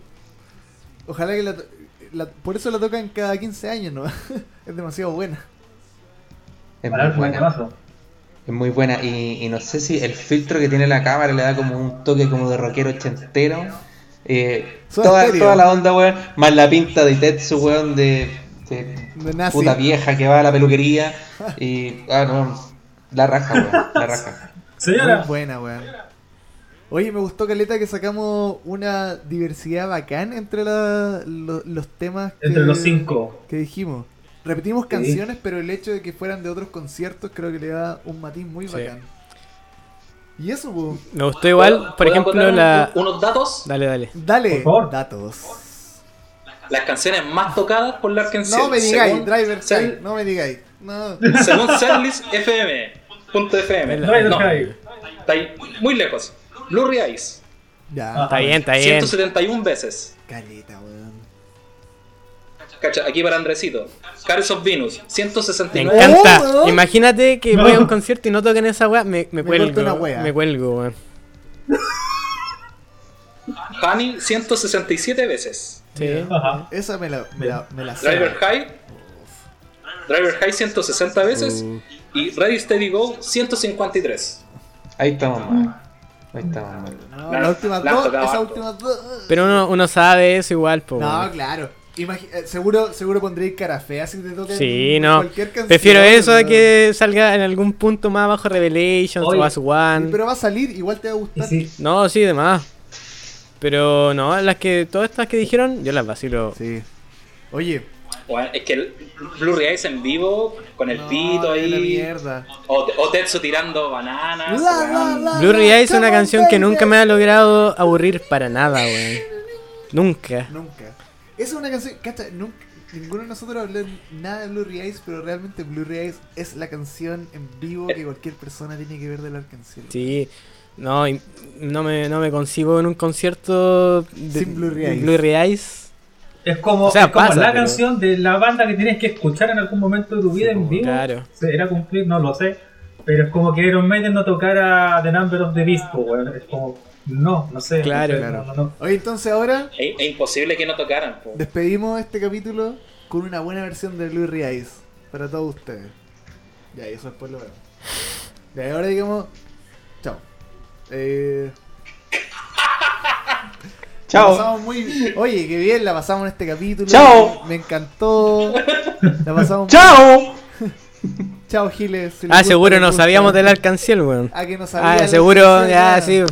Speaker 1: ojalá que la, to- la- por eso la tocan cada 15 años, ¿no? es demasiado buena.
Speaker 4: Es muy
Speaker 3: Palabras muy
Speaker 4: buena.
Speaker 3: temazo.
Speaker 4: Es muy buena. Y, y no sé si el filtro que tiene la cámara le da como un toque como de rockero ochentero. Eh,
Speaker 1: Son
Speaker 4: toda,
Speaker 1: estéreo.
Speaker 4: toda la onda, weón. Más la pinta de Tetsu, weón, de, de
Speaker 1: De nazi.
Speaker 4: puta vieja que va a la peluquería. Y, ah, no. La raja, weón. La raja.
Speaker 1: Muy
Speaker 3: Señora,
Speaker 1: buena, weón. Oye, me gustó Caleta que sacamos una diversidad bacán entre la- lo- los temas que,
Speaker 3: entre los cinco.
Speaker 1: que dijimos. Repetimos canciones, pero el hecho de que fueran de otros conciertos creo que le da un matiz muy
Speaker 6: Sí.
Speaker 1: bacán. Y eso, pues.
Speaker 6: Me gustó igual, por
Speaker 2: ¿Puedo
Speaker 6: ejemplo,
Speaker 2: acotar
Speaker 6: la.
Speaker 2: un- Unos datos,
Speaker 6: Dale, dale.
Speaker 1: Dale,
Speaker 3: Por favor.
Speaker 1: datos.
Speaker 2: las canciones más tocadas por la Arkansas.
Speaker 1: No me digáis, Driver
Speaker 2: según-
Speaker 1: Tide, no me digáis. No.
Speaker 2: Según Setlist FM. Punto FM.
Speaker 6: Vela.
Speaker 3: Rider
Speaker 2: No,
Speaker 3: High.
Speaker 2: está ahí muy lejos. Blurry Eyes.
Speaker 1: Ya,
Speaker 3: Ah.
Speaker 6: Está bien, está bien.
Speaker 2: 171 veces.
Speaker 1: caleta, weón.
Speaker 2: Cacha, aquí para Andresito. Cars of Venus.
Speaker 6: Me
Speaker 2: 169.
Speaker 6: encanta.
Speaker 1: weón.
Speaker 6: Imagínate que voy a un concierto y no toquen esa weá. Me, me
Speaker 1: Me corto
Speaker 6: cuelgo.
Speaker 1: una wea.
Speaker 6: Me cuelgo, weón.
Speaker 2: Honey 167 veces.
Speaker 6: Sí.
Speaker 3: Ajá.
Speaker 1: Esa me la, me la, me la sé.
Speaker 2: Driver High. Driver High 160 veces. Y Ready Steady Go 153.
Speaker 4: Ahí estamos mal. Ahí estamos mal.
Speaker 1: No,
Speaker 2: La-
Speaker 1: la última
Speaker 2: la
Speaker 1: dos,
Speaker 2: tocaba
Speaker 1: esa
Speaker 2: harto.
Speaker 1: última dos.
Speaker 6: Pero uno, uno sabe eso igual, po.
Speaker 1: No,
Speaker 6: weón.
Speaker 1: claro. Imagi- eh, seguro, seguro pondréis cara fea si te toca
Speaker 6: Sí, no. Prefiero eso a que salga en algún punto más abajo Revelations
Speaker 3: Oye,
Speaker 6: o As One.
Speaker 1: Pero va a salir, igual te va a
Speaker 3: Y
Speaker 1: gustar.
Speaker 3: sí,
Speaker 6: No, sí, de más. Pero no, las que todas estas que dijeron, yo las vacilo.
Speaker 1: Sí. Oye,
Speaker 2: Bueno, es eh, que el Blue Eyes en vivo, con el
Speaker 1: no,
Speaker 2: pito
Speaker 1: es la
Speaker 2: ahí.
Speaker 1: mierda.
Speaker 2: O, o Tetsu tirando bananas.
Speaker 1: La, la,
Speaker 2: weón.
Speaker 1: la,
Speaker 6: Blue
Speaker 1: la,
Speaker 6: Eye es
Speaker 1: come
Speaker 6: una
Speaker 1: on,
Speaker 6: canción que
Speaker 1: baby.
Speaker 6: nunca me ha logrado aburrir para nada, weón. Nunca.
Speaker 1: Nunca. Esa es una canción, cacha, nunca, ninguno de nosotros habló nada de Blue Eyes, pero realmente Blue Eyes es la canción en vivo que cualquier persona tiene que ver del Arcángel.
Speaker 6: Sí. No, y no me, no me consigo en un concierto de
Speaker 1: Sin Blurry Eyes.
Speaker 6: Blurry Eyes.
Speaker 3: es como,
Speaker 6: O sea,
Speaker 3: es como
Speaker 6: pasa,
Speaker 3: la
Speaker 6: pero-
Speaker 3: canción de la banda que tienes que escuchar en algún momento de tu vida en vivo.
Speaker 6: Claro.
Speaker 3: ¿Será cumplir? No lo sé. Pero es como que Iron Maiden no tocara The Number of the Beast, pues, weón. Es como, no, no sé.
Speaker 6: Claro.
Speaker 3: no sé, no, no, no.
Speaker 1: Oye, entonces ahora
Speaker 2: Es, es E, imposible que no tocaran. po.
Speaker 1: despedimos este capítulo con una buena versión de Blue Eyes para todos ustedes. Ya, y eso después lo vemos. Ya, y ahora digamos, chao. Eh, La
Speaker 4: Chao.
Speaker 1: pasamos muy bien. Oye, qué bien la pasamos en este capítulo.
Speaker 4: Chao.
Speaker 1: Me encantó. La pasamos
Speaker 4: Chao.
Speaker 1: muy- Chao, Giles. Si les
Speaker 6: Ah,
Speaker 1: gusta,
Speaker 6: seguro
Speaker 1: les
Speaker 6: no
Speaker 1: gusta.
Speaker 6: sabíamos del Arcanciel, weón.
Speaker 1: Ah, que no sabíamos.
Speaker 6: Ah, seguro, ya, sí.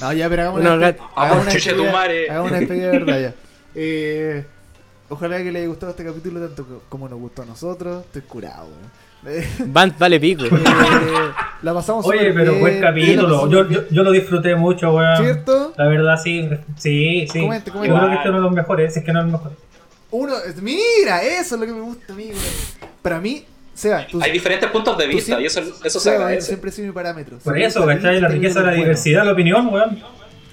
Speaker 1: No, ya, pero hagamos
Speaker 6: Unos
Speaker 1: una,
Speaker 6: gatos.
Speaker 1: hagamos una
Speaker 2: Vamos, chuche tu
Speaker 1: despedida-
Speaker 2: madre.
Speaker 1: Hagamos una despedida de verdad ya. Eh, ojalá que les haya gustado este capítulo tanto co- como nos gustó a nosotros. Estoy curado. weón. Eh,
Speaker 6: Band vale pico.
Speaker 1: la pasamos
Speaker 3: Oye,
Speaker 1: súper
Speaker 3: pero
Speaker 1: bien,
Speaker 3: buen
Speaker 1: la
Speaker 3: capítulo.
Speaker 1: pasamos-
Speaker 3: Yo, yo, yo lo disfruté mucho, weón.
Speaker 1: eh, ¿Cierto?
Speaker 3: La verdad, sí. Sí, sí.
Speaker 1: Comente, comente.
Speaker 3: Yo creo que este es uno de los mejores. Es que no es el mejor.
Speaker 1: Uno, mira, eso es lo que me gusta, amigo. Para mí, Seba, tú,
Speaker 2: Hay diferentes puntos de
Speaker 1: tú
Speaker 2: vista
Speaker 1: siempre-
Speaker 2: y eso, eso se
Speaker 1: Seba, él
Speaker 2: agradece.
Speaker 1: siempre es mi parámetro.
Speaker 3: Por
Speaker 1: Siempre
Speaker 3: eso,
Speaker 1: está
Speaker 3: ¿cachai?
Speaker 1: listo
Speaker 3: La
Speaker 1: y
Speaker 3: riqueza,
Speaker 1: bueno,
Speaker 3: la
Speaker 1: bueno.
Speaker 3: diversidad, la opinión, weón.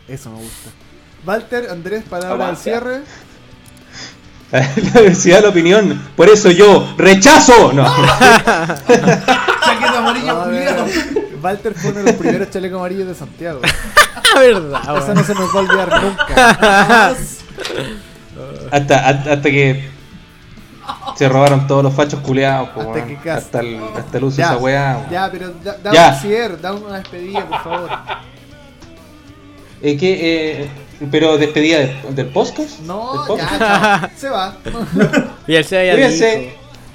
Speaker 1: Eso me gusta. Walter, Andrés, palabra al
Speaker 2: Aguanta.
Speaker 1: cierre.
Speaker 4: La diversidad de la opinión. Por eso yo rechazo. No.
Speaker 9: Chaqueta amarilla,
Speaker 1: Ah,
Speaker 9: culiao.
Speaker 1: mira, Walter fue uno de los primeros chalecos amarillos de Santiago.
Speaker 6: Ah, verdad,
Speaker 1: Eso
Speaker 6: weón.
Speaker 1: no se nos va a olvidar nunca. Jamás.
Speaker 4: Hasta, hasta, hasta que se robaron todos los fachos culeados, po,
Speaker 1: Hasta
Speaker 4: weón.
Speaker 1: que casi-
Speaker 4: hasta, el, hasta el uso de esa weá. weón.
Speaker 1: ya, pero da, da
Speaker 4: Ya.
Speaker 1: un cierre, da una despedida, por favor.
Speaker 4: Es que, eh, pero despedida de- del podcast. ¿Del
Speaker 1: No, ya,
Speaker 4: podcast?
Speaker 1: chao. Se va.
Speaker 6: Y el Seba ya
Speaker 4: Cuídense.
Speaker 6: dijo.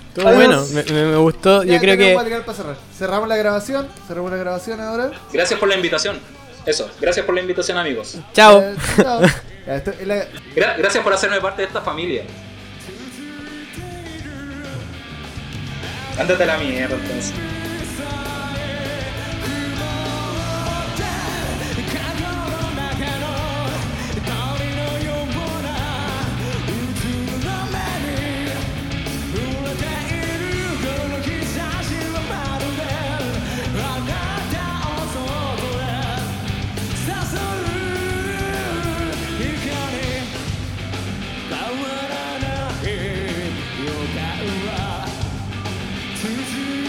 Speaker 6: Estuvo bueno, me, me- me gustó.
Speaker 1: Ya
Speaker 6: Yo creo
Speaker 1: tenemos
Speaker 6: que.
Speaker 1: material para cerrar. Cerramos la grabación. Cerramos la grabación ahora.
Speaker 2: Gracias por la invitación. Eso, gracias por la invitación, amigos.
Speaker 6: Chao.
Speaker 1: Eh, chao. Ya, esto es la-
Speaker 2: Gra- gracias por hacerme parte de esta familia. Ándate a la mierda, entonces.
Speaker 10: To you.